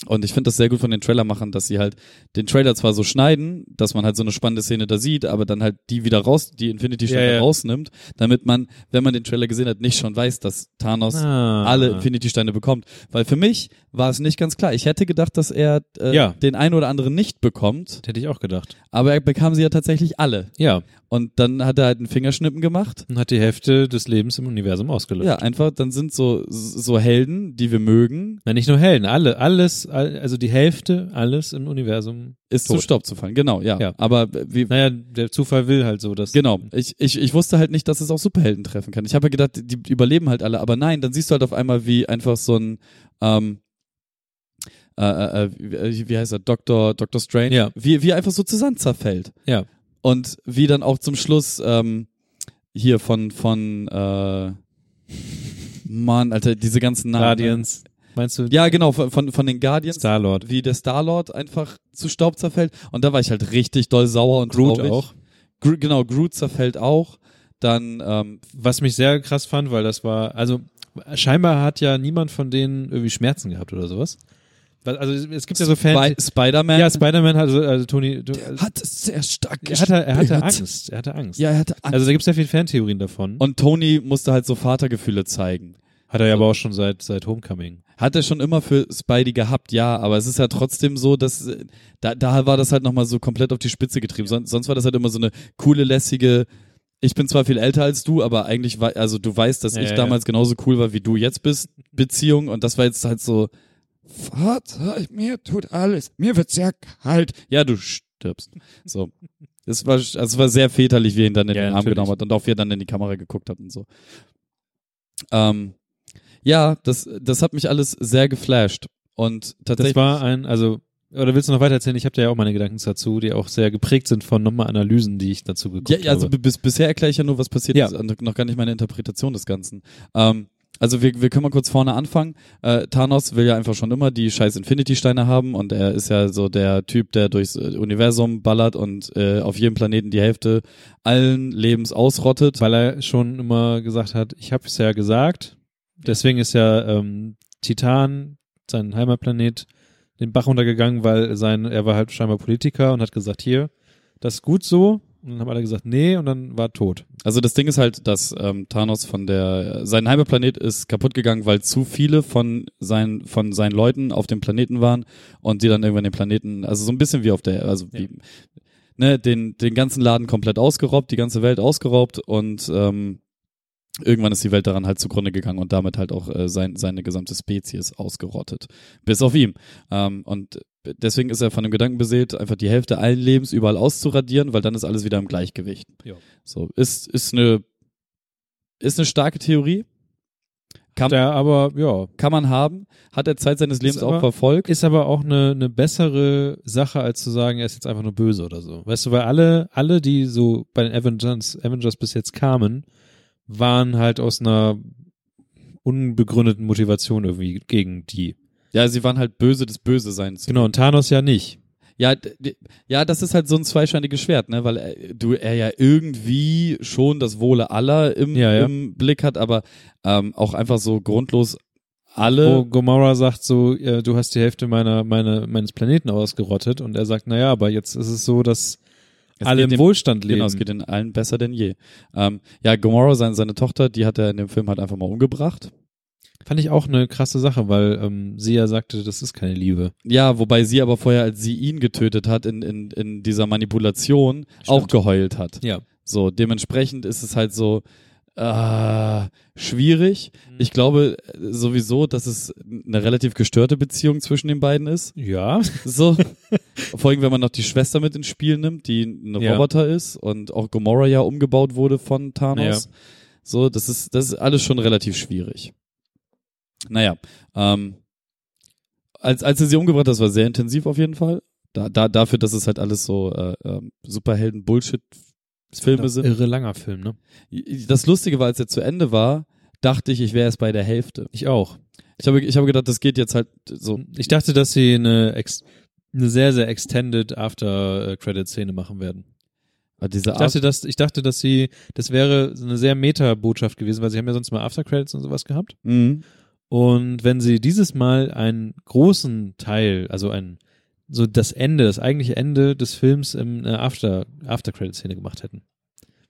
Speaker 3: Und ich finde das sehr gut von den Trailermachern, dass sie halt den Trailer zwar so schneiden, dass man halt so eine spannende Szene da sieht, aber dann halt die wieder raus, die Infinity-Steine
Speaker 2: Ja, ja.
Speaker 3: rausnimmt, damit man, wenn man den Trailer gesehen hat, nicht schon weiß, dass Thanos
Speaker 2: Ah.
Speaker 3: alle Infinity-Steine bekommt. Weil für mich war es nicht ganz klar. Ich hätte gedacht, dass er äh,
Speaker 2: Ja.
Speaker 3: den einen oder anderen nicht bekommt,
Speaker 2: Hätte ich auch gedacht.
Speaker 3: aber er bekam sie ja tatsächlich alle.
Speaker 2: Ja.
Speaker 3: Und dann hat er halt einen Fingerschnippen gemacht.
Speaker 2: Und hat die Hälfte des Lebens im Universum ausgelöscht.
Speaker 3: Ja, einfach, dann sind so, so Helden, die wir mögen,
Speaker 2: Na, nicht nur Helden, alle, alles, all- also die Hälfte, alles im Universum.
Speaker 3: ist zu
Speaker 2: Tot.
Speaker 3: Staub zu fallen. Genau, ja.
Speaker 2: Ja.
Speaker 3: Aber wie,
Speaker 2: Naja, der Zufall will halt so, dass.
Speaker 3: Genau. Ich, ich, ich wusste halt nicht, dass es auch Superhelden treffen kann. Ich habe ja gedacht, die die überleben halt alle, aber nein, dann siehst du halt auf einmal, wie einfach so ein ähm, äh, äh, äh, wie, wie heißt er, Dr. Dr. Strange,
Speaker 2: Ja.
Speaker 3: wie, wie er einfach so zusammen zerfällt.
Speaker 2: Ja.
Speaker 3: Und wie dann auch zum Schluss ähm, hier von, von äh, Mann, Alter, diese ganzen Namen.
Speaker 2: Guardians. Meinst du?
Speaker 3: Ja, genau, von, von, von den Guardians.
Speaker 2: Star-Lord.
Speaker 3: Wie der Star-Lord einfach zu Staub zerfällt. Und da war ich halt richtig doll sauer und
Speaker 2: Groot
Speaker 3: traurig.
Speaker 2: auch.
Speaker 3: Gro genau, Groot zerfällt auch. Dann, ähm,
Speaker 2: Was mich sehr krass fand, weil das war, also scheinbar hat ja niemand von denen irgendwie Schmerzen gehabt oder sowas. Weil- Also es gibt ja so Fans.
Speaker 3: Spi- Spider-Man
Speaker 2: ja, Spider-Man hat also, also Tony. Du,
Speaker 3: der hat es sehr stark
Speaker 2: er hatte, er hatte
Speaker 3: gespürt.
Speaker 2: Angst. Er hatte Angst.
Speaker 3: Ja, er hatte Angst.
Speaker 2: Also da gibt es sehr viele Fantheorien davon.
Speaker 3: und Tony musste halt so Vatergefühle zeigen.
Speaker 2: hat er ja aber auch schon seit, seit Homecoming.
Speaker 3: Hat er schon immer für Spidey gehabt, ja, aber es ist ja trotzdem so, dass äh, da, da war das halt nochmal so komplett auf die Spitze getrieben. Sonst, sonst war das halt immer so eine coole, lässige, ich bin zwar viel älter als du, aber eigentlich war, also du weißt, dass
Speaker 2: Ja,
Speaker 3: ich
Speaker 2: ja,
Speaker 3: damals genauso cool war, wie du jetzt bist, Beziehung und das war jetzt halt so,
Speaker 4: Vater, mir tut alles. Mir wird sehr kalt.
Speaker 3: ja, du stirbst. So. Es war, also es war sehr väterlich, wie er ihn dann in
Speaker 2: Ja,
Speaker 3: den Arm
Speaker 2: natürlich.
Speaker 3: genommen hat und auch wie er dann in die Kamera geguckt hat und so. Ähm, ja, das, das hat mich alles sehr geflasht. Und
Speaker 2: Das
Speaker 3: tatsächlich.
Speaker 2: war ein, also, oder willst du noch weiter erzählen? Ich habe da ja auch meine Gedanken dazu, die auch sehr geprägt sind von nochmal Analysen, die ich dazu geguckt
Speaker 3: ja, ja, also
Speaker 2: habe.
Speaker 3: bi- bis, bisher erkläre ich ja nur, was passiert
Speaker 2: Ja.
Speaker 3: ist und noch gar nicht meine Interpretation des Ganzen. Ähm, also wir, wir können mal kurz vorne anfangen. Äh, Thanos will ja einfach schon immer die scheiß Infinity-Steine haben und er ist ja so der Typ, der durchs äh, Universum ballert und äh, auf jedem Planeten die Hälfte allen Lebens ausrottet.
Speaker 2: Weil er schon immer gesagt hat, ich habe es ja gesagt, deswegen ist ja ähm, Titan, sein Heimatplanet, den Bach runtergegangen, weil sein, er war halt scheinbar Politiker und hat gesagt, hier, das ist gut so. Und dann haben alle gesagt, nee, und dann war er tot.
Speaker 3: Also das Ding ist halt, dass ähm, Thanos von der sein Heimatplanet ist kaputt gegangen, weil zu viele von seinen von seinen Leuten auf dem Planeten waren und die dann irgendwann den Planeten, also so ein bisschen wie auf der, also
Speaker 2: Ja.
Speaker 3: wie, ne, den den ganzen Laden komplett ausgeraubt, die ganze Welt ausgeraubt und ähm, irgendwann ist die Welt daran halt zugrunde gegangen und damit halt auch äh, sein seine gesamte Spezies ausgerottet, bis auf ihm. Ähm, und deswegen ist er von dem Gedanken beseelt, einfach die Hälfte allen Lebens überall auszuradieren, weil dann ist alles wieder im Gleichgewicht.
Speaker 2: Ja.
Speaker 3: So, ist, ist eine, ist eine starke Theorie. Kann,
Speaker 2: Der aber, ja,
Speaker 3: kann man haben. Hat er Zeit seines Lebens
Speaker 2: aber-
Speaker 3: auch verfolgt.
Speaker 2: ist aber auch eine, eine bessere Sache, als zu sagen, er ist jetzt einfach nur böse oder so. Weißt du, weil alle, alle, die so bei den Avengers, Avengers bis jetzt kamen, waren halt aus einer unbegründeten Motivation irgendwie gegen die.
Speaker 3: Ja, sie waren halt böse des Böseseins.
Speaker 2: Genau, und Thanos ja nicht.
Speaker 3: Ja, d- d- ja, das ist halt so ein zweischneidiges Schwert, ne? Weil er, du er ja irgendwie schon das Wohle aller im,
Speaker 2: Ja, ja.
Speaker 3: im Blick hat, aber ähm, auch einfach so grundlos alle.
Speaker 2: Wo Gomorra sagt so, äh, du hast die Hälfte meiner, meine, meines Planeten ausgerottet und er sagt, naja, aber jetzt ist es so, dass
Speaker 3: Es
Speaker 2: alle
Speaker 3: geht
Speaker 2: im
Speaker 3: dem-
Speaker 2: Wohlstand leben.
Speaker 3: Genau, es geht in allen besser denn je. Ähm, ja, Gomorrah, seine, seine Tochter, die hat er in dem Film halt einfach mal umgebracht.
Speaker 2: Fand ich auch eine krasse Sache, weil ähm, sie ja sagte, das ist keine Liebe.
Speaker 3: Ja, wobei sie aber vorher, als sie ihn getötet hat, in, in, in dieser Manipulation auch geheult hat.
Speaker 2: Ja.
Speaker 3: So, dementsprechend ist es halt so äh, schwierig. Ich glaube sowieso, dass es eine relativ gestörte Beziehung zwischen den beiden ist.
Speaker 2: Ja.
Speaker 3: So. Vor allem, wenn man noch die Schwester mit ins Spiel nimmt, die ein
Speaker 2: Ja.
Speaker 3: Roboter ist und auch Gomorra ja umgebaut wurde von Thanos. So, das ist, das ist alles schon relativ schwierig. Naja, ähm, als, als er sie umgebracht hat, das war sehr intensiv auf jeden Fall. Da, da, dafür, dass es halt alles so äh, ähm, Superhelden-Bullshit-Filme sind.
Speaker 2: Irre langer Film, ne?
Speaker 3: Das Lustige war, als er zu Ende war, dachte ich, ich wäre erst bei der Hälfte.
Speaker 2: Ich auch.
Speaker 3: Ich habe, ich habe gedacht, das geht jetzt halt so.
Speaker 2: Ich dachte, dass sie eine, ex eine sehr, sehr extended After-Credit-Szene machen werden.
Speaker 3: Ah, Diese
Speaker 2: Ich
Speaker 3: Art,
Speaker 2: dachte, dass, ich dachte, dass sie, das wäre so eine sehr Meta-Botschaft gewesen, weil sie haben ja sonst mal After-Credits und sowas gehabt.
Speaker 3: Mhm.
Speaker 2: Und wenn sie dieses Mal einen großen Teil, also ein, so das Ende, das eigentliche Ende des Films in einer After, After-Credit-Szene gemacht hätten.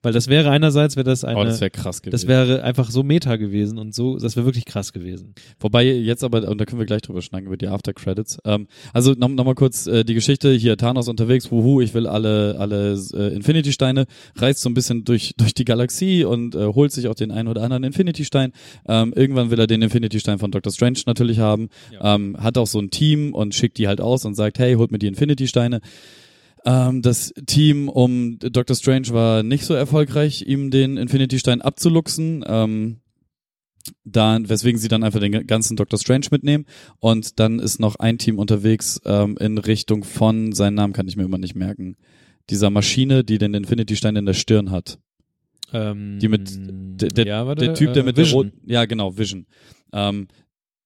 Speaker 2: Weil das wäre einerseits, wäre das eine,
Speaker 3: oh, das
Speaker 2: das,
Speaker 3: wäre krass gewesen.
Speaker 2: wäre einfach so Meta gewesen und so, das wäre wirklich krass gewesen.
Speaker 3: Wobei jetzt aber, und da können wir gleich drüber schneiden, über die After Credits. Ähm, also nochmal noch mal kurz äh, die Geschichte, hier Thanos unterwegs, wuhu, ich will alle, alle äh, Infinity-Steine, reist so ein bisschen durch, durch die Galaxie und äh, holt sich auch den einen oder anderen Infinity-Stein. Ähm, irgendwann will er den Infinity-Stein von Dr. Strange natürlich haben,
Speaker 2: Ja.
Speaker 3: ähm, hat auch so ein Team und schickt die halt aus und sagt, hey, holt mir die Infinity-Steine. Ähm, das Team um Dr. Strange war nicht so erfolgreich, ihm den Infinity-Stein abzuluxen. Ähm, dann, weswegen sie dann einfach den ganzen Dr. Strange mitnehmen. Und dann ist noch ein Team unterwegs ähm, in Richtung von, seinen Namen kann ich mir immer nicht merken, dieser Maschine, die den Infinity-Stein in der Stirn hat.
Speaker 2: Ähm,
Speaker 3: Die mit- der- der-
Speaker 2: ja, warte,
Speaker 3: Der Typ, der
Speaker 2: äh,
Speaker 3: mit
Speaker 2: Vision.
Speaker 3: der roten, ja genau, Vision. Ähm,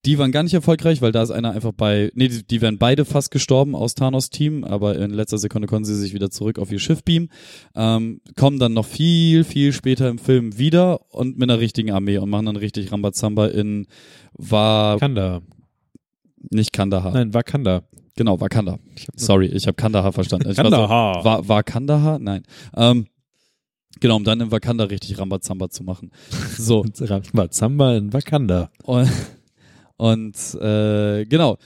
Speaker 3: die waren gar nicht erfolgreich, weil da ist einer einfach bei, nee, die, die wären beide fast gestorben aus Thanos Team, aber in letzter Sekunde konnten sie sich wieder zurück auf ihr Schiff beamen, ähm, kommen dann noch viel, viel später im Film wieder und mit einer richtigen Armee und machen dann richtig Rambazamba in, war
Speaker 2: Wakanda.
Speaker 3: nicht Kandahar.
Speaker 2: Nein, Wakanda.
Speaker 3: Genau, Wakanda.
Speaker 2: Ich hab
Speaker 3: Sorry, ich habe Kandahar verstanden. Ich war so-
Speaker 2: Kandahar.
Speaker 3: war, war Kandahar? Nein. Ähm, genau, um dann in Wakanda richtig Rambazamba zu machen. So.
Speaker 2: War Zamba in Wakanda.
Speaker 3: Und, und äh, genau.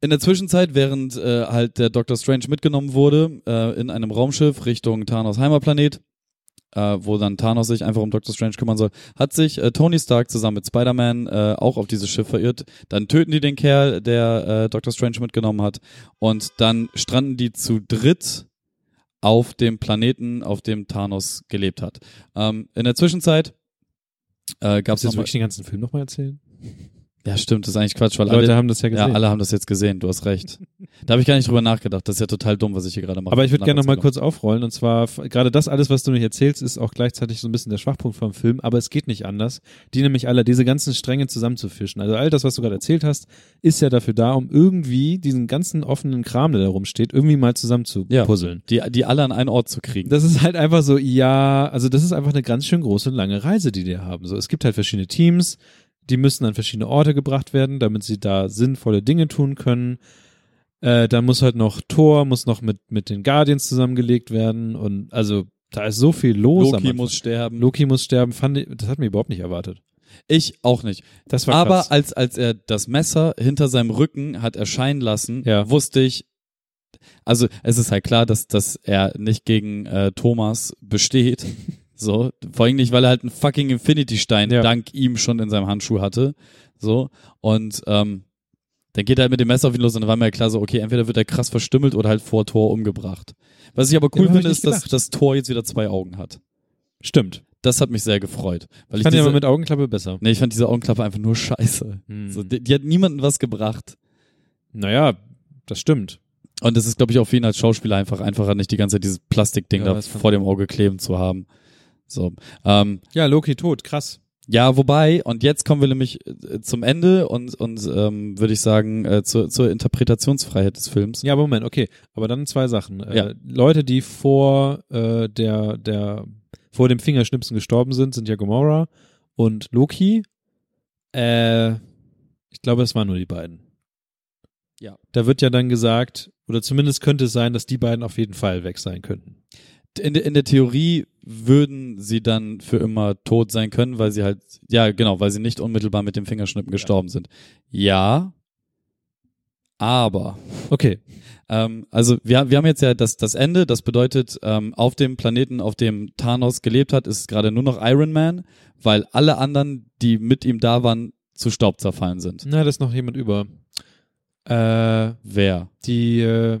Speaker 3: In der Zwischenzeit, während äh, halt der Dr. Strange mitgenommen wurde, äh, in einem Raumschiff Richtung Thanos Heimatplanet, äh, wo dann Thanos sich einfach um Dr. Strange kümmern soll, hat sich äh, Tony Stark zusammen mit Spider-Man äh, auch auf dieses Schiff verirrt. Dann töten die den Kerl, der äh, Dr. Strange mitgenommen hat. Und dann stranden die zu dritt auf dem Planeten, auf dem Thanos gelebt hat. Ähm, in der Zwischenzeit äh, gab
Speaker 2: Kannst
Speaker 3: es
Speaker 2: du jetzt wirklich den ganzen Film nochmal erzählen?
Speaker 3: ja, stimmt, das ist eigentlich Quatsch, weil
Speaker 2: Leute
Speaker 3: alle,
Speaker 2: haben das ja
Speaker 3: ja,
Speaker 2: gesehen.
Speaker 3: alle haben das jetzt gesehen, du hast recht. Da habe ich gar nicht drüber nachgedacht, das ist ja total dumm, was ich hier gerade mache.
Speaker 2: Aber ich würde gerne noch mal
Speaker 3: Nachvollziehbar.
Speaker 2: kurz aufrollen. Und zwar, f- gerade das alles, was du mir erzählst, ist auch gleichzeitig so ein bisschen der Schwachpunkt vom Film. Aber es geht nicht anders, die nämlich alle, diese ganzen Stränge zusammenzufischen. Also all das, was du gerade erzählt hast, ist ja dafür da, um irgendwie diesen ganzen offenen Kram, der da rumsteht, irgendwie mal zusammen zu
Speaker 3: Ja.
Speaker 2: puzzeln.
Speaker 3: Die, die alle an einen Ort zu kriegen.
Speaker 2: Das ist halt einfach so, ja, also das ist einfach eine ganz schön große und lange Reise, die die haben. So, es gibt halt verschiedene Teams, die müssen an verschiedene Orte gebracht werden, damit sie da sinnvolle Dinge tun können. Äh, dann muss halt noch Thor, muss noch mit, mit den Guardians zusammengelegt werden und also da ist so viel los. am
Speaker 3: Loki
Speaker 2: Anfang.
Speaker 3: muss sterben.
Speaker 2: Loki muss sterben, fand ich, das hat mir überhaupt nicht erwartet.
Speaker 3: Ich auch nicht.
Speaker 2: Das war
Speaker 3: Aber
Speaker 2: krass.
Speaker 3: als, als er das Messer hinter seinem Rücken hat erscheinen lassen,
Speaker 2: Ja.
Speaker 3: wusste ich, also es ist halt klar, dass, dass er nicht gegen äh, Thomas besteht. So, vor allem nicht, weil er halt einen fucking Infinity-Stein
Speaker 2: Ja.
Speaker 3: dank ihm schon in seinem Handschuh hatte. So, und ähm, dann geht er halt mit dem Messer auf ihn los und dann war mir halt klar so, okay, entweder wird er krass verstümmelt oder halt vor Tor umgebracht. Was ich aber cool
Speaker 2: Ja, hab
Speaker 3: finde,
Speaker 2: ich
Speaker 3: ist,
Speaker 2: nicht
Speaker 3: dass
Speaker 2: gedacht.
Speaker 3: das Tor jetzt wieder zwei Augen hat.
Speaker 2: Stimmt.
Speaker 3: Das hat mich sehr gefreut. Weil
Speaker 2: Ich
Speaker 3: ich,
Speaker 2: fand ja
Speaker 3: diese,
Speaker 2: immer mit Augenklappe besser.
Speaker 3: nee, ich fand diese Augenklappe einfach nur scheiße.
Speaker 2: Hm.
Speaker 3: So, die, die hat niemandem was gebracht.
Speaker 2: naja, das stimmt.
Speaker 3: Und das ist, glaube ich, auch für ihn als Schauspieler einfach einfacher, nicht die ganze Zeit dieses Plastikding
Speaker 2: Ja,
Speaker 3: da
Speaker 2: das kann-
Speaker 3: vor dem Auge kleben zu haben. So. Ähm,
Speaker 2: Ja, Loki tot, krass.
Speaker 3: ja, wobei, und jetzt kommen wir nämlich äh, zum Ende und, und ähm, würde ich sagen, äh, zur, zur Interpretationsfreiheit des Films.
Speaker 2: Ja, aber Moment, okay. Aber dann zwei Sachen. Äh,
Speaker 3: Ja.
Speaker 2: Leute, die vor äh, der, der, vor dem Fingerschnipsen gestorben sind, sind ja Gomorra und Loki. Äh, ich glaube, es waren nur die beiden.
Speaker 3: Ja.
Speaker 2: Da wird ja dann gesagt, oder zumindest könnte es sein, dass die beiden auf jeden Fall weg sein könnten.
Speaker 3: in, der- in der Theorie würden sie dann für immer tot sein können, weil sie halt, ja, genau, weil sie nicht unmittelbar mit dem Fingerschnippen gestorben sind. Ja. Aber,
Speaker 2: Okay.
Speaker 3: ähm, also wir, wir haben jetzt ja das, das Ende, das bedeutet, ähm, auf dem Planeten, auf dem Thanos gelebt hat, ist gerade nur noch Iron Man, weil alle anderen, die mit ihm da waren, zu Staub zerfallen sind.
Speaker 2: Na, da ist noch jemand über. Äh,
Speaker 3: Wer?
Speaker 2: die, äh,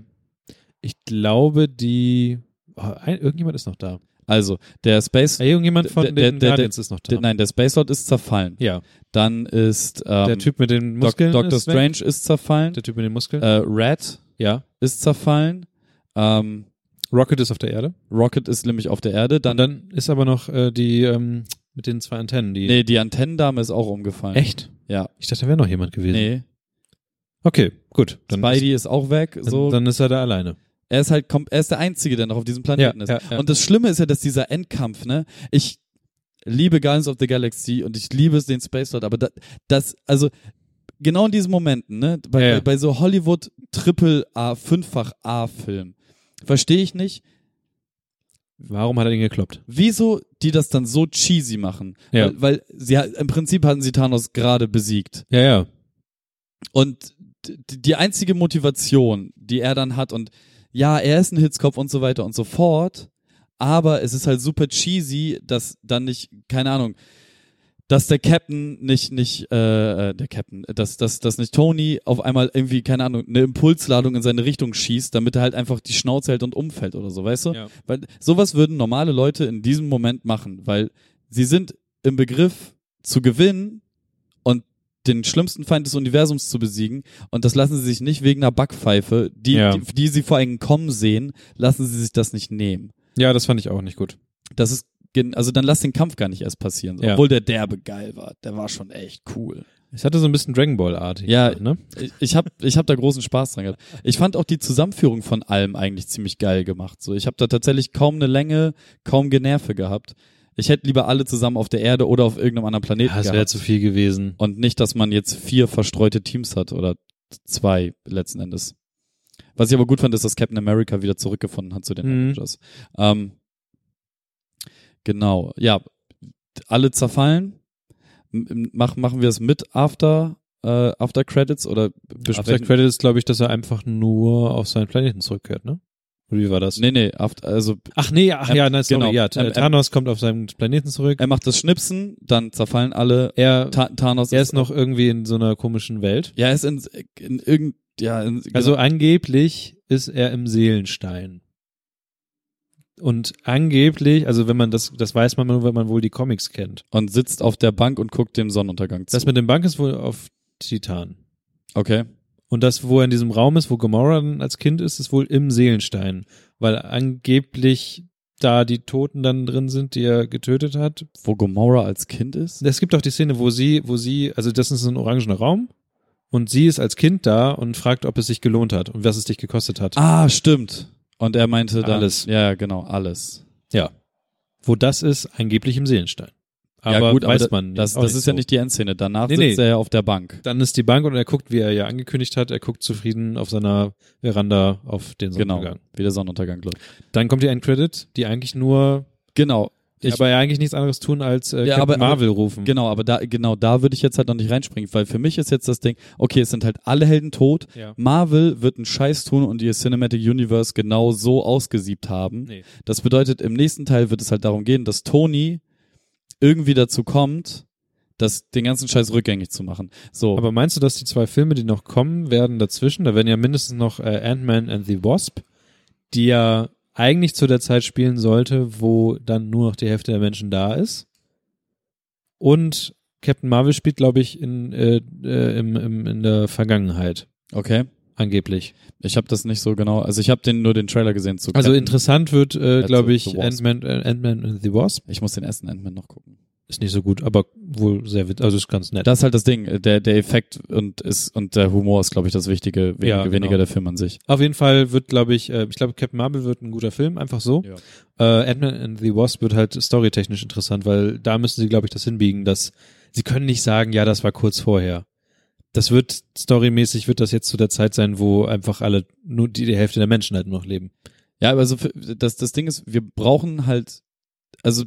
Speaker 2: ich glaube, die, oh, ein, irgendjemand ist noch da.
Speaker 3: Also, der Space,
Speaker 2: Ey, irgendjemand von
Speaker 3: Der- der-
Speaker 2: den
Speaker 3: der-
Speaker 2: Guardians ist noch da.
Speaker 3: der, nein, der Space Lord ist zerfallen.
Speaker 2: ja,
Speaker 3: Dann ist ähm,
Speaker 2: der Typ mit den
Speaker 3: Doc,
Speaker 2: Muskeln.
Speaker 3: Doctor
Speaker 2: ist weg.
Speaker 3: Strange ist zerfallen.
Speaker 2: Der Typ mit den Muskeln.
Speaker 3: Äh, Red
Speaker 2: ja.
Speaker 3: ist zerfallen. Ähm,
Speaker 2: Rocket ist auf der Erde.
Speaker 3: Rocket ist nämlich auf der Erde. Dann,
Speaker 2: Und dann ist aber noch äh, die ähm, mit den zwei Antennen. Die
Speaker 3: nee, die Antennendame ist auch umgefallen.
Speaker 2: Echt?
Speaker 3: Ja.
Speaker 2: Ich dachte, da wäre noch jemand gewesen.
Speaker 3: Nee.
Speaker 2: Okay, gut. Dann
Speaker 3: Spidey ist, auch weg.
Speaker 2: Ist,
Speaker 3: So.
Speaker 2: dann, dann ist er da alleine.
Speaker 3: er ist halt, kom- er ist der Einzige, der noch auf diesem Planeten
Speaker 2: Ja,
Speaker 3: ist.
Speaker 2: ja, ja.
Speaker 3: Und das Schlimme ist ja, dass dieser Endkampf, ne, ich liebe Guardians of the Galaxy und ich liebe es den Space Lord, aber da, das, also genau in diesen Momenten, ne, bei,
Speaker 2: Ja, ja.
Speaker 3: bei, bei so Hollywood Triple A, Fünffach A Filmen, verstehe ich nicht,
Speaker 2: Warum hat er ihn gekloppt?
Speaker 3: wieso die das dann so cheesy machen.
Speaker 2: Ja.
Speaker 3: Weil, weil sie ha- im Prinzip hatten sie Thanos gerade besiegt.
Speaker 2: Ja, ja.
Speaker 3: Und d- die einzige Motivation, die er dann hat, und ja, er ist ein Hitzkopf und so weiter und so fort, aber es ist halt super cheesy, dass dann nicht, keine Ahnung, dass der Captain nicht, nicht, äh, äh, der Captain, dass, dass, dass nicht Tony auf einmal irgendwie, keine Ahnung, eine Impulsladung in seine Richtung schießt, damit er halt einfach die Schnauze hält und umfällt oder so, weißt du?
Speaker 2: Ja.
Speaker 3: Weil sowas würden normale Leute in diesem Moment machen, weil sie sind im Begriff zu gewinnen und den schlimmsten Feind des Universums zu besiegen und das lassen sie sich nicht wegen einer Backpfeife, die,
Speaker 2: Ja.
Speaker 3: die, die sie vor einen kommen sehen, lassen sie sich das nicht nehmen.
Speaker 2: Ja, das fand ich auch nicht gut.
Speaker 3: Das ist gen- also dann lass den Kampf gar nicht erst passieren, so.
Speaker 2: Ja.
Speaker 3: obwohl der derbe geil war. Der war schon echt cool.
Speaker 2: Es hatte so ein bisschen Dragon Ball-Art.
Speaker 3: Ja.
Speaker 2: Ne?
Speaker 3: Ich- Ich habe ich hab da großen Spaß dran gehabt. Ich fand auch die Zusammenführung von allem eigentlich ziemlich geil gemacht. So, ich habe da tatsächlich kaum eine Länge, kaum Generve gehabt. Ich hätte lieber alle zusammen auf der Erde oder auf irgendeinem anderen Planeten
Speaker 2: Ja, Ah, es wäre
Speaker 3: gehabt.
Speaker 2: zu viel gewesen.
Speaker 3: Und nicht, dass man jetzt vier verstreute Teams hat oder zwei letzten Endes. Was ich aber gut fand, ist, dass Captain America wieder zurückgefunden hat zu den
Speaker 2: Mhm.
Speaker 3: Avengers. Ähm, genau, ja, alle zerfallen. M- m- Mach, machen wir es mit After, äh, After Credits oder
Speaker 2: After
Speaker 3: besprechen?
Speaker 2: Credit ist, glaube ich, dass er einfach nur auf seinen Planeten zurückkehrt, ne? Oder wie war das?
Speaker 3: nee, nee, after, also
Speaker 2: Ach nee, ach
Speaker 3: Ähm,
Speaker 2: ja, nein, sorry,
Speaker 3: genau.
Speaker 2: ja. T-
Speaker 3: Ähm, ähm,
Speaker 2: Thanos kommt auf seinen Planeten zurück.
Speaker 3: er macht das Schnipsen, dann zerfallen alle.
Speaker 2: Er,
Speaker 3: Ta Thanos
Speaker 2: er ist noch irgendwie in so einer komischen Welt.
Speaker 3: Ja, er ist in, in irgend, ja, in, genau.
Speaker 2: Also angeblich ist er im Seelenstein. Und angeblich, also wenn man das, das weiß man nur, wenn man wohl die Comics kennt.
Speaker 3: und sitzt auf der Bank und guckt dem Sonnenuntergang zu.
Speaker 2: Das mit dem Bank ist wohl auf Titan.
Speaker 3: okay.
Speaker 2: Und das, wo er in diesem Raum ist, wo Gamora dann als Kind ist, ist wohl im Seelenstein. Weil angeblich da die Toten dann drin sind, die er getötet hat.
Speaker 3: Wo Gomorra als Kind ist?
Speaker 2: Es gibt auch die Szene, wo sie, wo sie, also das ist ein orangener Raum und sie ist als Kind da und fragt, ob es sich gelohnt hat und was es dich gekostet hat.
Speaker 3: Ah, stimmt. Und er meinte dann,
Speaker 2: Alles.
Speaker 3: Ja, ja, genau, alles.
Speaker 2: Ja. Wo das ist, angeblich im Seelenstein. Aber
Speaker 3: ja, gut,
Speaker 2: weiß
Speaker 3: aber da-
Speaker 2: man
Speaker 3: das,
Speaker 2: auch
Speaker 3: das
Speaker 2: nicht
Speaker 3: ist
Speaker 2: so.
Speaker 3: ja nicht die Endszene. Danach
Speaker 2: Nee,
Speaker 3: sitzt
Speaker 2: nee.
Speaker 3: er ja auf der Bank.
Speaker 2: Dann ist die Bank und er guckt, wie er ja angekündigt hat, er guckt zufrieden auf seiner Veranda auf den
Speaker 3: Genau,
Speaker 2: Sonnenuntergang.
Speaker 3: wie der Sonnenuntergang läuft.
Speaker 2: Dann kommt die Endcredit, die eigentlich nur,
Speaker 3: Genau.
Speaker 2: die
Speaker 3: Ich,
Speaker 2: aber ja eigentlich nichts anderes tun als äh,
Speaker 3: Ja,
Speaker 2: Captain
Speaker 3: aber- aber-
Speaker 2: Marvel rufen.
Speaker 3: genau, aber da, genau da würde ich jetzt halt noch nicht reinspringen, weil für mich ist jetzt das Ding, okay, es sind halt alle Helden tot.
Speaker 2: Ja.
Speaker 3: Marvel wird einen Scheiß tun und ihr Cinematic Universe genau so ausgesiebt haben.
Speaker 2: Nee.
Speaker 3: Das bedeutet, im nächsten Teil wird es halt darum gehen, dass Tony irgendwie dazu kommt, das, den ganzen Scheiß rückgängig zu machen. So.
Speaker 2: Aber meinst du, dass die zwei Filme, die noch kommen werden, dazwischen, da werden ja mindestens noch äh, Ant-Man and the Wasp, die ja eigentlich zu der Zeit spielen sollte, wo dann nur noch die Hälfte der Menschen da ist. Und Captain Marvel spielt, glaube ich, in, äh, äh, im, im, in der Vergangenheit.
Speaker 3: okay.
Speaker 2: angeblich.
Speaker 3: Ich habe das nicht so genau. Also ich habe den nur den Trailer gesehen zu.
Speaker 2: Also
Speaker 3: Captain.
Speaker 2: interessant wird, äh,
Speaker 3: That's
Speaker 2: glaube
Speaker 3: the
Speaker 2: ich,
Speaker 3: Wasp.
Speaker 2: Ant-Man äh, Ant-Man and the Wasp.
Speaker 3: Ich muss den ersten Ant-Man noch gucken.
Speaker 2: Ist nicht so gut, aber wohl sehr witzig. Also ist ganz nett.
Speaker 3: Das ist halt das Ding. Der, der Effekt und ist und der Humor ist, glaube ich, das Wichtige. Wenige,
Speaker 2: Ja, genau.
Speaker 3: weniger der Film an sich.
Speaker 2: Auf jeden Fall wird, glaube ich, äh, ich glaube, Captain Marvel wird ein guter Film, einfach so.
Speaker 3: Ja.
Speaker 2: Äh, Ant-Man and the Wasp wird halt storytechnisch interessant, weil da müssen sie, glaube ich, das hinbiegen, dass sie können nicht sagen, ja, das war kurz vorher. Das wird storymäßig wird das jetzt zu der Zeit sein, wo einfach alle nur die, die Hälfte der Menschen halt nur noch leben.
Speaker 3: Ja, aber so für- das, das Ding ist, wir brauchen halt, also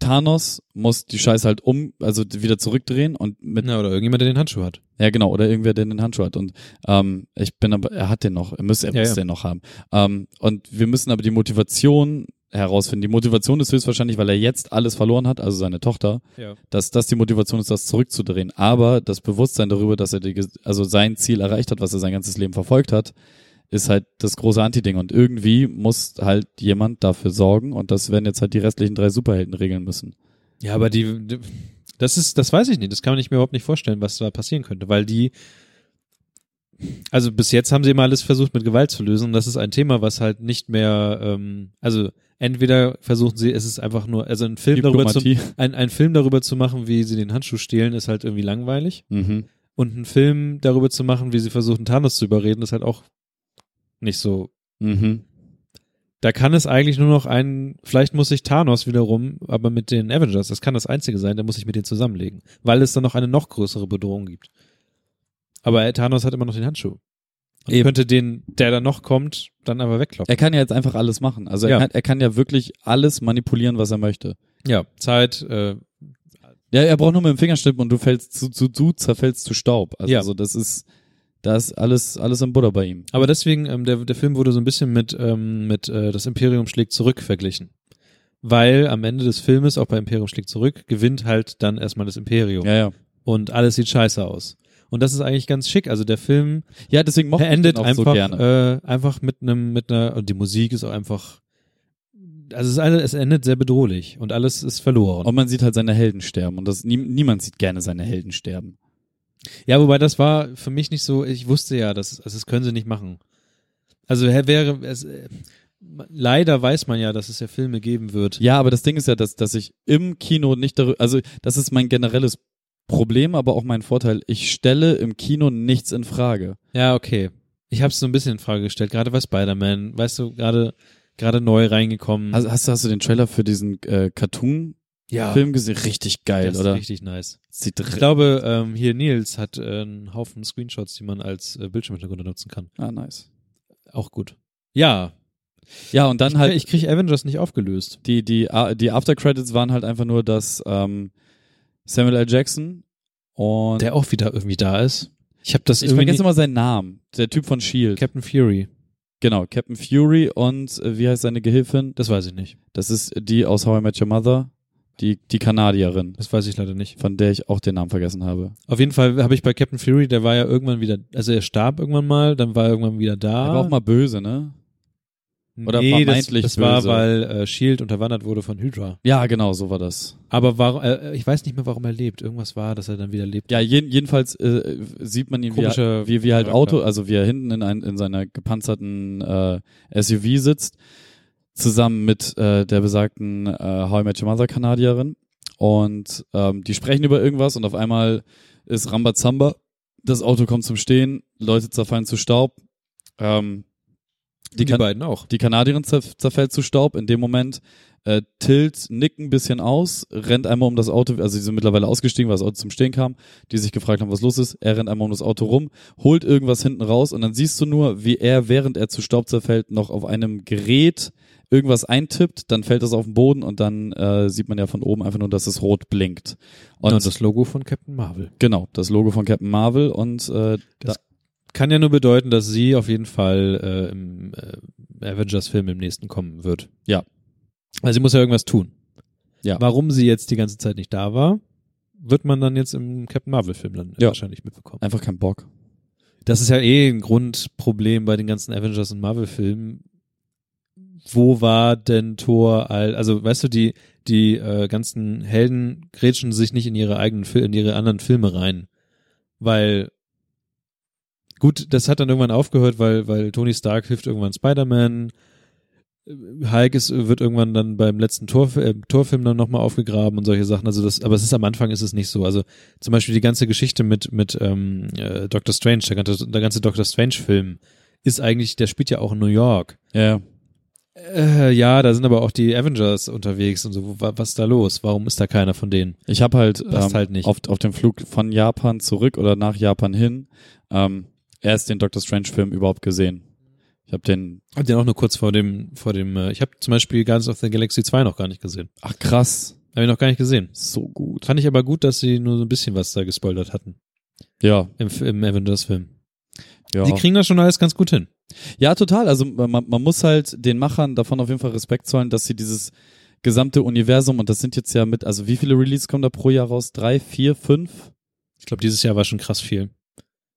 Speaker 3: Thanos muss die Scheiße halt um, also wieder zurückdrehen und mit,
Speaker 2: Na, oder irgendjemand, der den Handschuh hat.
Speaker 3: ja genau, oder irgendwer, der den Handschuh hat. Und ähm, ich bin aber, er hat den noch, er muss, er
Speaker 2: Ja,
Speaker 3: muss
Speaker 2: ja.
Speaker 3: den noch haben. Ähm, und wir müssen aber die Motivation herausfinden. Die Motivation ist höchstwahrscheinlich, weil er jetzt alles verloren hat, also seine Tochter,
Speaker 2: Ja.
Speaker 3: dass das die Motivation ist, das zurückzudrehen. Aber das Bewusstsein darüber, dass er die, ges- also sein Ziel erreicht hat, was er sein ganzes Leben verfolgt hat, ist halt das große Anti-Ding. Und irgendwie muss halt jemand dafür sorgen. Und das werden jetzt halt die restlichen drei Superhelden regeln müssen.
Speaker 2: Ja, aber die, die- das ist, das weiß ich nicht. Das kann ich mir überhaupt nicht vorstellen, was da passieren könnte, weil die, also bis jetzt haben sie immer alles versucht mit Gewalt zu lösen. Und das ist ein Thema, was halt nicht mehr, ähm, also entweder versuchen sie, es ist einfach nur, also ein Film darüber zu,
Speaker 3: Diplomatie.
Speaker 2: ein, ein Film darüber zu machen, wie sie den Handschuh stehlen, ist halt irgendwie langweilig.
Speaker 3: Mhm.
Speaker 2: Und einen Film darüber zu machen, wie sie versuchen, Thanos zu überreden, ist halt auch nicht so
Speaker 3: Mhm.
Speaker 2: da kann es eigentlich nur noch einen, vielleicht muss sich Thanos wiederum, aber mit den Avengers, das kann das Einzige sein, da muss ich mit denen zusammenlegen, weil es dann noch eine noch größere Bedrohung gibt. Aber äh, Thanos hat immer noch den Handschuh. Und
Speaker 3: Eben.
Speaker 2: könnte den, der dann noch kommt, dann aber wegkloppen.
Speaker 3: Er kann ja jetzt einfach alles machen. Also er,
Speaker 2: Ja.
Speaker 3: kann, er kann ja wirklich alles manipulieren, was er möchte.
Speaker 2: Ja, Zeit, äh,
Speaker 3: Ja, er braucht nur mit dem Finger schnippen und du fällst zu, zu, du zerfällst zu Staub. Also
Speaker 2: Ja.
Speaker 3: so, das ist, da ist alles, alles im Butter bei ihm.
Speaker 2: aber deswegen, ähm, der, der Film wurde so ein bisschen mit, ähm, mit äh, Das Imperium schlägt zurück verglichen. Weil am Ende des Filmes, auch bei Imperium schlägt zurück, gewinnt halt dann erstmal das Imperium.
Speaker 3: Ja, ja.
Speaker 2: Und alles sieht scheiße aus. Und das ist eigentlich ganz schick. Also der Film
Speaker 3: Ja, deswegen mochte
Speaker 2: Er
Speaker 3: ich den
Speaker 2: endet
Speaker 3: auch
Speaker 2: einfach,
Speaker 3: so gerne.
Speaker 2: Äh, einfach mit einem, mit einer, und die Musik ist auch einfach, also es, ist alles, es endet sehr bedrohlich und alles ist verloren.
Speaker 3: Und man sieht halt seine Helden sterben. Und das, nie, niemand sieht gerne seine Helden sterben.
Speaker 2: ja, wobei das war für mich nicht so, ich wusste ja, das, also das können sie nicht machen. Also hä, wäre, es, äh, leider weiß man ja, dass es ja Filme geben wird.
Speaker 3: Ja, aber das Ding ist ja, dass, dass ich im Kino nicht darüber, also das ist mein generelles Problem, aber auch mein Vorteil. Ich stelle im Kino nichts in Frage.
Speaker 2: Ja, okay. Ich habe es so ein bisschen in Frage gestellt, gerade bei Spider-Man, weißt du, gerade gerade neu reingekommen.
Speaker 3: Hast, hast, du- hast du den Trailer für diesen äh, Cartoon-Film
Speaker 2: Also, ja,
Speaker 3: gesehen? Richtig geil,
Speaker 2: das ist
Speaker 3: oder?
Speaker 2: richtig nice.
Speaker 3: Sieht
Speaker 2: Ich
Speaker 3: ri-
Speaker 2: glaube, ähm, hier Nils hat äh, einen Haufen Screenshots, die man als äh, Bildschirmhintergrund nutzen kann.
Speaker 3: ah, nice.
Speaker 2: Auch gut. Ja,
Speaker 3: Ja, und dann
Speaker 2: ich,
Speaker 3: halt,
Speaker 2: ich kriege Avengers nicht aufgelöst.
Speaker 3: die, die, ah, die After-Credits waren halt einfach nur, dass ähm, Samuel L. Jackson und
Speaker 2: Der auch wieder irgendwie da ist. Ich habe das
Speaker 3: ich
Speaker 2: irgendwie
Speaker 3: vergesse immer seinen Namen, der Typ von S.H.I.E.L.D.
Speaker 2: Captain Fury.
Speaker 3: Genau, Captain Fury und äh, wie heißt seine Gehilfin?
Speaker 2: Das weiß ich nicht.
Speaker 3: Das ist die aus How I Met Your Mother, die, die Kanadierin,
Speaker 2: Das weiß ich leider nicht.
Speaker 3: von der ich auch den Namen vergessen habe.
Speaker 2: Auf jeden Fall habe ich bei Captain Fury, der war ja irgendwann wieder, also er starb irgendwann mal, dann war er irgendwann wieder da.
Speaker 3: Er war auch mal böse, ne? oder
Speaker 2: nee, das,
Speaker 3: vermeintlich
Speaker 2: das war,
Speaker 3: böse.
Speaker 2: weil äh, Shield unterwandert wurde von Hydra.
Speaker 3: Ja, genau, so war das.
Speaker 2: Aber war, äh, ich weiß nicht mehr, warum er lebt. Irgendwas war, dass er dann wieder lebt.
Speaker 3: Ja, jeden, jedenfalls äh, sieht man ihn, wie er,
Speaker 2: Komischer
Speaker 3: wie, wie halt
Speaker 2: Charakter.
Speaker 3: Auto, also wie er hinten in, ein, in seiner gepanzerten äh, SUV sitzt, zusammen mit äh, der besagten äh, How I Met Your Mother Kanadierin. Und ähm, die sprechen über irgendwas und auf einmal ist Rambazamba, das Auto kommt zum Stehen, Leute zerfallen zu Staub. Ähm,
Speaker 2: die,
Speaker 3: kann-
Speaker 2: beiden auch.
Speaker 3: die Kanadierin zerf zerfällt zu Staub. In dem Moment äh, tilt Nick ein bisschen aus, rennt einmal um das Auto, also die sind mittlerweile ausgestiegen, weil das Auto zum Stehen kam, die sich gefragt haben, was los ist. Er rennt einmal um das Auto rum, holt irgendwas hinten raus und dann siehst du nur, wie er, während er zu Staub zerfällt, noch auf einem Gerät irgendwas eintippt, dann fällt das auf den Boden und dann äh, sieht man ja von oben einfach nur, dass es rot blinkt. Und,
Speaker 2: Und, das Logo von Captain Marvel.
Speaker 3: genau, das Logo von Captain Marvel und äh, da,
Speaker 2: Das- Kann ja nur bedeuten, dass sie auf jeden Fall äh, im äh, Avengers-Film im nächsten kommen wird.
Speaker 3: Ja.
Speaker 2: Also sie muss ja irgendwas tun.
Speaker 3: Ja.
Speaker 2: Warum sie jetzt die ganze Zeit nicht da war, wird man dann jetzt im Captain Marvel-Film dann
Speaker 3: Ja.
Speaker 2: wahrscheinlich mitbekommen.
Speaker 3: einfach kein Bock.
Speaker 2: Das ist ja eh ein Grundproblem bei den ganzen Avengers und Marvel-Filmen. Wo war denn Thor all, also weißt du, die, die äh, ganzen Helden grätschen sich nicht in ihre eigenen Fil in ihre anderen Filme rein. Weil Gut, das hat dann irgendwann aufgehört, weil, weil Tony Stark hilft irgendwann Spider-Man. Hulk ist, wird irgendwann dann beim letzten Tor, äh, Torfilm dann nochmal aufgegraben und solche Sachen. Also das, aber es ist am Anfang ist es nicht so. Also zum Beispiel die ganze Geschichte mit, mit ähm, äh, Doctor Strange, der ganze, der ganze Doctor Strange-Film ist eigentlich, der spielt ja auch in New York.
Speaker 3: Ja.
Speaker 2: Äh, ja, da sind aber auch die Avengers unterwegs und so. Wo- wa- Was ist da los? Warum ist da keiner von denen?
Speaker 3: Ich habe halt,
Speaker 2: Passt
Speaker 3: ähm,
Speaker 2: halt nicht.
Speaker 3: Auf, auf dem Flug von Japan zurück oder nach Japan hin ähm, erst den Doctor Strange-Film überhaupt gesehen. Ich habe den,
Speaker 2: Hab den auch nur kurz vor dem, vor dem, äh, ich habe zum Beispiel Guardians of the Galaxy 2 noch gar nicht gesehen.
Speaker 3: ach krass,
Speaker 2: Habe ich noch gar nicht gesehen.
Speaker 3: so gut.
Speaker 2: Fand ich aber gut, dass sie nur so ein bisschen was da gespoilert hatten
Speaker 3: Ja,
Speaker 2: im, F- im Avengers-Film.
Speaker 3: ja.
Speaker 2: Die kriegen das schon alles ganz gut hin.
Speaker 3: Ja, total. Also man, man muss halt den Machern davon auf jeden Fall Respekt zollen, dass sie dieses gesamte Universum, und das sind jetzt ja mit, also wie viele Releases kommen da pro Jahr raus? Drei, vier, fünf?
Speaker 2: Ich glaube, dieses Jahr war schon krass viel.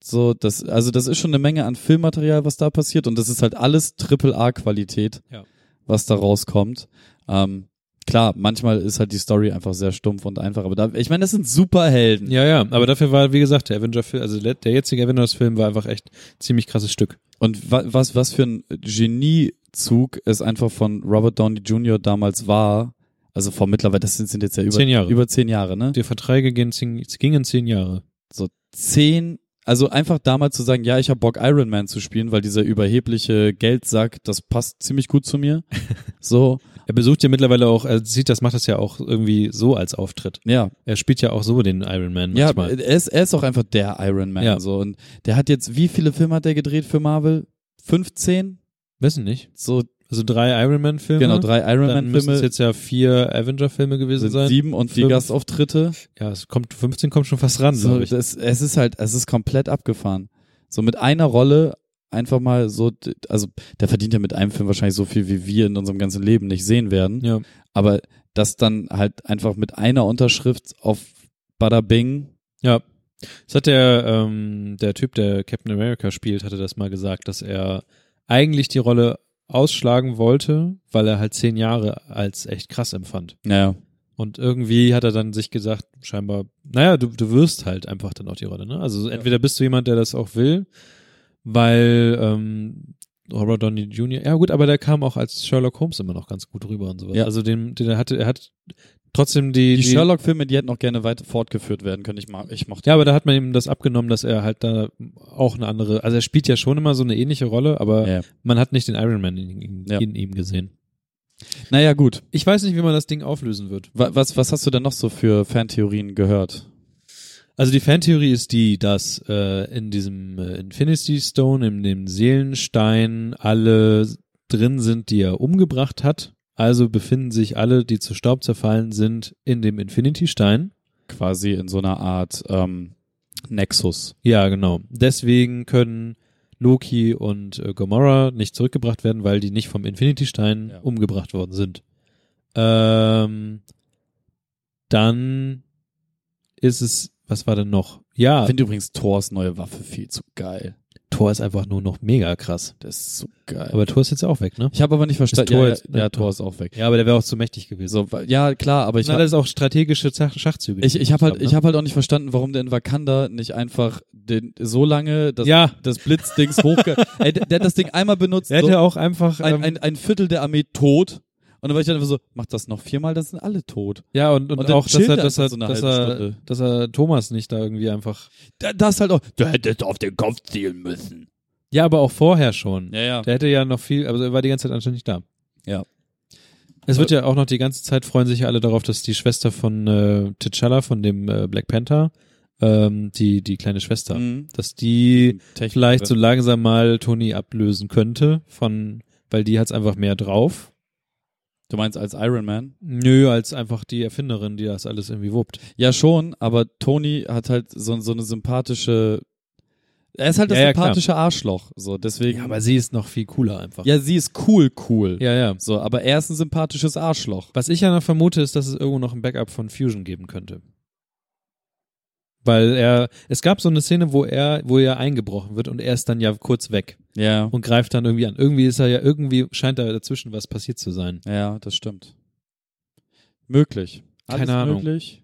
Speaker 3: So, das, also das ist schon eine Menge an Filmmaterial, was da passiert, und das ist halt alles Triple-A-Qualität,
Speaker 2: Ja.
Speaker 3: was da rauskommt. Ähm, klar, manchmal ist halt die Story einfach sehr stumpf und einfach, aber da, ich meine, das sind Superhelden.
Speaker 2: Ja, ja, aber dafür war, wie gesagt, der Avenger-Film, also le- der jetzige Avengers-Film war einfach echt ein ziemlich krasses Stück.
Speaker 3: Und wa was, was für ein Geniezug es einfach von Robert Downey Jr. damals war, also vor mittlerweile, das sind, sind jetzt ja über
Speaker 2: Zehn Jahre.
Speaker 3: über zehn Jahre, ne?
Speaker 2: Die Verträge gehen zehn, gingen zehn Jahre.
Speaker 3: So zehn, also einfach damals zu sagen, ja, ich habe Bock Iron Man zu spielen, weil dieser überhebliche Geldsack, das passt ziemlich gut zu mir. so,
Speaker 2: Er besucht ja mittlerweile auch, er sieht das, macht das ja auch irgendwie so als Auftritt.
Speaker 3: ja,
Speaker 2: Er spielt ja auch so den Iron Man
Speaker 3: ja, äh,
Speaker 2: manchmal.
Speaker 3: er ist, er ist auch einfach der Iron Man,
Speaker 2: Ja.
Speaker 3: so und der hat jetzt, wie viele Filme hat der gedreht für Marvel? 15?
Speaker 2: Wissen nicht.
Speaker 3: So,
Speaker 2: Also drei Iron Man-Filme.
Speaker 3: genau, drei Iron
Speaker 2: Dann müssen es
Speaker 3: Man-Filme,
Speaker 2: jetzt ja vier Avenger-Filme gewesen
Speaker 3: sind
Speaker 2: sein.
Speaker 3: sieben und die
Speaker 2: fünf.
Speaker 3: Gastauftritte.
Speaker 2: Ja, es kommt, 15 kommt schon fast ran,
Speaker 3: So,
Speaker 2: glaube ich.
Speaker 3: das, es ist halt, es ist komplett abgefahren. So mit einer Rolle einfach mal so, d- also der verdient ja mit einem Film wahrscheinlich so viel, wie wir in unserem ganzen Leben nicht sehen werden.
Speaker 2: Ja.
Speaker 3: Aber das dann halt einfach mit einer Unterschrift auf Bada Bing.
Speaker 2: Ja. Das hat der, ähm, der Typ, der Captain America spielt, hatte das mal gesagt, dass er eigentlich die Rolle ausschlagen wollte, weil er halt zehn Jahre als echt krass empfand.
Speaker 3: Naja,
Speaker 2: Und irgendwie hat er dann sich gesagt, scheinbar, naja, du, du wirst halt einfach dann auch die Rolle, ne? Also entweder bist du jemand, der das auch will, weil ähm, Robert Downey Jr., ja gut, aber der kam auch als Sherlock Holmes immer noch ganz gut rüber und sowas.
Speaker 3: Ja.
Speaker 2: Also den, den er hatte, er hat trotzdem die,
Speaker 3: die, Sherlock-Filme, die hätten auch gerne weiter fortgeführt werden können. Ich mag, ich mochte.
Speaker 2: Ja, aber da hat man ihm das abgenommen, dass er halt da auch eine andere, also er spielt ja schon immer so eine ähnliche Rolle, aber
Speaker 3: Ja.
Speaker 2: man hat nicht den Iron Man in, in,
Speaker 3: Ja.
Speaker 2: in ihm gesehen.
Speaker 3: Naja, gut.
Speaker 2: Ich weiß nicht, wie man das Ding auflösen wird.
Speaker 3: Wa- Was, was hast du denn noch so für Fantheorien gehört?
Speaker 2: Also die Fantheorie ist die, dass äh, in diesem äh, Infinity Stone, in dem Seelenstein, alle drin sind, die er umgebracht hat. Also befinden sich alle, die zu Staub zerfallen sind, in dem Infinity Stein.
Speaker 3: Quasi in so einer Art ähm, Nexus.
Speaker 2: Ja, genau. Deswegen können Loki und äh, Gomorra nicht zurückgebracht werden, weil die nicht vom Infinity-Stein
Speaker 3: Ja.
Speaker 2: umgebracht worden sind. Ähm, dann ist es, was war denn noch? Ja,
Speaker 3: Ich finde übrigens Thors neue Waffe viel zu geil.
Speaker 2: Thor ist einfach nur noch mega krass.
Speaker 3: Das ist so geil.
Speaker 2: Aber Thor ist jetzt auch weg, ne?
Speaker 3: ich habe aber nicht verstanden.
Speaker 2: Tor
Speaker 3: Ja,
Speaker 2: jetzt-
Speaker 3: ja, ja, Tor ist auch weg.
Speaker 2: Ja, aber der wäre auch zu mächtig gewesen.
Speaker 3: So, wa- ja, klar, aber ich
Speaker 2: Ich Na,
Speaker 3: habe
Speaker 2: das ist auch strategische Schach- Schachzüge. die
Speaker 3: ich,
Speaker 2: die
Speaker 3: ich hab halt,
Speaker 2: haben,
Speaker 3: ich
Speaker 2: ne?
Speaker 3: hab halt auch nicht verstanden, warum der in Wakanda nicht einfach den, so lange das,
Speaker 2: Ja,
Speaker 3: das Blitzdings hochge... Ey, der, der hat das Ding einmal benutzt,
Speaker 2: er hätte
Speaker 3: so,
Speaker 2: auch einfach.
Speaker 3: ein,
Speaker 2: ähm,
Speaker 3: ein, ein Viertel der Armee tot. Und dann war ich dann einfach so, mach das noch viermal, dann sind alle tot.
Speaker 2: ja, und, und,
Speaker 3: und dann
Speaker 2: auch, dass
Speaker 3: chillt
Speaker 2: er,
Speaker 3: er
Speaker 2: dass er,
Speaker 3: einfach so eine
Speaker 2: dass,
Speaker 3: halbe
Speaker 2: er,
Speaker 3: Stunde.
Speaker 2: dass er Thomas nicht da irgendwie einfach.
Speaker 3: Da- Das halt auch...
Speaker 4: Du hättest auf den Kopf zielen müssen.
Speaker 2: Ja, aber auch vorher schon.
Speaker 3: Ja, ja.
Speaker 2: Der hätte ja noch viel, aber er war die ganze Zeit anscheinend nicht da.
Speaker 3: Ja.
Speaker 2: Es wird ja auch noch die ganze Zeit freuen sich ja alle darauf, dass die Schwester von äh, T'Challa, von dem äh, Black Panther, ähm, die, die kleine Schwester,
Speaker 3: Mhm.
Speaker 2: dass die
Speaker 3: Technik-
Speaker 2: vielleicht so langsam mal Tony ablösen könnte von, weil die hat's einfach mehr drauf.
Speaker 3: Du meinst als Iron Man?
Speaker 2: Nö, als einfach die Erfinderin, die das alles irgendwie wuppt.
Speaker 3: Ja, schon, aber Tony hat halt so, so eine sympathische... Er ist halt das
Speaker 2: Ja, ja, klar.
Speaker 3: sympathische Arschloch. So, deswegen...
Speaker 2: sie ist noch viel cooler einfach. Ja,
Speaker 3: Ja, sie ist cool, cool.
Speaker 2: ja. ja.
Speaker 3: So, aber er ist ein sympathisches Arschloch.
Speaker 2: Was ich ja noch vermute, ist, dass es irgendwo noch ein Backup von Fusion geben könnte. Weil er, es gab so eine Szene, wo er, wo er eingebrochen wird und er ist dann ja kurz weg
Speaker 3: Ja.
Speaker 2: und greift dann irgendwie an. Irgendwie ist er ja, irgendwie scheint da dazwischen was passiert zu sein.
Speaker 3: Ja, das stimmt. Möglich. Alles
Speaker 2: Keine Ahnung.
Speaker 3: möglich.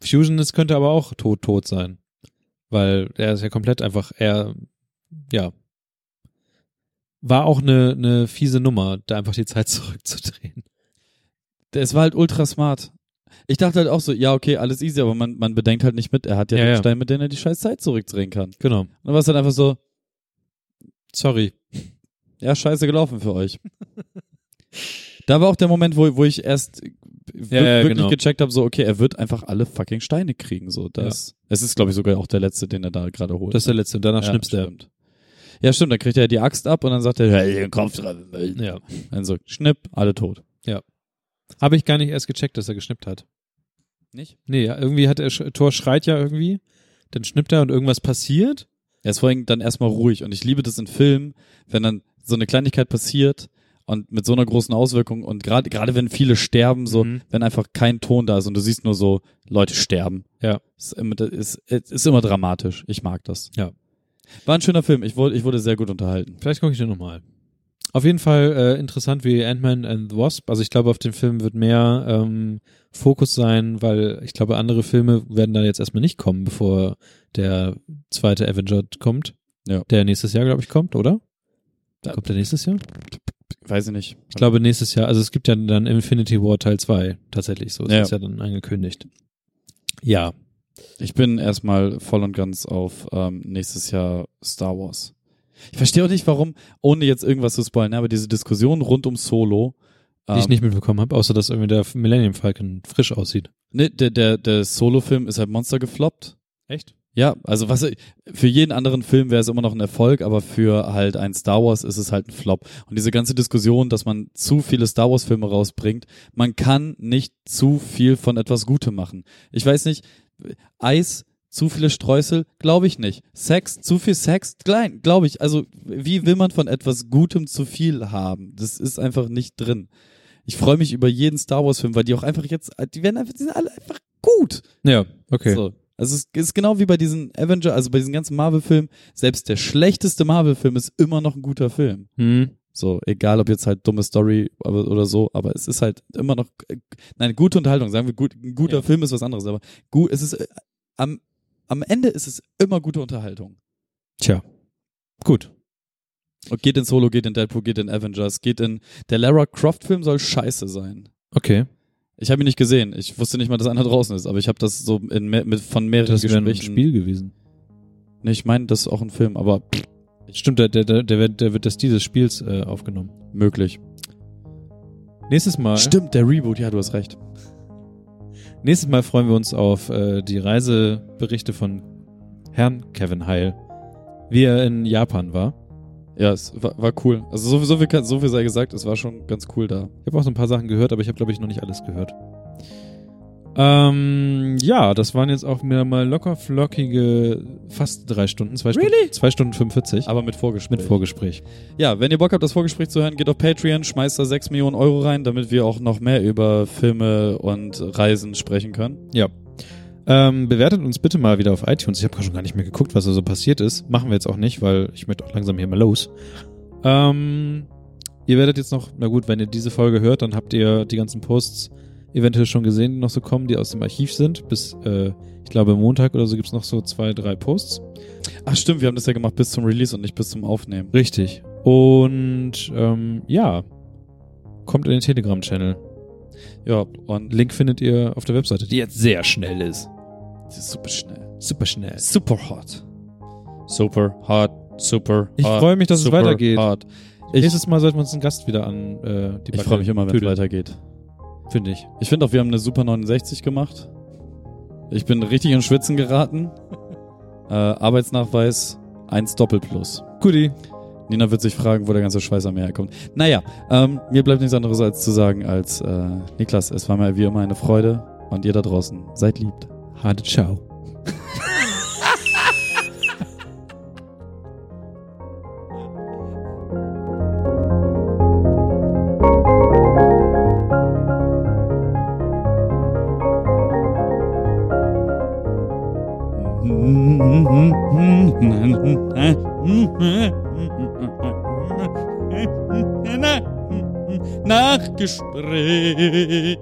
Speaker 2: Fusion ist, könnte aber auch tot, tot sein. Weil er ist ja komplett einfach, er ja. War auch eine, eine fiese Nummer, da einfach die Zeit zurückzudrehen.
Speaker 3: Es war halt ultra smart. Ich dachte halt auch so, ja, okay, alles easy, aber man, man bedenkt halt nicht mit, er hat ja,
Speaker 2: Ja,
Speaker 3: den
Speaker 2: ja.
Speaker 3: Stein, mit dem er die scheiß Zeit zurückdrehen kann. Und
Speaker 2: Genau.
Speaker 3: dann war es halt einfach so,
Speaker 2: Sorry.
Speaker 3: ja, scheiße gelaufen für euch. da war auch der Moment, wo, wo ich erst wir-
Speaker 2: ja,
Speaker 3: wirklich
Speaker 2: genau.
Speaker 3: gecheckt habe, so, okay, er wird einfach alle fucking Steine kriegen. So, das, Es ist, glaube ich, sogar auch der letzte, den er da gerade holt. ne?
Speaker 2: Das ist der letzte. Danach
Speaker 3: ja,
Speaker 2: schnippst er.
Speaker 3: stimmt. Ja, stimmt, dann kriegt er die Axt ab und dann sagt er, hey, den Kopf drauf.
Speaker 2: Ja.
Speaker 3: Dann so, schnipp, alle tot.
Speaker 2: Habe ich gar nicht erst gecheckt, dass er geschnippt hat.
Speaker 3: Nicht?
Speaker 2: Nee, ja, irgendwie hat er, sch- Thor schreit ja irgendwie, dann schnippt er und irgendwas passiert.
Speaker 3: Er ist vor allem dann erstmal ruhig. Und ich liebe das in Filmen, wenn dann so eine Kleinigkeit passiert und mit so einer großen Auswirkung und gerade gerade wenn viele sterben, so
Speaker 2: Mhm.
Speaker 3: wenn einfach kein Ton da ist und du siehst nur so Leute sterben.
Speaker 2: Ja.
Speaker 3: Ist, immer- das ist, es ist immer dramatisch. Ich mag das.
Speaker 2: Ja.
Speaker 3: War ein schöner Film. Ich wurde, ich wurde sehr gut unterhalten.
Speaker 2: Vielleicht gucke ich den nochmal. Auf jeden Fall äh, interessant wie Ant-Man and the Wasp. Also ich glaube, auf den Film wird mehr ähm, Fokus sein, weil ich glaube, andere Filme werden da jetzt erstmal nicht kommen, bevor der zweite Avenger kommt.
Speaker 3: Ja.
Speaker 2: Der nächstes Jahr, glaube ich, kommt, oder? Kommt der nächstes Jahr?
Speaker 3: Weiß ich nicht.
Speaker 2: Ich glaube, nächstes Jahr, also es gibt ja dann Infinity War Teil 2 tatsächlich, so ist
Speaker 3: Ja.
Speaker 2: es ja dann angekündigt. Ja,
Speaker 3: Ich bin erstmal voll und ganz auf ähm, nächstes Jahr Star Wars. Ich verstehe auch nicht, warum, ohne jetzt irgendwas zu spoilern, aber diese Diskussion rund um Solo.
Speaker 2: die
Speaker 3: Ähm.
Speaker 2: ich nicht mitbekommen habe, außer dass irgendwie der Millennium Falcon frisch aussieht.
Speaker 3: Ne, der, der, der Solo-Film ist halt Monster gefloppt.
Speaker 2: Echt?
Speaker 3: Ja, also was für jeden anderen Film wäre es immer noch ein Erfolg, aber für halt ein Star Wars ist es halt ein Flop. Und diese ganze Diskussion, dass man zu viele Star Wars Filme rausbringt, man kann nicht zu viel von etwas Gutem machen. Ich weiß nicht, Eis, zu viele Streusel, glaube ich nicht. Sex, zu viel Sex, klein, glaube ich. Also wie will man von etwas Gutem zu viel haben? Das ist einfach nicht drin. Ich freue mich über jeden Star Wars Film, weil die auch einfach jetzt, die werden einfach, die sind alle einfach gut.
Speaker 2: Ja, okay.
Speaker 3: So. Also es ist genau wie bei diesen Avenger, also bei diesen ganzen Marvel-Filmen, selbst der schlechteste Marvel-Film ist immer noch ein guter Film.
Speaker 2: Hm.
Speaker 3: So, egal ob jetzt halt dumme Story aber- oder so, aber es ist halt immer noch, äh, nein, gute Unterhaltung, sagen wir, gut, ein guter
Speaker 2: Ja.
Speaker 3: Film ist was anderes, aber gut, es ist, äh, am, am Ende ist es immer gute Unterhaltung.
Speaker 2: Tja. Gut.
Speaker 3: Und geht in Solo, geht in Deadpool, geht in Avengers, geht in, der Lara Croft-Film soll scheiße sein.
Speaker 2: Okay.
Speaker 3: Ich habe ihn nicht gesehen, ich wusste nicht mal, dass einer draußen ist, aber ich habe das so in, mehr- mit, von mehreren
Speaker 2: Das wäre ein
Speaker 3: Gesprächen.
Speaker 2: Spiel gewesen.
Speaker 3: Nee, ich meine, das ist auch ein Film, aber
Speaker 2: Stimmt, der, der, der, der, wird, der wird das dieses Spiels äh, aufgenommen.
Speaker 3: möglich.
Speaker 2: Nächstes Mal,
Speaker 3: Stimmt, der Reboot, ja, du hast recht.
Speaker 2: nächstes Mal freuen wir uns auf äh, die Reiseberichte von Herrn Kevin Heil, wie er in Japan war.
Speaker 3: Ja, es war, war cool. Also so, so, viel, kann- so viel sei gesagt, es war schon ganz cool da.
Speaker 2: Ich habe auch so ein paar Sachen gehört, aber ich habe, glaube ich, noch nicht alles gehört. Ähm, ja, das waren jetzt auch wieder mal locker flockige fast drei Stunden, zwei, Stunden, zwei Stunden 45
Speaker 3: Aber mit Vorgespräch.
Speaker 2: mit Vorgespräch.
Speaker 3: ja, wenn ihr Bock habt, das Vorgespräch zu hören, geht auf Patreon, schmeißt da 6 Millionen Euro rein, damit wir auch noch mehr über Filme und Reisen sprechen können.
Speaker 2: Ja. Ähm, bewertet uns bitte mal wieder auf iTunes. Ich habe schon gar nicht mehr geguckt, was da so passiert ist. Machen wir jetzt auch nicht, weil ich möchte auch langsam hier mal los. Ähm, ihr werdet jetzt noch, na gut, wenn ihr diese Folge hört, dann habt ihr die ganzen Posts eventuell schon gesehen, die noch so kommen, die aus dem Archiv sind. Bis, äh, ich glaube, Montag oder so gibt's noch so zwei, drei Posts.
Speaker 3: Ach stimmt, wir haben das ja gemacht bis zum Release und nicht bis zum Aufnehmen.
Speaker 2: Richtig. Und ähm, ja, kommt in den Telegram-Channel.
Speaker 3: Ja, und
Speaker 2: Link findet ihr auf der Webseite, die jetzt sehr schnell ist.
Speaker 3: das ist super schnell.
Speaker 2: Super schnell.
Speaker 3: Super hot. Super hot, super
Speaker 2: Ich
Speaker 3: hot,
Speaker 2: freu mich, dass es
Speaker 3: super
Speaker 2: weitergeht.
Speaker 3: Hot. Ich,
Speaker 2: Nächstes Mal sollten wir uns einen Gast wieder an äh, die
Speaker 3: ich
Speaker 2: Backe
Speaker 3: freue mich immer, wenn es
Speaker 2: tüdeln,
Speaker 3: weitergeht.
Speaker 2: Finde ich.
Speaker 3: Ich finde auch, wir haben eine Super 69 gemacht. Ich bin richtig in Schwitzen geraten. Äh, Arbeitsnachweis 1 Doppelplus.
Speaker 2: Guti.
Speaker 3: Nina wird sich fragen, wo der ganze Schweiß am Meer herkommt. Naja, ähm, mir bleibt nichts anderes als zu sagen als äh, Niklas, es war mir wie immer eine Freude und ihr da draußen, seid liebt.
Speaker 2: Harte Ciao.
Speaker 3: Nachgespräch.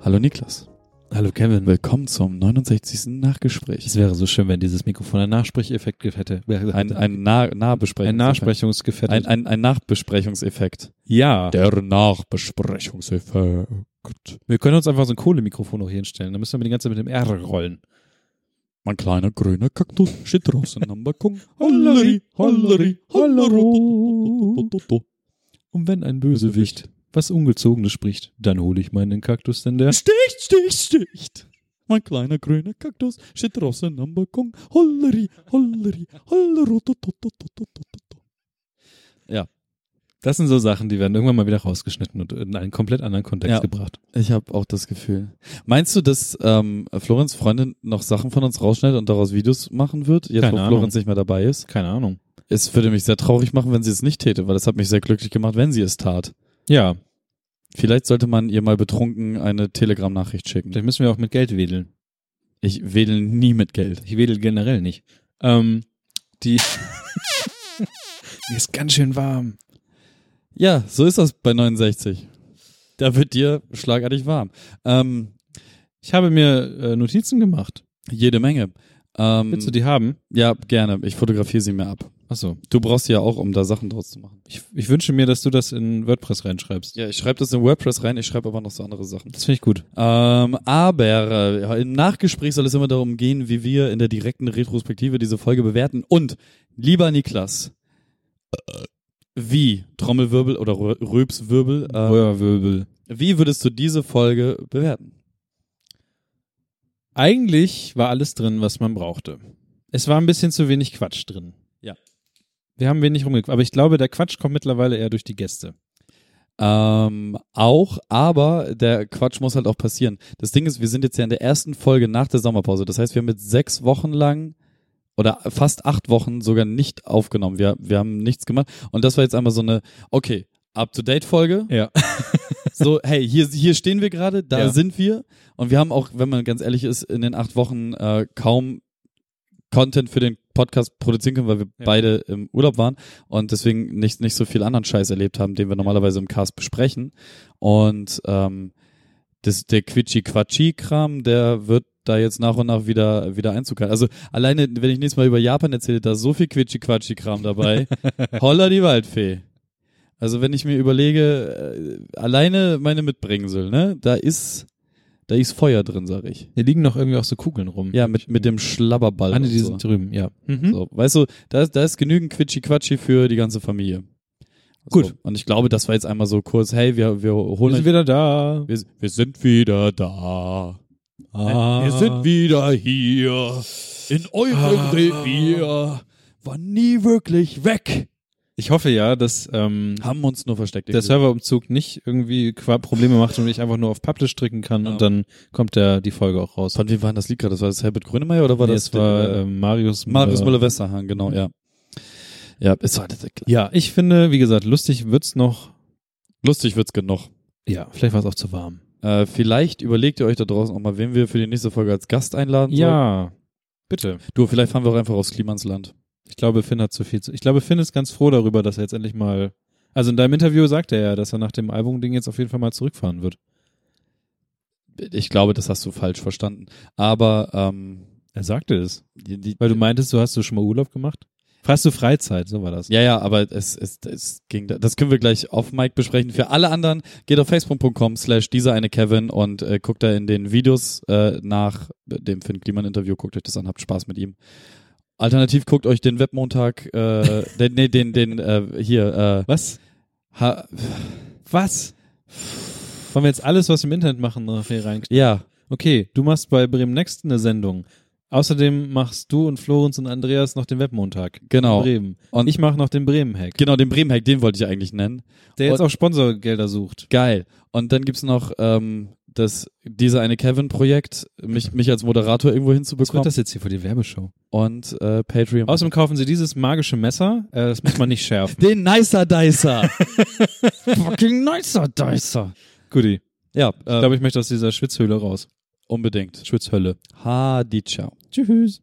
Speaker 3: Hallo Niklas.
Speaker 2: Hallo Kevin.
Speaker 3: Willkommen zum 69. Nachgespräch.
Speaker 2: Es wäre so schön, wenn dieses Mikrofon einen Nachsprecheffekt hätte.
Speaker 3: Ein, ein nah Nahbesprechungs
Speaker 2: ein Nachsprechungsgefährt.
Speaker 3: ein, ein, ein Nachbesprechungseffekt.
Speaker 2: ja.
Speaker 3: Der Nachbesprechungseffekt.
Speaker 2: Wir können uns einfach so ein Kohlemikrofon noch hier hinstellen. Da müssen wir die ganze Zeit mit dem R rollen.
Speaker 3: Mein kleiner grüner Kaktus steht draußen am Balkon.
Speaker 2: Halleri,
Speaker 3: Halleri,
Speaker 2: halleri,
Speaker 3: halleri,
Speaker 2: hallero.
Speaker 3: hallero.
Speaker 2: Und wenn ein Bösewicht was Ungezogenes spricht, dann hole ich meinen Kaktus, denn der
Speaker 3: Sticht, sticht, sticht. Mein kleiner grüner Kaktus steht draußen am Balkon. Holleri, holleri, hollero.
Speaker 2: Das sind so Sachen, die werden irgendwann mal wieder rausgeschnitten und in einen komplett anderen Kontext
Speaker 3: Ja.
Speaker 2: gebracht.
Speaker 3: Ich habe auch das Gefühl. Meinst du, dass ähm, Florenz Freundin noch Sachen von uns rausschneidet und daraus Videos machen wird, jetzt
Speaker 2: Keine
Speaker 3: wo
Speaker 2: Ahnung.
Speaker 3: Florenz nicht mehr dabei ist?
Speaker 2: Keine Ahnung.
Speaker 3: Es würde mich sehr traurig machen, wenn sie es nicht täte, weil das hat mich sehr glücklich gemacht, wenn sie es tat.
Speaker 2: Ja,
Speaker 3: Vielleicht sollte man ihr mal betrunken eine Telegram-Nachricht schicken.
Speaker 2: vielleicht müssen wir auch mit Geld wedeln.
Speaker 3: Ich wedel nie mit Geld.
Speaker 2: Ich wedel generell nicht. Ähm, die. Mir ist ganz schön warm.
Speaker 3: Ja, so ist das bei 69. Da wird dir schlagartig warm. Ähm,
Speaker 2: Ich habe mir äh, Notizen gemacht.
Speaker 3: jede Menge. Ähm,
Speaker 2: Willst du die haben?
Speaker 3: Ja, gerne. Ich fotografiere sie mir ab.
Speaker 2: Achso.
Speaker 3: Du brauchst sie ja auch, um da Sachen draus zu machen.
Speaker 2: Ich, ich wünsche mir, dass du das in WordPress reinschreibst.
Speaker 3: Ja, ich schreibe das in WordPress rein, ich schreibe aber noch so andere Sachen.
Speaker 2: Das finde ich gut.
Speaker 3: Ähm, aber äh, im Nachgespräch soll es immer darum gehen, wie wir in der direkten Retrospektive diese Folge bewerten. Und, lieber Niklas, äh, wie, Trommelwirbel oder Rö- Röpswirbel, äh,
Speaker 2: Röhrwirbel.
Speaker 3: wie würdest du diese Folge bewerten?
Speaker 2: Eigentlich war alles drin, was man brauchte. Es war ein bisschen zu wenig Quatsch drin.
Speaker 3: Ja.
Speaker 2: Wir haben wenig rumgequatscht. Aber ich glaube, der Quatsch kommt mittlerweile eher durch die Gäste.
Speaker 3: Ähm, auch, aber der Quatsch muss halt auch passieren. Das Ding ist, wir sind jetzt ja in der ersten Folge nach der Sommerpause. Das heißt, wir haben jetzt sechs Wochen lang oder fast acht Wochen sogar nicht aufgenommen. Wir, wir haben nichts gemacht. Und das war jetzt einmal so eine, okay, Up-to-Date-Folge.
Speaker 2: Ja.
Speaker 3: So, hey, hier, hier stehen wir gerade, da
Speaker 2: Ja.
Speaker 3: sind wir. Und wir haben auch, wenn man ganz ehrlich ist, in den acht Wochen äh, kaum Content für den Podcast produzieren können, weil wir
Speaker 2: Ja.
Speaker 3: beide im Urlaub waren und deswegen nicht, nicht so viel anderen Scheiß erlebt haben, den wir normalerweise im Cast besprechen. Und ähm, das, der Quitschi-Quatschi-Kram, der wird da jetzt nach und nach wieder, wieder Einzug halten. Also alleine, wenn ich nächstes Mal über Japan erzähle, da ist so viel Quitschi-Quatschi-Kram dabei. Holla die Waldfee. Also wenn ich mir überlege, äh, alleine meine Mitbringsel, ne, da ist, da ist Feuer drin, sag ich.
Speaker 2: Hier liegen noch irgendwie auch so Kugeln rum.
Speaker 3: Ja, mit, mit dem Schlabberball.
Speaker 2: Ah, nee,
Speaker 3: und
Speaker 2: die
Speaker 3: so.
Speaker 2: sind drüben, ja. Mhm. So.
Speaker 3: So, weißt du, da, ist- da ist genügend Quitschi-Quatschi für die ganze Familie.
Speaker 2: Gut. Also
Speaker 3: So, und ich glaube, das war jetzt einmal so kurz, hey, wir,
Speaker 2: Wir
Speaker 3: wir holen
Speaker 2: sind
Speaker 3: euch-
Speaker 2: wieder da.
Speaker 3: wir, wir sind wieder da.
Speaker 2: Ah.
Speaker 3: Äh, Wir sind wieder hier. In eurem
Speaker 2: Ah.
Speaker 3: Revier. Waren nie wirklich weg.
Speaker 2: ich hoffe ja, dass ähm,
Speaker 3: Haben uns nur versteckt.
Speaker 2: der Serverumzug nicht irgendwie Qua- Probleme macht und ich einfach nur auf Publish stricken kann
Speaker 3: Ja.
Speaker 2: und dann kommt der, die Folge auch raus.
Speaker 3: Von wem war denn das Lied gerade? Das war das Herbert Grönemeyer oder war
Speaker 2: Nee,
Speaker 3: das
Speaker 2: es war
Speaker 3: der-
Speaker 2: äh, Marius,
Speaker 3: Marius
Speaker 2: Müller.
Speaker 3: Müller-Westernhagen, genau, ja. Ja, halt es war das,
Speaker 2: Ja, ich finde, wie gesagt, lustig wird's noch.
Speaker 3: lustig wird's genug.
Speaker 2: Ja, vielleicht war es auch zu warm.
Speaker 3: Äh, vielleicht überlegt ihr euch da draußen auch mal, wen wir für die nächste Folge als Gast einladen sollen.
Speaker 2: Ja, bitte.
Speaker 3: Du, vielleicht fahren wir auch einfach aufs Klimansland.
Speaker 2: Ich glaube, Finn hat zu viel zu. Ich glaube, Finn ist ganz froh darüber, dass er jetzt endlich mal. Also in deinem Interview sagt er ja, dass er nach dem Album-Ding jetzt auf jeden Fall mal zurückfahren wird.
Speaker 3: Ich glaube, das hast du falsch verstanden. Aber ähm,
Speaker 2: Er sagte es.
Speaker 3: die, die,
Speaker 2: Weil du meintest, du hast du schon mal Urlaub gemacht? Hast du Freizeit? So war das.
Speaker 3: Ja, ja, aber es, es, es ging da. Das können wir gleich auf Mike besprechen. Für alle anderen geht auf facebook.com slash dieser eine Kevin und äh, guckt da in den Videos äh, nach dem Finn Kliman Interview, guckt euch das an, habt Spaß mit ihm. Alternativ guckt euch den Webmontag, äh, den, nee, den, den, äh, hier,
Speaker 2: Was?
Speaker 3: äh, ha,
Speaker 2: Was? Wollen wir jetzt alles, was wir im Internet machen, nachher rein?
Speaker 3: ja,
Speaker 2: Okay, du machst bei Bremen Next eine Sendung. Außerdem machst du und Florenz und Andreas noch den Webmontag.
Speaker 3: Genau.
Speaker 2: Bremen. Und
Speaker 3: Und-
Speaker 2: ich mache noch den Bremen-Hack,
Speaker 3: genau, den Bremen-Hack, den wollte ich eigentlich nennen.
Speaker 2: der jetzt
Speaker 3: und-
Speaker 2: auch Sponsorgelder sucht.
Speaker 3: Geil. Und dann gibt's noch, ähm, das, diese eine Kevin-Projekt, mich, mich als Moderator irgendwo
Speaker 2: Was wird
Speaker 3: hinzubekommen.
Speaker 2: das jetzt hier für die Werbeshow?
Speaker 3: Und äh, Patreon.
Speaker 2: Außerdem kaufen sie dieses magische Messer. Äh, das muss man nicht schärfen.
Speaker 3: Den Nicer Dicer. Fucking Nicer Dicer.
Speaker 2: Goodie.
Speaker 3: Ja,
Speaker 2: Ich
Speaker 3: äh,
Speaker 2: glaube, ich möchte aus dieser Schwitzhöhle raus.
Speaker 3: unbedingt.
Speaker 2: Schwitzhölle.
Speaker 3: Hadi, ciao.
Speaker 2: Tschüss.